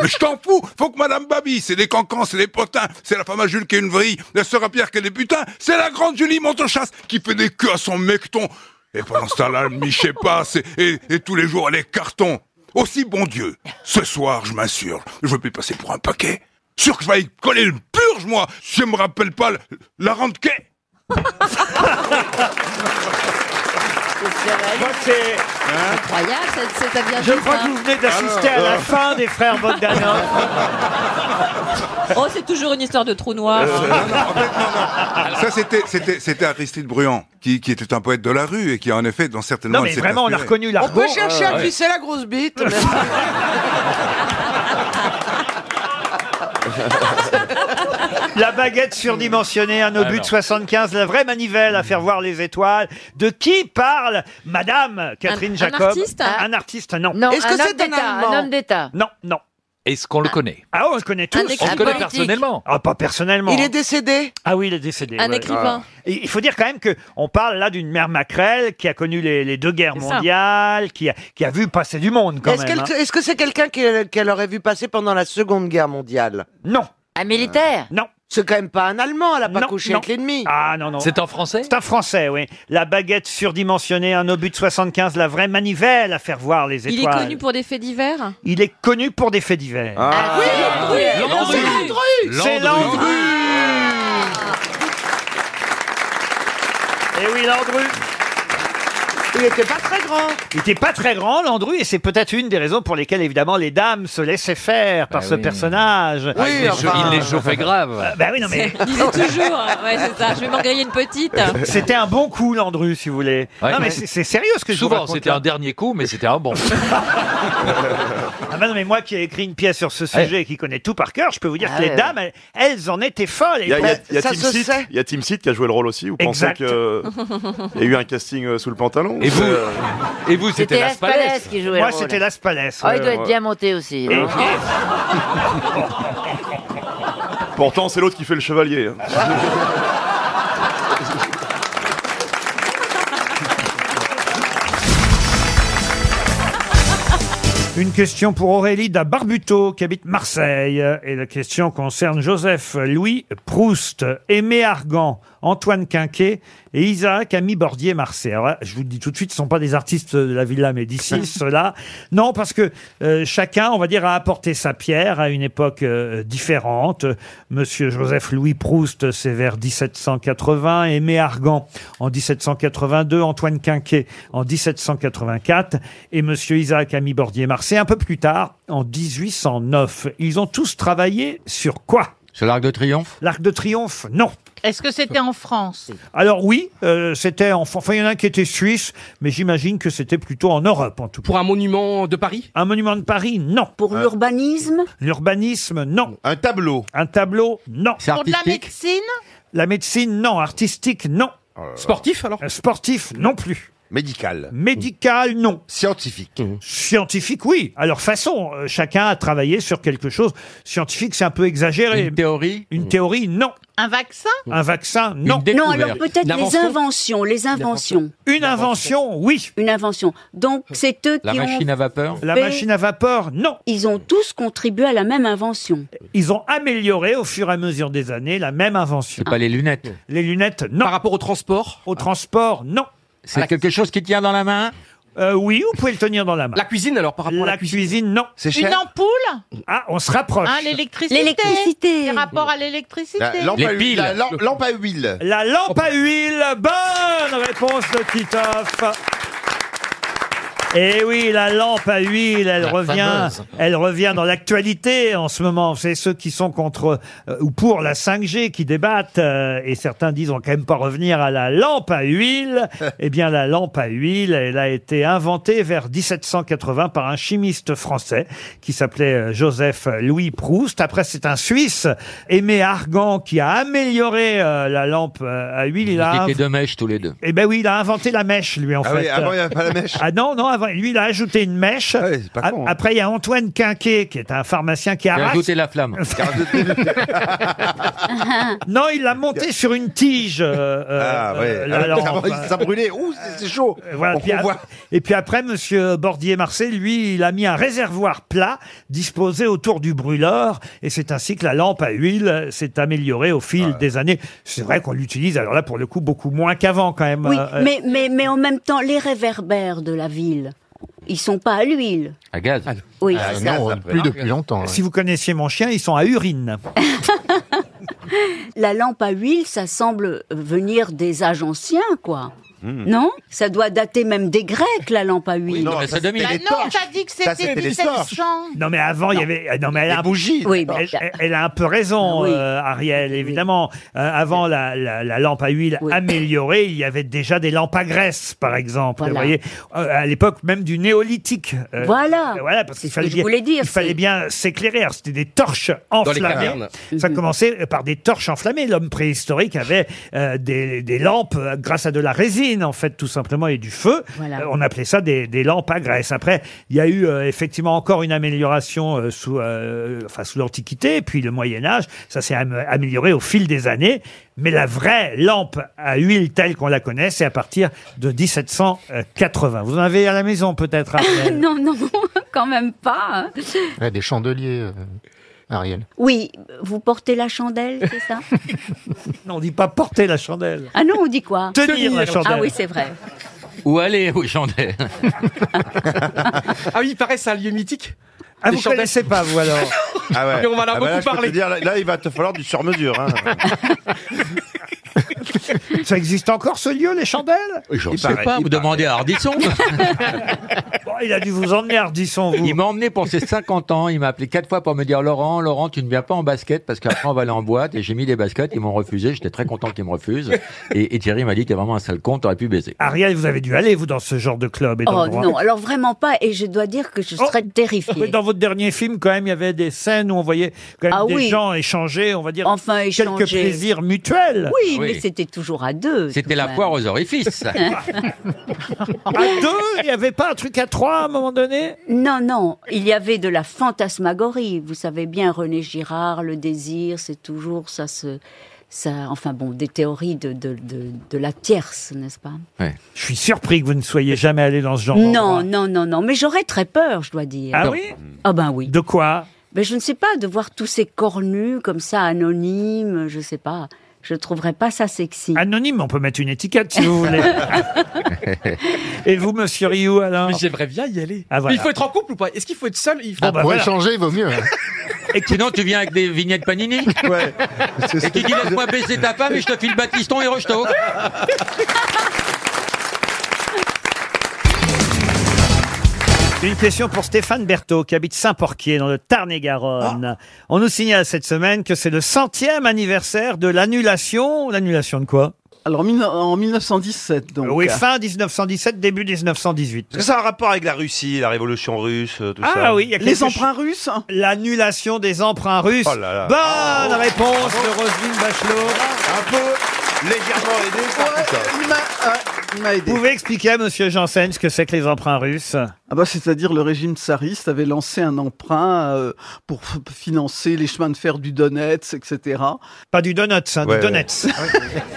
[SPEAKER 18] Mais je t'en fous. Faut que Madame Babi, c'est des cancans, c'est des potins. C'est la femme à Jules qui est une vrille. La sœur à Pierre qui est des putains. C'est la grande Julie Montechasse qui fait des queues à son mecton. Et pendant ce temps-là, le miché passe et, et- et tous les jours, elle est carton. Aussi bon Dieu, ce soir, je m'insurge. Je veux plus passer pour un paquet. Sûr que je vais y coller une purge, moi, si je me rappelle pas le- la rente quai.
[SPEAKER 1] C'est
[SPEAKER 33] incroyable, c'est ta bien
[SPEAKER 1] Je crois que vous venez d'assister à la fin des frères Bogdanov.
[SPEAKER 20] Oh, c'est toujours une histoire de trou noir.
[SPEAKER 1] Euh,
[SPEAKER 20] Hein.
[SPEAKER 18] Ça, c'était, c'était, c'était Aristide Bruand, qui, qui était un poète de la rue et qui, en effet, dans certainement.
[SPEAKER 1] Non, mais
[SPEAKER 18] elle s'est
[SPEAKER 1] vraiment, on a
[SPEAKER 18] inspirée.
[SPEAKER 1] reconnu Ah,
[SPEAKER 4] On peut chercher
[SPEAKER 28] Ah,
[SPEAKER 4] à glisser la
[SPEAKER 1] (laughs)
[SPEAKER 4] grosse bite.
[SPEAKER 1] La baguette surdimensionnée, un obus
[SPEAKER 15] Ah non.
[SPEAKER 1] de 75, la vraie manivelle à faire voir les étoiles. De qui parle Madame Catherine
[SPEAKER 15] un
[SPEAKER 1] Jacob
[SPEAKER 15] artiste
[SPEAKER 1] Un artiste, non.
[SPEAKER 15] Non, Est-ce que un
[SPEAKER 1] c'est
[SPEAKER 15] homme c'est un d'État, Allemand un homme
[SPEAKER 1] d'État Non, non.
[SPEAKER 15] Est-ce qu'on le connaît
[SPEAKER 1] Ah, on le connaît tous.
[SPEAKER 15] On le connaît personnellement.
[SPEAKER 1] Ah, pas personnellement.
[SPEAKER 15] Il est
[SPEAKER 1] décédé Ah oui, il est décédé.
[SPEAKER 15] Un
[SPEAKER 1] ouais.
[SPEAKER 15] écrivain.
[SPEAKER 1] Et Il faut dire quand même que on parle là d'une mère maquerelle qui a connu les, les deux guerres
[SPEAKER 4] C'est ça.
[SPEAKER 1] mondiales, qui a, qui a vu passer du monde quand
[SPEAKER 4] Est-ce
[SPEAKER 1] même.
[SPEAKER 4] qu'elle-
[SPEAKER 1] hein.
[SPEAKER 4] est-ce que c'est quelqu'un qu'elle qu'elle aurait vu passer pendant la Seconde Guerre mondiale
[SPEAKER 1] Non. Euh,
[SPEAKER 4] Un militaire
[SPEAKER 1] Non.
[SPEAKER 4] C'est quand même pas un Allemand, elle a pas
[SPEAKER 1] Non,
[SPEAKER 4] couché
[SPEAKER 1] non.
[SPEAKER 4] avec l'ennemi.
[SPEAKER 1] Ah non, non.
[SPEAKER 15] C'est en français
[SPEAKER 1] C'est un français, oui. La baguette surdimensionnée, un obus de 75, la vraie manivelle à faire voir les
[SPEAKER 20] Il
[SPEAKER 1] étoiles.
[SPEAKER 20] est connu pour des faits divers.
[SPEAKER 1] Il est connu pour des faits divers.
[SPEAKER 15] Ah,
[SPEAKER 20] Oui, oui,
[SPEAKER 1] Ah
[SPEAKER 20] c'est Landru.
[SPEAKER 1] C'est Landru.
[SPEAKER 4] Ah.
[SPEAKER 1] Eh Et oui, Landru. Il n'était pas très grand. Il n'était pas très grand, Landru, et c'est peut-être une des raisons pour lesquelles, évidemment, les dames se laissaient faire par
[SPEAKER 15] Bah
[SPEAKER 1] ce
[SPEAKER 15] oui.
[SPEAKER 1] personnage.
[SPEAKER 15] Ah, il les enfin- chau- il les chauffait grave.
[SPEAKER 1] Ah, Bah oui, non mais. Euh,
[SPEAKER 20] Il disait toujours, ouais, c'est ça, je vais m'en griller une petite.
[SPEAKER 1] C'était un bon coup, Landru, si vous voulez. Non, mais c'est c'est sérieux ce que je vous
[SPEAKER 15] Souvent,
[SPEAKER 1] raconte,
[SPEAKER 15] c'était
[SPEAKER 1] là.
[SPEAKER 15] un dernier coup, mais
[SPEAKER 1] (laughs)
[SPEAKER 15] c'était un bon.
[SPEAKER 1] Ah bah non, mais moi qui ai écrit une pièce sur ce sujet et qui connais tout par cœur, je peux vous dire
[SPEAKER 28] Ah
[SPEAKER 1] que les
[SPEAKER 28] ouais,
[SPEAKER 1] dames, elles, elles en étaient folles.
[SPEAKER 28] Il y a, il y a- il y a
[SPEAKER 1] Ça
[SPEAKER 28] Team
[SPEAKER 1] se
[SPEAKER 28] Seat-
[SPEAKER 1] sait.
[SPEAKER 28] il y a Team Seat qui a joué le rôle aussi. Vous pensez
[SPEAKER 1] Exact.
[SPEAKER 28] qu'il y
[SPEAKER 39] (laughs)
[SPEAKER 28] a eu un casting euh, sous le pantalon euh,
[SPEAKER 15] Et vous- et vous,
[SPEAKER 28] c'était
[SPEAKER 39] C'était Las Las Palais. Palais qui jouait
[SPEAKER 1] Moi,
[SPEAKER 39] le rôle.
[SPEAKER 1] c'était Las Palais.
[SPEAKER 39] Ah, il
[SPEAKER 28] ouais,
[SPEAKER 39] doit être
[SPEAKER 28] ouais.
[SPEAKER 39] bien monté aussi.
[SPEAKER 28] Et-
[SPEAKER 39] hein.
[SPEAKER 27] (laughs)
[SPEAKER 28] Pourtant, c'est l'autre qui fait le chevalier.
[SPEAKER 27] hein.
[SPEAKER 1] Une question pour Aurélie da Barbuto qui habite Marseille. Et la question concerne Joseph-Louis Proust, Aimé Argan, Antoine Quinquet et Isaac Ami Bordier-Marseille. Alors là, je vous le dis tout de suite, ce ne sont pas des artistes de la Villa Médicis, ceux-là. Non, parce que euh, chacun, on va dire, a apporté sa pierre à une époque euh, différente. Monsieur Joseph-Louis Proust, c'est vers 1780. Aimé Argan en 1782. Antoine Quinquet en 1784. Et Monsieur Isaac Ami Bordier-Marseille un peu plus tard, en 1809. Ils ont tous travaillé sur quoi Sur l'Arc de Triomphe L'Arc de Triomphe, non.
[SPEAKER 5] Est-ce que c'était en France
[SPEAKER 1] Alors oui, euh, c'était en... Enfin, il y en a un qui était suisse, mais j'imagine que c'était plutôt en Europe, en tout cas. Pour un monument de Paris Un monument de Paris, non. Pour l'urbanisme L'urbanisme, non. Un tableau Un tableau, non.
[SPEAKER 5] Pour de la médecine
[SPEAKER 1] La médecine, non. Artistique, non. Sportif, alors Sportif, non plus. Euh. Médical Médical, non. Scientifique Scientifique, oui. Alors, façon, euh, chacun a travaillé sur quelque chose. Scientifique, c'est un peu exagéré. Une théorie Une théorie, non.
[SPEAKER 5] Un vaccin
[SPEAKER 1] Un vaccin, non.
[SPEAKER 17] Non, alors peut-être les inventions, les inventions.
[SPEAKER 1] Une invention, oui.
[SPEAKER 17] Une invention. Donc c'est eux qui ont
[SPEAKER 1] vapeur La
[SPEAKER 17] fait-
[SPEAKER 1] machine à vapeur, non.
[SPEAKER 17] Ils ont tous contribué à la même invention.
[SPEAKER 1] Ils ont amélioré au fur et à mesure des années la même invention. Ah.
[SPEAKER 11] Pas les lunettes.
[SPEAKER 1] Les lunettes, non. Par rapport au transport Au transport, non.
[SPEAKER 11] C'est quelque chose qui tient dans la main
[SPEAKER 1] Euh, oui, vous pouvez le tenir dans la main.
[SPEAKER 11] La cuisine alors par rapport à la cuisine.
[SPEAKER 1] non.
[SPEAKER 11] C'est
[SPEAKER 5] Une ampoule
[SPEAKER 1] Ah, on se rapproche.
[SPEAKER 5] Hein, L'électricité
[SPEAKER 17] L'électricité.
[SPEAKER 5] Les rapports à l'électricité
[SPEAKER 1] lampe à huile. La lampe à huile. Bonne réponse de Titoff. Et oui, la lampe à huile, elle
[SPEAKER 16] La
[SPEAKER 1] revient,
[SPEAKER 16] fameuse.
[SPEAKER 1] elle revient dans l'actualité en ce moment. C'est ceux qui sont contre euh, ou pour la 5G qui débattent euh, et certains disent on va quand même pas revenir à la lampe à huile. eh bien, la lampe à huile, elle a été inventée vers 1780 par un chimiste français qui s'appelait euh, Joseph Louis Proust. Après, c'est un Suisse, Aimé Argan, qui a amélioré euh, la lampe euh, à huile. Il a
[SPEAKER 11] Ils
[SPEAKER 1] inv-
[SPEAKER 11] étaient deux mèches tous les deux.
[SPEAKER 1] eh ben oui, il a inventé la mèche, lui, en
[SPEAKER 11] Ah
[SPEAKER 1] fait.
[SPEAKER 11] oui, avant, il y avait pas la mèche. Ah
[SPEAKER 1] Ah non, non, avant, lui, il a ajouté une mèche. A- Après, il y a Antoine Quinquet, qui est un pharmacien qui
[SPEAKER 11] Ils ont
[SPEAKER 1] arrache.
[SPEAKER 11] hein. ajouté la flamme.
[SPEAKER 1] (laughs) Non, il l'a monté sur une tige. ah
[SPEAKER 11] ouais. Ah, ça- ça brûlait.
[SPEAKER 1] Ouh, c'est chaud. Euh, puis a- et puis après, Monsieur Bordier-Marcel, lui, il a mis un réservoir plat disposé autour du brûleur. Et c'est ainsi que la lampe à huile euh, s'est améliorée au fil des années. C'est vrai qu'on l'utilise, alors là, pour le coup, beaucoup moins qu'avant, quand même.
[SPEAKER 17] Oui,
[SPEAKER 1] Euh,
[SPEAKER 17] mais, mais, mais en même temps, les réverbères de la ville, ils sont pas à l'huile.
[SPEAKER 11] À gaz.
[SPEAKER 17] Oui,
[SPEAKER 11] Ah,
[SPEAKER 17] c'est
[SPEAKER 11] non,
[SPEAKER 17] ça.
[SPEAKER 11] plus depuis longtemps. hein.
[SPEAKER 1] Si vous connaissiez mon chien, ils sont à urine.
[SPEAKER 17] La lampe à huile, ça semble venir des âges anciens, quoi.
[SPEAKER 1] Hmm.
[SPEAKER 17] Non Ça doit dater même des Grecs, la lampe à huile.
[SPEAKER 5] Bah non, t'as dit que
[SPEAKER 17] Ça,
[SPEAKER 5] c'était
[SPEAKER 17] c'était les
[SPEAKER 5] 1700.
[SPEAKER 1] Non mais avant il y
[SPEAKER 17] Non.
[SPEAKER 1] avait euh, non mais elle a
[SPEAKER 17] Les bougies,
[SPEAKER 1] elle,
[SPEAKER 17] Oui, mais- Ah
[SPEAKER 1] elle- elle a un peu raison
[SPEAKER 17] Oui.
[SPEAKER 1] euh, Ariel évidemment Euh, avant la, la- la lampe à huile améliorée il y avait déjà des lampes à graisse par exemple
[SPEAKER 17] Voilà.
[SPEAKER 1] vous voyez Euh, à l'époque même du néolithique Euh,
[SPEAKER 17] Voilà.
[SPEAKER 1] euh, voilà parce qu'il fallait
[SPEAKER 17] je
[SPEAKER 1] bien
[SPEAKER 17] voulais dire,
[SPEAKER 1] il fallait bien s'éclairer Alors, c'était des torches
[SPEAKER 17] les
[SPEAKER 1] enflammées
[SPEAKER 17] cavernes.
[SPEAKER 1] ça commençait euh, par des torches enflammées l'homme préhistorique avait euh, des, des lampes euh, grâce à de la résine en fait tout simplement et du feu
[SPEAKER 17] Voilà.
[SPEAKER 1] Euh, on appelait ça des, des lampes à graisse. Après, il y a eu euh, effectivement encore une amélioration euh, sous, euh, enfin, sous l'Antiquité, puis le Moyen Âge. Ça s'est am- amélioré au fil des années. Mais la vraie lampe à huile telle qu'on la connaît, c'est à partir de 1780. Vous en avez à la maison peut-être.
[SPEAKER 17] (laughs)
[SPEAKER 1] Ariel
[SPEAKER 17] non, non, quand même pas. hein.
[SPEAKER 21] des chandeliers, euh, Ariel.
[SPEAKER 17] Oui, vous portez la chandelle, c'est ça
[SPEAKER 1] Non, on dit pas porter la chandelle.
[SPEAKER 17] Ah non, on dit quoi
[SPEAKER 1] Tenir Tenir la la chandelle.
[SPEAKER 17] Ah oui, c'est vrai.
[SPEAKER 11] Où aller aux chandelles
[SPEAKER 3] (laughs) Ah oui, il paraît, c'est un lieu mythique.
[SPEAKER 1] Ah, vous connaissez pas, vous alors
[SPEAKER 27] (laughs) Ah ouais.
[SPEAKER 2] Et on va
[SPEAKER 27] Ah
[SPEAKER 2] en
[SPEAKER 27] bah
[SPEAKER 2] beaucoup
[SPEAKER 27] là, je peux te
[SPEAKER 2] parler.
[SPEAKER 27] dire, là, là, il va te falloir du sur-mesure. hein.
[SPEAKER 1] (laughs) Ça existe encore ce lieu, les chandelles
[SPEAKER 2] Je sais pas, vous demandez à
[SPEAKER 27] (laughs)
[SPEAKER 2] Ardisson.
[SPEAKER 1] Oh, il a dû vous emmener Ardisson, vous.
[SPEAKER 2] Il m'a emmené pour ses 50 ans, il m'a appelé quatre fois pour me dire Laurent, Laurent, tu ne viens pas en basket parce qu'après on va aller en boîte et j'ai mis des baskets, ils m'ont refusé, j'étais très content qu'ils me refusent. Et, et Thierry m'a dit t'es vraiment un sale con, t'aurais pu baiser.
[SPEAKER 1] Ariel, vous avez dû aller, vous, dans Oh. ce genre de club et
[SPEAKER 17] Oh
[SPEAKER 1] d'endroit.
[SPEAKER 17] non, alors vraiment pas, et je dois dire que je serais
[SPEAKER 1] Mais
[SPEAKER 17] terrifiée.
[SPEAKER 1] dans votre dernier film, quand même, il y avait des scènes où on voyait quand même
[SPEAKER 17] Ah
[SPEAKER 1] des
[SPEAKER 17] oui.
[SPEAKER 1] gens échanger, on va dire,
[SPEAKER 17] Enfin, échanger.
[SPEAKER 1] quelques plaisirs mutuels.
[SPEAKER 17] Oui, mais c'était toujours à deux.
[SPEAKER 2] C'était la foire aux
[SPEAKER 17] (laughs)
[SPEAKER 2] orifices.
[SPEAKER 1] À deux, il n'y avait pas un truc à trois à un moment donné
[SPEAKER 17] Non, non, il y avait de la fantasmagorie. Vous savez bien, René Girard, le désir, c'est toujours ça se... Ça, enfin bon, des théories de, de, de, de la tierce, n'est-ce pas
[SPEAKER 1] Je suis surpris que vous ne soyez jamais allé dans ce genre
[SPEAKER 17] Non,
[SPEAKER 1] d'endroit.
[SPEAKER 17] non, non, non, mais j'aurais très peur, je dois dire.
[SPEAKER 1] Ah oui
[SPEAKER 17] Ah ben oui.
[SPEAKER 1] De quoi
[SPEAKER 17] Mais je ne sais pas, de voir tous ces cornus comme ça, anonymes, je ne sais pas. Je ne trouverais pas ça sexy.
[SPEAKER 1] Anonyme, on peut mettre une étiquette si
[SPEAKER 28] (laughs)
[SPEAKER 1] vous voulez.
[SPEAKER 2] (laughs)
[SPEAKER 1] Et vous, monsieur Rioux, alors
[SPEAKER 2] J'aimerais bien y aller.
[SPEAKER 1] Ah, voilà.
[SPEAKER 2] Mais il faut être en couple ou pas Est-ce qu'il faut être seul il faut...
[SPEAKER 1] Ah, bah, Pour voilà. échanger,
[SPEAKER 2] vaut mieux. Et sinon, tu viens avec des vignettes panini Ouais. Et tu dis, laisse-moi baiser ta femme et je te file Baptiston et Rocheteau.
[SPEAKER 1] Une question pour Stéphane Berthaud, qui habite Saint-Porquier, dans le Tarn-et-Garonne.
[SPEAKER 28] Ah.
[SPEAKER 1] On nous signale cette semaine que c'est le centième anniversaire de l'annulation. L'annulation de quoi
[SPEAKER 8] Alors, mille- en 1917, donc.
[SPEAKER 1] Oui, fin 1917, début 1918.
[SPEAKER 28] Est-ce que ça a un rapport avec la Russie, la révolution russe, euh, tout ça
[SPEAKER 1] Ah oui, il y a
[SPEAKER 8] Les
[SPEAKER 1] quelque
[SPEAKER 8] emprunts russes hein.
[SPEAKER 1] L'annulation des emprunts russes.
[SPEAKER 28] Oh là là.
[SPEAKER 1] Bonne
[SPEAKER 28] Oh.
[SPEAKER 1] réponse de Roselyne Bachelot.
[SPEAKER 28] Un peu légèrement aidé par tout ça.
[SPEAKER 8] Il m'a- euh, il m'a aidé.
[SPEAKER 1] Vous pouvez expliquer à Monsieur Janssen ce que c'est que les emprunts russes
[SPEAKER 8] Ah bah, c'est-à-dire le régime tsariste avait lancé un emprunt euh, pour f- financer les chemins de fer du Donetsk, etc.
[SPEAKER 1] Pas du Donetsk, hein,
[SPEAKER 28] Ouais, Ah ouais.
[SPEAKER 1] du Donetsk.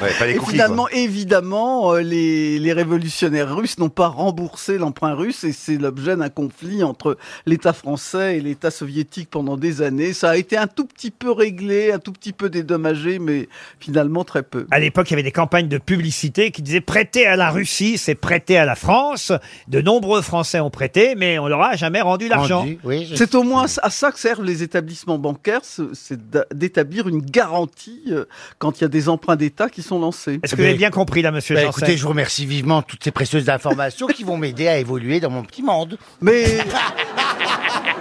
[SPEAKER 28] Ouais, pas les
[SPEAKER 8] Et
[SPEAKER 28] cookies,
[SPEAKER 8] finalement,
[SPEAKER 28] quoi.
[SPEAKER 8] évidemment, euh, les, les révolutionnaires russes n'ont pas remboursé l'emprunt russe et c'est l'objet d'un conflit entre l'État français et l'État soviétique pendant des années. Ça a été un tout petit peu réglé, un tout petit peu dédommagé, mais finalement très peu.
[SPEAKER 1] À l'époque, il y avait des campagnes de publicité qui disaient prêter à la Russie, c'est prêter à la France. De nombreux Français ont prêté, mais on leur a jamais rendu l'argent.
[SPEAKER 8] c'est au moins à ça que servent les établissements bancaires, ce- c'est d'a- d'établir une garantie euh, quand il y a des emprunts d'État qui sont lancés. Eh
[SPEAKER 1] Est-ce que vous avez bien compris là, monsieur
[SPEAKER 6] Bah,
[SPEAKER 1] Janssen
[SPEAKER 6] écoutez, je vous remercie vivement toutes ces précieuses informations qui vont m'aider à évoluer dans mon petit monde.
[SPEAKER 8] Mais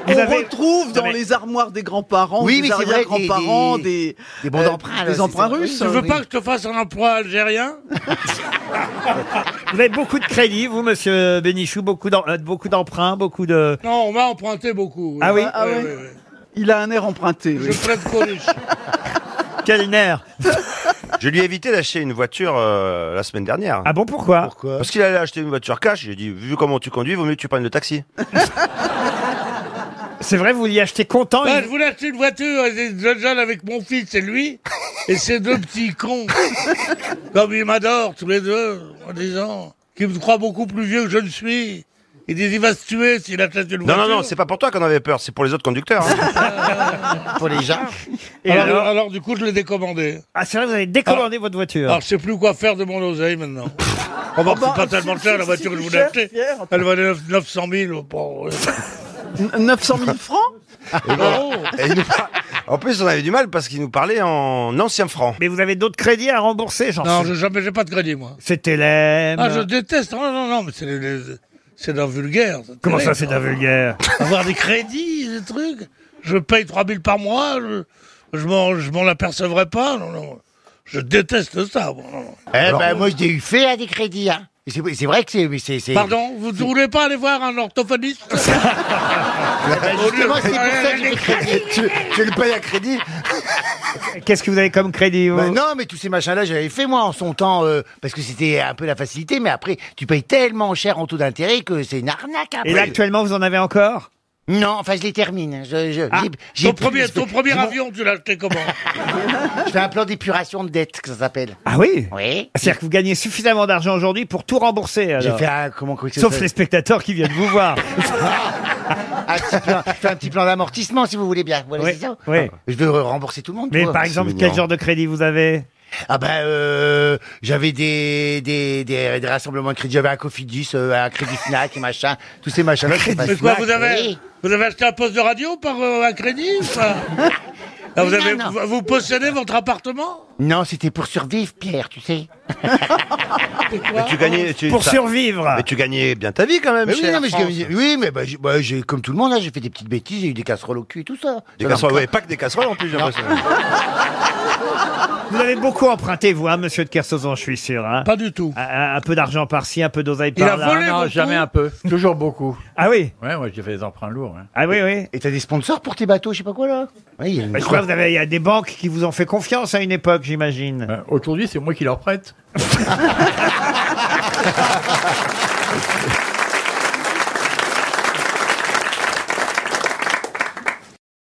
[SPEAKER 6] Vous
[SPEAKER 8] on
[SPEAKER 6] avez-
[SPEAKER 8] retrouve dans
[SPEAKER 6] Non, mais-
[SPEAKER 8] les armoires des grands-parents,
[SPEAKER 6] Oui, mais
[SPEAKER 8] des
[SPEAKER 6] c'est vrai,
[SPEAKER 8] arrière-grands-parents,
[SPEAKER 6] des-
[SPEAKER 8] des, euh,
[SPEAKER 6] des bons d'emprunt, là,
[SPEAKER 8] des
[SPEAKER 6] c'est
[SPEAKER 8] emprunts
[SPEAKER 6] ça.
[SPEAKER 8] russes.
[SPEAKER 6] Tu veux pas
[SPEAKER 8] Oui.
[SPEAKER 6] que je te fasse un emploi algérien
[SPEAKER 1] Vous avez beaucoup de crédits, vous, monsieur Bénichou, beaucoup d'en- euh, beaucoup d'emprunts, beaucoup de...
[SPEAKER 6] Non, on m'a emprunté beaucoup.
[SPEAKER 1] Ah oui
[SPEAKER 8] Ah ouais. Il a un air emprunté. oui.
[SPEAKER 1] Quel nerf
[SPEAKER 28] (laughs) Je lui ai évité d'acheter une voiture euh, la semaine dernière.
[SPEAKER 1] Ah bon, pourquoi
[SPEAKER 28] Parce qu'il allait acheter une voiture cash. J'ai dit, vu comment tu conduis, vaut mieux que tu prennes le taxi.
[SPEAKER 1] (laughs) C'est vrai, vous l'y achetez content
[SPEAKER 6] Bah,
[SPEAKER 1] il-
[SPEAKER 6] Je voulais acheter une voiture, et je jeune avec mon fils et lui, et ces deux petits cons. Comme ils m'adorent tous les deux, en disant qu'ils me croient beaucoup plus vieux que je ne suis. Ils disent il va se tuer s'il achète une
[SPEAKER 28] Non,
[SPEAKER 6] voiture.
[SPEAKER 28] non, non, c'est pas pour toi qu'on avait peur, c'est pour les autres conducteurs. hein.
[SPEAKER 6] pour les gens.
[SPEAKER 1] (laughs) Et
[SPEAKER 6] (laughs) alors,
[SPEAKER 1] alors
[SPEAKER 6] alors, du coup, je l'ai décommandé. Ah,
[SPEAKER 1] Ah, c'est vrai, vous avez décommandé votre voiture.
[SPEAKER 6] Alors, je sais plus quoi faire de mon oseille maintenant. On va
[SPEAKER 1] Oh bah,
[SPEAKER 6] pas
[SPEAKER 1] si-
[SPEAKER 6] tellement cher
[SPEAKER 1] si-
[SPEAKER 6] la
[SPEAKER 1] si
[SPEAKER 6] voiture que
[SPEAKER 1] tu
[SPEAKER 6] je voulais
[SPEAKER 1] cherches,
[SPEAKER 6] acheter.
[SPEAKER 1] Pierre,
[SPEAKER 6] Elle valait 9 900 000. oh, bon, ouais.
[SPEAKER 8] 900 000 francs
[SPEAKER 28] Et
[SPEAKER 6] Ah
[SPEAKER 28] voilà. Et il nous par- En plus, on avait du mal parce qu'il nous parlait en ancien franc.
[SPEAKER 1] Mais vous avez d'autres crédits à rembourser, j'en
[SPEAKER 6] Non, j'ai jamais, j'ai pas de crédit, moi.
[SPEAKER 1] C'était l'aime.
[SPEAKER 6] Ah, je déteste. Non, non, non, mais c'est, les- les- c'est d'un vulgaire.
[SPEAKER 1] Comment ça,
[SPEAKER 6] terrible.
[SPEAKER 1] c'est d'un vulgaire
[SPEAKER 6] Avoir des crédits, des trucs. Je paye 3000 par mois, je, je m'en, je m'en apercevrai pas. Non, non. Je déteste ça. moi, non, non.
[SPEAKER 16] Eh ben,
[SPEAKER 1] euh,
[SPEAKER 6] Alors-
[SPEAKER 16] moi, j'ai eu fait à des crédits, hein. (laughs) Et C'est c'est vrai que c'est- mais c'est. c'est-
[SPEAKER 6] Pardon, vous ne voulez pas aller voir un orthophoniste
[SPEAKER 16] Ah, justement, c'est pour ça que j'ai des crédits.
[SPEAKER 28] tu, tu le payes à crédit
[SPEAKER 1] Qu'est-ce que vous avez comme crédit vous
[SPEAKER 16] Ben non, mais tous ces machins-là, j'avais fait moi en son temps, euh, parce que c'était un peu la facilité, mais après, tu payes tellement cher en taux d'intérêt que c'est une arnaque après.
[SPEAKER 1] Et là, actuellement, vous en avez encore Ah,
[SPEAKER 16] Non, enfin, je les termine. Je, je- j'ai- (laughs) j'ai
[SPEAKER 6] Ton
[SPEAKER 16] pris-
[SPEAKER 6] premier,
[SPEAKER 16] je-
[SPEAKER 6] ton premier
[SPEAKER 16] je-
[SPEAKER 6] avion, tu l'as
[SPEAKER 16] (laughs)
[SPEAKER 6] acheté comment
[SPEAKER 16] Je fais un plan d'épuration de dette, que ça s'appelle.
[SPEAKER 1] Ah oui
[SPEAKER 16] Oui.
[SPEAKER 1] C'est-à-dire que vous gagnez suffisamment d'argent aujourd'hui pour tout rembourser.
[SPEAKER 16] J'ai
[SPEAKER 1] alors.
[SPEAKER 16] fait un, comment que c'est
[SPEAKER 1] Sauf
[SPEAKER 16] ça
[SPEAKER 1] les spectateurs qui viennent vous voir.
[SPEAKER 16] (laughs) Un petit plan- je fais un petit plan d'amortissement, si vous voulez bien. Voilà, c'est ça.
[SPEAKER 11] Ah,
[SPEAKER 1] oui.
[SPEAKER 16] Je veux rembourser tout le monde.
[SPEAKER 1] Mais
[SPEAKER 16] toi.
[SPEAKER 1] par exemple, quel genre de crédit vous avez
[SPEAKER 11] Ah ben, euh, j'avais des, des, des, des rassemblements de crédit, j'avais un Cofidis, euh, un Crédit Fnac et machin, tous ces machins.
[SPEAKER 1] Bah,
[SPEAKER 6] Mais quoi, vous avez, vous avez acheté un poste de radio par euh, un crédit ou
[SPEAKER 16] (laughs)
[SPEAKER 6] pas Ah, vous,
[SPEAKER 11] Non,
[SPEAKER 6] avez,
[SPEAKER 11] non.
[SPEAKER 6] vous- vous possédez votre appartement
[SPEAKER 11] Non, c'était pour survivre, Pierre, tu sais.
[SPEAKER 6] Mais
[SPEAKER 45] tu gagnais- tu-
[SPEAKER 11] Pour
[SPEAKER 45] ça-
[SPEAKER 11] survivre.
[SPEAKER 45] Mais tu gagnais (laughs) bien ta vie quand même.
[SPEAKER 11] Mais oui,
[SPEAKER 45] chez
[SPEAKER 11] non,
[SPEAKER 45] Air
[SPEAKER 11] mais je-
[SPEAKER 45] France.
[SPEAKER 11] oui, mais bah, j'ai- bah, j'ai- comme tout le monde, hein, j'ai fait des petites bêtises, j'ai eu des casseroles au cul et tout ça.
[SPEAKER 45] Des
[SPEAKER 11] Ça,
[SPEAKER 45] casseroles,
[SPEAKER 11] dans le
[SPEAKER 45] ouais,
[SPEAKER 11] cas-
[SPEAKER 45] pas que des casseroles en plus, j'ai
[SPEAKER 11] Non.
[SPEAKER 45] l'impression.
[SPEAKER 1] Vous avez beaucoup emprunté, vous, hein, monsieur de Kersauzon, je suis sûr. hein.
[SPEAKER 6] Pas du tout.
[SPEAKER 1] Un, un peu d'argent par-ci, un peu d'oseille
[SPEAKER 2] Il a
[SPEAKER 1] par-là.
[SPEAKER 2] volé Non, beaucoup. jamais un peu.
[SPEAKER 1] Toujours beaucoup. Ah oui
[SPEAKER 2] Ouais, moi j'ai fait des emprunts lourds. hein.
[SPEAKER 1] Ah oui, oui.
[SPEAKER 11] Et t'as des sponsors pour tes bateaux, je sais pas quoi, là Oui, il y a une-
[SPEAKER 1] Bah, je crois que vous avez- il y a des banques qui vous ont fait confiance à une époque, j'imagine.
[SPEAKER 2] Euh,
[SPEAKER 1] Aujourd'hui, c'est moi qui leur prête.